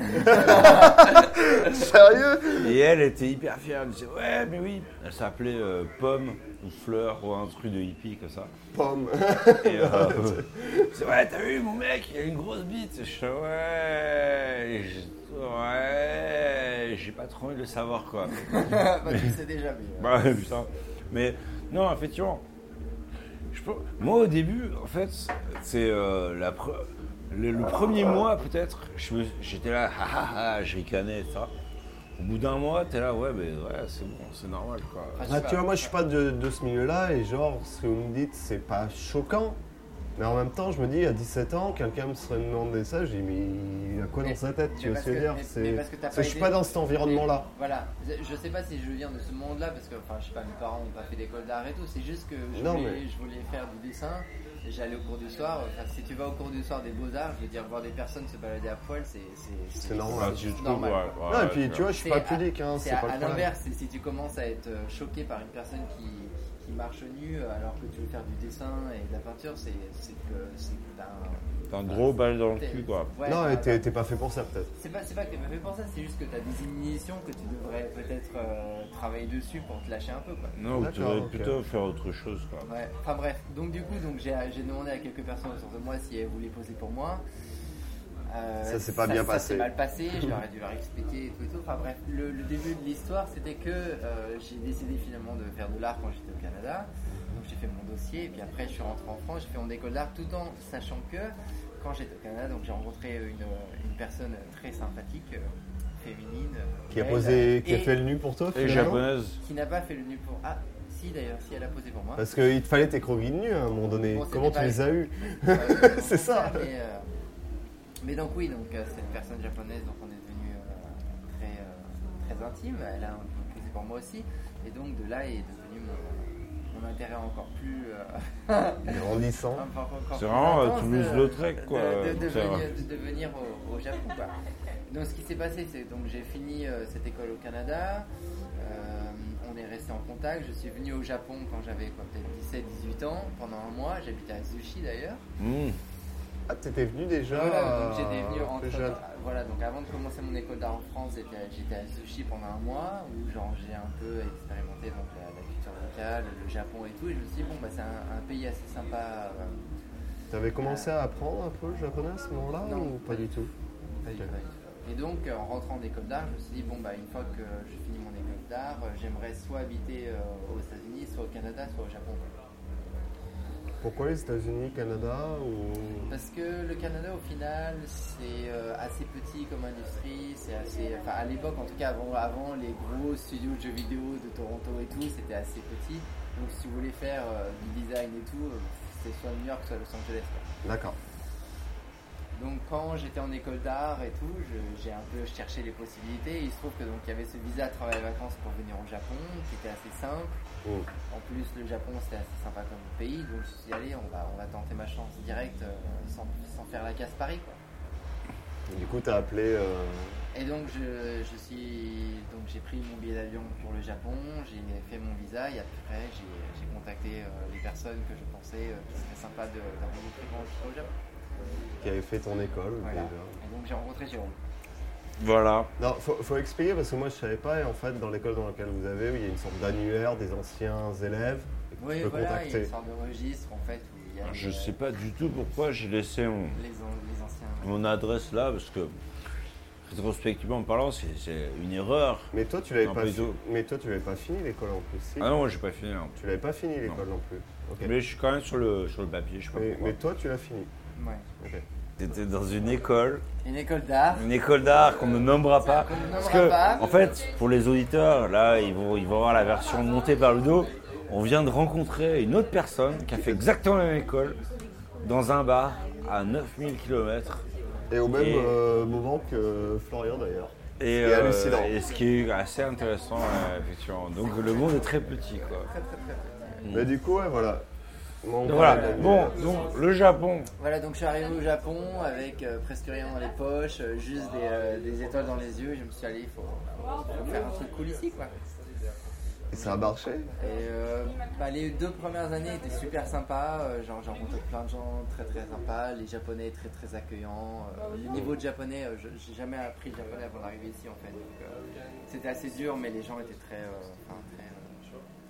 Sérieux Et elle était hyper fière, elle disait Ouais, mais oui Elle s'appelait euh, Pomme ou Fleur ou un truc de hippie, comme ça. Pomme. Et euh, Ah c'est Ouais, t'as vu, mon mec, il a une grosse bite Je fais Ouais, et je- ouais, j'ai pas trop envie de le savoir, quoi. bah, tu le sais déjà. Mais, euh, Bah, <laughs> putain. Mais non, effectivement. Je peux- Moi, au début, en fait, c'est euh, la pre- le, le premier mois, peut-être, je me- j'étais là, ah, ah, ah, je ricanais, ça. Au bout d'un mois, t'es là, ouais, mais ouais, c'est bon, c'est normal, quoi. enfin, je sais Ah, pas. tu vois, moi je suis pas de, de ce milieu-là et genre, ce que vous me dites, c'est pas choquant. Mais en même temps, je me dis, à 17 ans, quelqu'un me serait demandé ça, j'ai dit, mais il a quoi Mais- dans sa tête Tu mais vois ce parce que je veux que- dire mais- C'est- mais parce que t'as parce pas que je suis aidé. pas dans cet environnement-là. Voilà, je sais pas si je viens de ce monde-là parce que, enfin, je sais pas, mes parents n'ont pas fait d'école d'art et tout. C'est juste que je, Non, voulais, mais- je voulais faire du dessin. et J'allais au cours du soir. Enfin, si tu vas au cours du soir des beaux-arts, je veux dire, voir des personnes se balader à poil, c'est. C'est normal. Ah, tu c'est trouves, normal, ouais, quoi. ouais, non, et puis ouais. tu vois, je suis C'est pas à- pudique, hein, C'est c'est à, pas à le problème. l'inverse, c'est si tu commences à être euh, choqué par une personne qui, qui marche nu alors que tu veux faire du dessin et de la peinture, c'est c'est que c'est que t'as un. T'as un gros balle dans le t'es- cul, quoi. ouais, non, t'as- mais t'es t'es pas fait pour ça, peut-être. C'est pas, c'est pas que t'es pas fait pour ça, c'est juste que t'as des inhibitions que tu devrais peut-être euh, travailler dessus pour te lâcher un peu quoi. Non, tu D'accord, devrais ok. plutôt faire autre chose, quoi. Ouais, enfin bref, donc du coup donc j'ai j'ai demandé à quelques personnes autour de moi si elles voulaient poser pour moi. Euh, Ça s'est pas bien Ça passé. s'est mal passé, je leur ai dû leur expliquer et tout et tout. Enfin bref, le, le début de l'histoire c'était que euh, j'ai décidé finalement de faire de l'art quand j'étais au Canada. Donc j'ai fait mon dossier et puis après je suis rentré en France, j'ai fait mon école d'art tout en sachant que quand j'étais au Canada, donc j'ai rencontré une, euh, une personne très sympathique, euh, féminine. euh, Qui a belle, posé, qui a et fait le nu pour toi, Et finalement japonaise. Qui n'a pas fait le nu pour. Ah, si d'ailleurs, si elle a posé pour moi. Parce qu'il te fallait tes croquis de nu à un moment donné. Bon, c'était Comment tu pas- les as eus <laughs> Ouais, <laughs> ouais, C'est ça. Mais, euh, mais donc oui, donc euh, cette personne japonaise, donc on est devenu euh, très euh, très intime. Elle a un peu posé pour moi aussi, et donc de là est devenu mon, mon intérêt encore plus. euh, Grandissant. <laughs> encore- C'est encore plus vraiment, euh, intense, Toulouse-Lautrec, de- quoi. euh, De, de- de C'est vrai. venir, de- de venir au, au Japon, quoi. Donc ce qui s'est passé, c'est donc j'ai fini euh, cette école au Canada. euh, on est resté en contact. Je suis venu au Japon quand j'avais quoi, peut-être 17-18 ans, pendant un mois. J'habitais à Tsushi d'ailleurs. Mmh. Ah, t'étais venu déjà Voilà, donc euh, j'étais venu un peu entre- jeune. Voilà, donc avant de commencer mon école d'art en France, j'étais à- j'étais à Sushi pendant un mois où genre j'ai un peu expérimenté donc la, la culture locale, le Japon et tout, et je me suis dit bon bah c'est un, un pays assez sympa. euh, T'avais commencé à apprendre un peu le japonais à ce moment-là Non. ou pas du tout pas du Ok. tout, pas du tout. Et donc euh, en rentrant en école d'art, je me suis dit bon bah une fois que je finis mon école d'art, euh, j'aimerais soit habiter euh, aux États-Unis, soit au Canada, soit au Japon. Pourquoi les États-Unis, Canada ou... Parce que le Canada, au final, c'est euh, assez petit comme industrie. C'est assez, enfin, à l'époque, en tout cas, avant, avant les gros studios de jeux vidéo de Toronto et tout, c'était assez petit. Donc, si vous voulez faire euh, du design et tout, euh, c'est soit New York, soit Los Angeles. quoi. D'accord. Donc quand j'étais en école d'art et tout, je- j'ai un peu cherché les possibilités. Il se trouve que donc il y avait ce visa travail et vacances pour venir au Japon, qui était assez simple. Oh. En plus le Japon c'était assez sympa comme pays, donc je me suis dit allez on va on va tenter ma chance direct euh, sans, sans faire la casse Paris quoi. Du coup, t'as appelé. euh, Et donc je, je suis donc j'ai pris mon billet d'avion pour le Japon, j'ai fait mon visa et après j'ai- j'ai contacté euh, les personnes que je pensais euh, qui serait sympa de, de rencontrer quand je serai au Japon. qui avait fait ton école. Voilà. déjà. Et donc j'ai rencontré Jérôme. Voilà. Non, faut, faut expliquer parce que moi je savais pas. Et en fait, dans l'école dans laquelle vous avez, il y a une sorte d'annuaire des anciens élèves. et que Oui, tu peux voilà, il y a contacter. une sorte de registre en fait où il y a Je les, euh, sais pas du tout pourquoi j'ai laissé mon, les, an- les anciens. mon adresse là, parce que rétrospectivement parlant, c'est c'est une erreur. Mais toi, tu l'avais Un pas. peu fi- tôt. Mais toi, tu l'avais pas fini l'école en plus. si Ah non, moi, j'ai pas fini. hein. Tu l'avais pas fini l'école non, plus. Ok. Mais, Mais je suis quand même sur le, sur le papier, je sais pas pourquoi. mais toi, tu l'as fini. Ouais. T'étais dans une école, Une école d'art. une école d'art qu'on ne nommera pas. Qu'on ne Parce nommera que, pas. en fait, pour les auditeurs, là, ils vont, ils vont voir la version montée par Ludo. On vient de rencontrer une autre personne qui a fait exactement la même école dans un bar à 9000 km. Et au même Et- euh, moment que Florian d'ailleurs. Et, euh, Ce qui est hallucinant. et ce qui est assez intéressant, ouais, effectivement. Donc le monde est très petit, quoi. Mais du coup, ouais, voilà. Moi, on Mm. Donc, euh, parlait voilà. de- Bon, donc le Japon. Voilà, donc je suis arrivé au Japon avec euh, presque rien dans les poches, euh, juste des, euh, des étoiles dans les yeux. Et je me suis dit, allez, il faut, faut faire un truc cool ici quoi. Et ça a marché. Et euh, bah, les deux premières années étaient super sympas. euh, genre, j'ai rencontré plein de gens très très sympas. Les Japonais très très accueillants. euh, le niveau de japonais, euh, je- j'ai jamais appris le japonais avant d'arriver ici en fait. Donc, euh, c'était assez dur, mais les gens étaient très, euh, enfin, très, euh,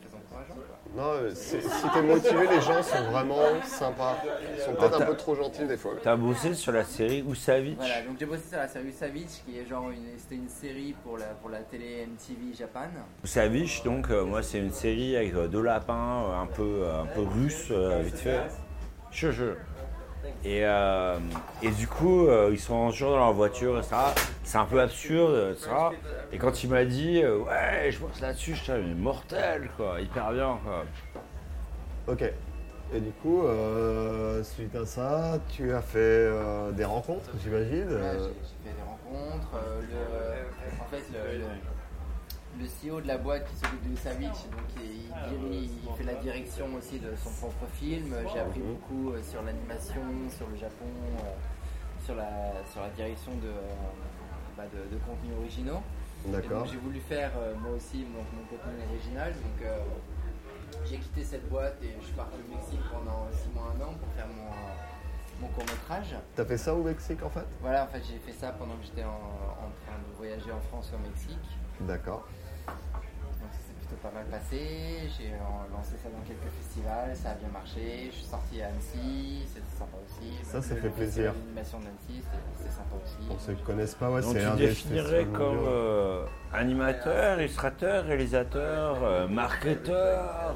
très encourageants. quoi. Non, euh, c'est- si t'es motivé, les gens sont vraiment sympas. Ils sont Ah, peut-être un peu trop gentils des fois. T'as bossé sur la série Usavich. Voilà, donc j'ai bossé sur la série Savage, qui est genre une, c'était une série pour la, pour la télé MTV Japan. Usavich, donc, euh, moi, c'est une série avec euh, deux lapins, euh, un peu, euh, un peu russe, euh, vite fait. Je, je. Et, euh, et du coup, euh, ils sont toujours dans leur voiture, etc. C'est un peu absurde, etc. Et quand il m'a dit, euh, ouais, je bosse là-dessus, je suis mortel, quoi, hyper bien, quoi. Ok. Et du coup, euh, suite à ça, tu as fait euh, des rencontres, j'imagine. Voilà, euh, j'ai j'ai fait des rencontres. euh, le- en fait, le, le- le CEO de la boîte qui s'occupe de Savage, donc il, il dirige- il fait la direction aussi de son propre film. J'ai appris beaucoup euh, sur l'animation, sur le Japon, euh, sur, la, sur la direction de, euh, bah, de, de contenus originaux. Et donc, D'accord. J'ai voulu faire euh, moi aussi mon, mon contenu original. Donc, euh, J'ai quitté cette boîte et je suis parti au Mexique pendant 6 mois, 1 an pour faire mon, euh, mon court-métrage. T'as fait ça au Mexique en fait Voilà, en fait, j'ai fait ça pendant que j'étais en, en train de voyager en France et au Mexique. D'accord. Donc ça s'est plutôt pas mal passé. J'ai euh, lancé ça dans quelques festivals, ça a bien marché. Je suis sorti à Annecy, c'était sympa aussi. Ça, Le ça fait plaisir. festival d'animation d'Annecy, c'était- c'était sympa aussi. Pour ceux qui connaissent pas, ouais, Donc c'est tu un des définirais festivals comme mondiaux. euh, animateur, illustrateur, réalisateur, euh, marketeur.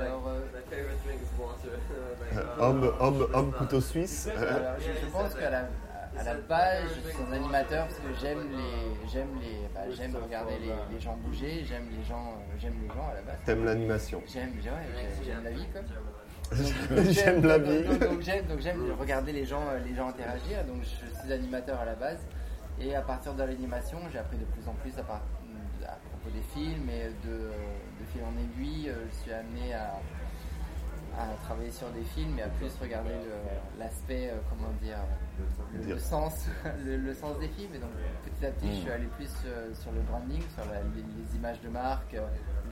Alors, euh, Euh, homme, homme, homme couteau suisse. Alors, je, je pense qu'à la, à la base, je suis un animateur parce que j'aime les, j'aime les, bah, j'aime regarder les, les gens bouger, j'aime les gens, euh, j'aime les gens à la base. T'aimes l'animation. J'aime, j'aime, ouais, j'aime la vie quoi. <laughs> J'aime la vie. Donc, donc, j'aime, donc j'aime regarder les gens, euh, les gens interagir. Donc je suis animateur à la base et à partir de l'animation, j'ai appris de plus en plus à, par- à propos des films et de, euh, de fil en aiguille, euh, je suis amené à, à travailler sur des films et à plus regarder le- l'aspect, euh, comment dire, le, le Dire. Mm. sens, <laughs> le, le sens des films. Et donc petit à petit, je suis allé plus euh, sur le branding, sur la- les, les images de marque, euh,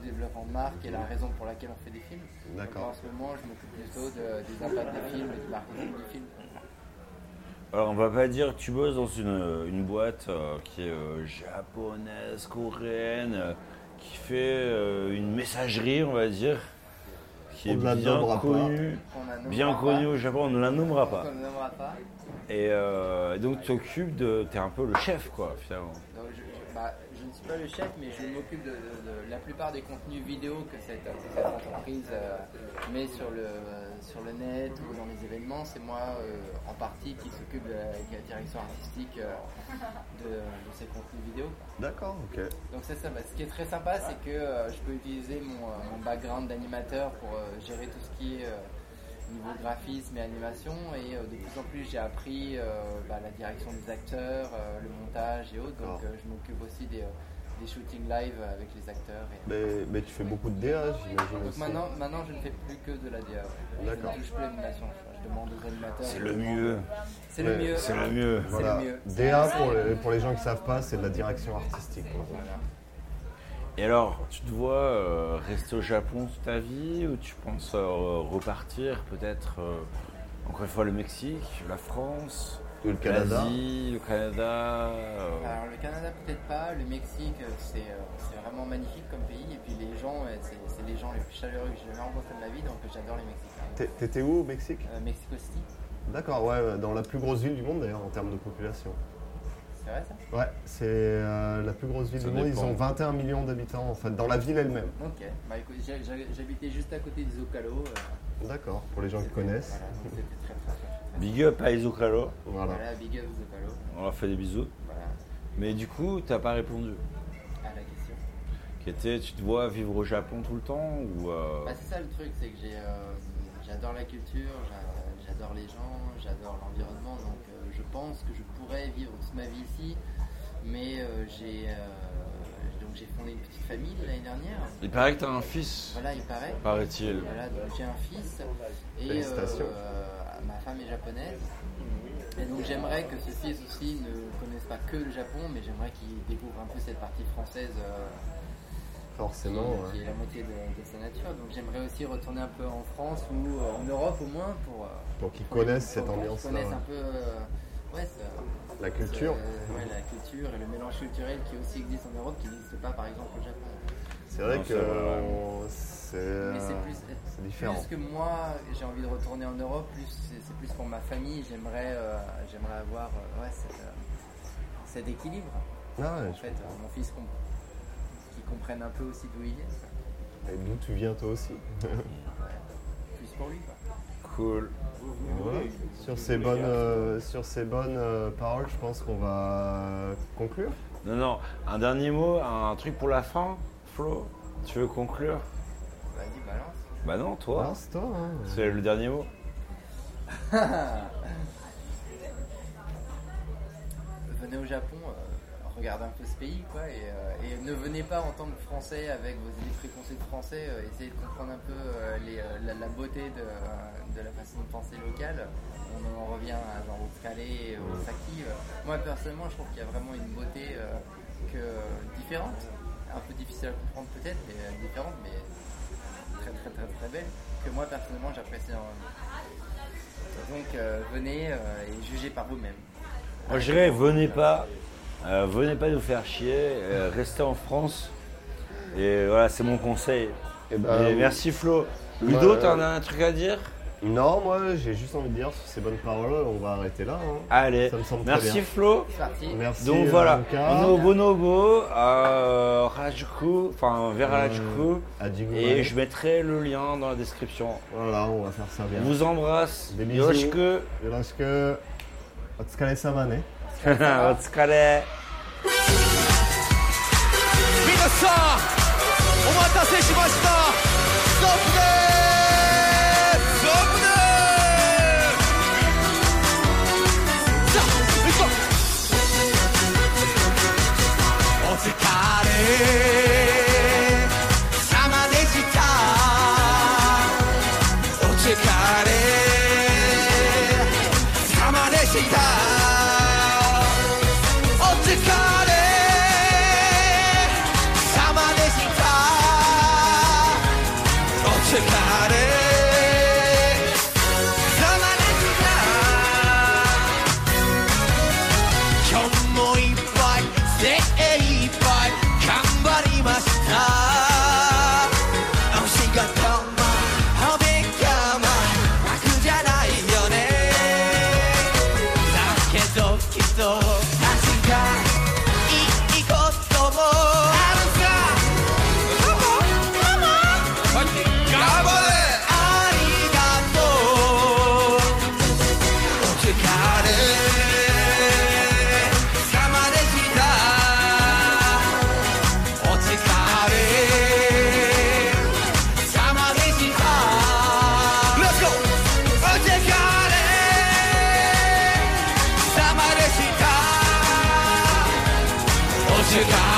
le développement de marque et la raison pour laquelle on fait des films. Mm. D'accord. Donc, En ce moment, je m'occupe plutôt de- des impacts des films et du marketing des films. Alors on va pas dire que tu bosses dans une, une boîte euh, qui est euh, japonaise, coréenne, euh, qui fait euh, une messagerie on va dire, qui On est ne la nommera bien pas. connue, On a nommé bien Rafa, connue au Japon, on ne la nommera pas. qu'on ne nommera pas. Et euh, donc tu t'occupes de, t'es un peu le chef quoi finalement. Donc, je, je- bah, je ne suis pas le chef, mais je m'occupe de, de- de la plupart des contenus vidéo que cette, que cette entreprise euh, met sur le, sur le net ou dans les événements. C'est moi euh, en partie qui s'occupe de, la- de la direction artistique euh, de, de ces contenus vidéo. D'accord, ok. Donc c'est ça, bah, ce qui est très sympa, c'est que euh, je peux utiliser mon, euh, mon background d'animateur pour euh, gérer tout ce qui est euh, niveau graphisme et animation. Et euh, de plus en plus, j'ai appris euh, bah, la direction des acteurs, euh, le montage et autres. D'accord. Donc euh, je m'occupe aussi des, euh, des shootings live euh, avec les acteurs. Et... Mais, mais tu fais beaucoup de DA, j'imagine. Donc aussi. maintenant, maintenant, je ne fais plus que de la DA. ouais. D'accord. Je ne touche plus à l'animation. tu vois. Je demande aux animateurs. C'est je le demande- mieux, C'est le Ouais, mieux. c'est le mieux. Voilà. le mieux. DA, pour les, pour les gens qui savent pas, c'est de la direction artistique. quoi. Voilà. Et alors, tu te vois euh, rester au Japon toute ta vie ou tu penses euh, repartir peut-être euh, encore une fois le Mexique, la France, Ou le Canada. l'Asie, le Canada euh, Alors le Canada peut-être pas, le Mexique euh, c'est euh, c'est vraiment magnifique comme pays et puis les gens euh, c'est c'est les gens les plus chaleureux que j'ai jamais rencontrés de ma vie donc euh, j'adore les Mexicains. T'es- T'étais où au Mexique Euh, Mexico City, D'accord, ouais, dans la plus grosse ville du monde d'ailleurs en termes de population. c'est vrai ça Ouais, c'est euh, la plus grosse ville Ça du monde. Ils dépend. ont 21 millions d'habitants en fait, dans la ville elle-même. Ok, bah écoute j'ai- j'ai- j'habitais juste à côté de Zocalo. euh, D'accord, pour les gens qui c'était- connaissent. Voilà, donc c'était très très chouette. Big up à Izukalo, Voilà. Voilà, big up Zocalo, on leur fait des bisous. voilà, Mais du coup, t'as pas répondu. à la question. Qui était, tu te vois vivre au Japon tout le temps ou euh, Bah, c'est ça le truc, c'est que j'ai, euh, j'adore la culture, j'a- j'adore les gens, j'adore l'environnement, donc euh, je pense que je pourrais vivre toute ma vie ici, mais euh, j'ai, euh, donc j'ai fondé une petite famille l'année dernière. Il paraît que t'as un fils, Voilà, il paraît. paraît-il. Voilà, donc j'ai un fils et Félicitations. euh, ma femme est japonaise. Et donc j'aimerais que ce fils aussi ne connaisse pas que le Japon, mais j'aimerais qu'il découvre un peu cette partie française euh, Forcément, qui ouais. est la moitié de, de sa nature. Donc j'aimerais aussi retourner un peu en France ou euh, en Europe au moins pour, euh, Pour qu'ils pour- connaissent pour- cette pour qu'ils ambiance-là, connaissent ouais. un peu euh, ouais, ce- la culture. ce- ouais, la culture et le mélange culturel qui aussi existe en Europe qui n'existe pas par exemple au Japon. C'est vrai Non, que c'est vrai, ouais. on- c'est Mais c'est euh, plus, c'est différent. plus que moi j'ai envie de retourner en Europe, plus c'est c'est plus pour ma famille. J'aimerais euh, j'aimerais avoir euh, ouais, cette, euh, cet équilibre. Ah ouais, En fait, euh, mon fils com- qui comprenne un peu aussi d'où il est, je- et D'où tu viens toi aussi plus pour lui. quoi. Cool. Voilà. Sur ces bonnes, euh, sur ces bonnes euh, paroles, je pense qu'on va conclure. Non, non, un dernier mot, un truc pour la fin, Flo Tu veux conclure Vas-y balance. Bah non, toi. Alors, c'est toi. hein. C'est le dernier mot. venez au Japon, euh, regardez un peu ce pays, quoi, et, euh, et ne venez pas en tant que Français avec vos idées préconçues de Français. euh, essayez de comprendre un peu euh, les, euh, la, la beauté de, de la façon de penser locale. On en revient à genre au Calais, au Saki. euh. Moi personnellement, je trouve qu'il y a vraiment une beauté euh, que différente, un peu difficile à comprendre peut-être, mais euh, différente, mais très très très très très belle que moi personnellement j'apprécie énormément. Donc euh, venez euh, et jugez par vous-même. Moi, je dirais, venez pas, euh, venez pas nous faire chier, euh, restez en France. Et voilà, c'est mon conseil. Eh ben, Et oui. merci Flo. Ludo, Ouais. t'en as un truc à dire Non, moi j'ai juste envie de dire sur ces bonnes paroles, on va arrêter là. hein. Allez, Ça me semble très merci bien. Flo. C'est parti. Merci. Donc euh, voilà, Luca. on est au Bonobo, à Rajku, enfin vers Euh, Rajku. à Digou, Et ouais. je mettrai le lien dans la description. Voilà, on va faire ça bien. On vous embrasse. Des bisous. Yoshke. Yoroshiku. Otsukaresama ne. Otsukare.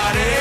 疲れ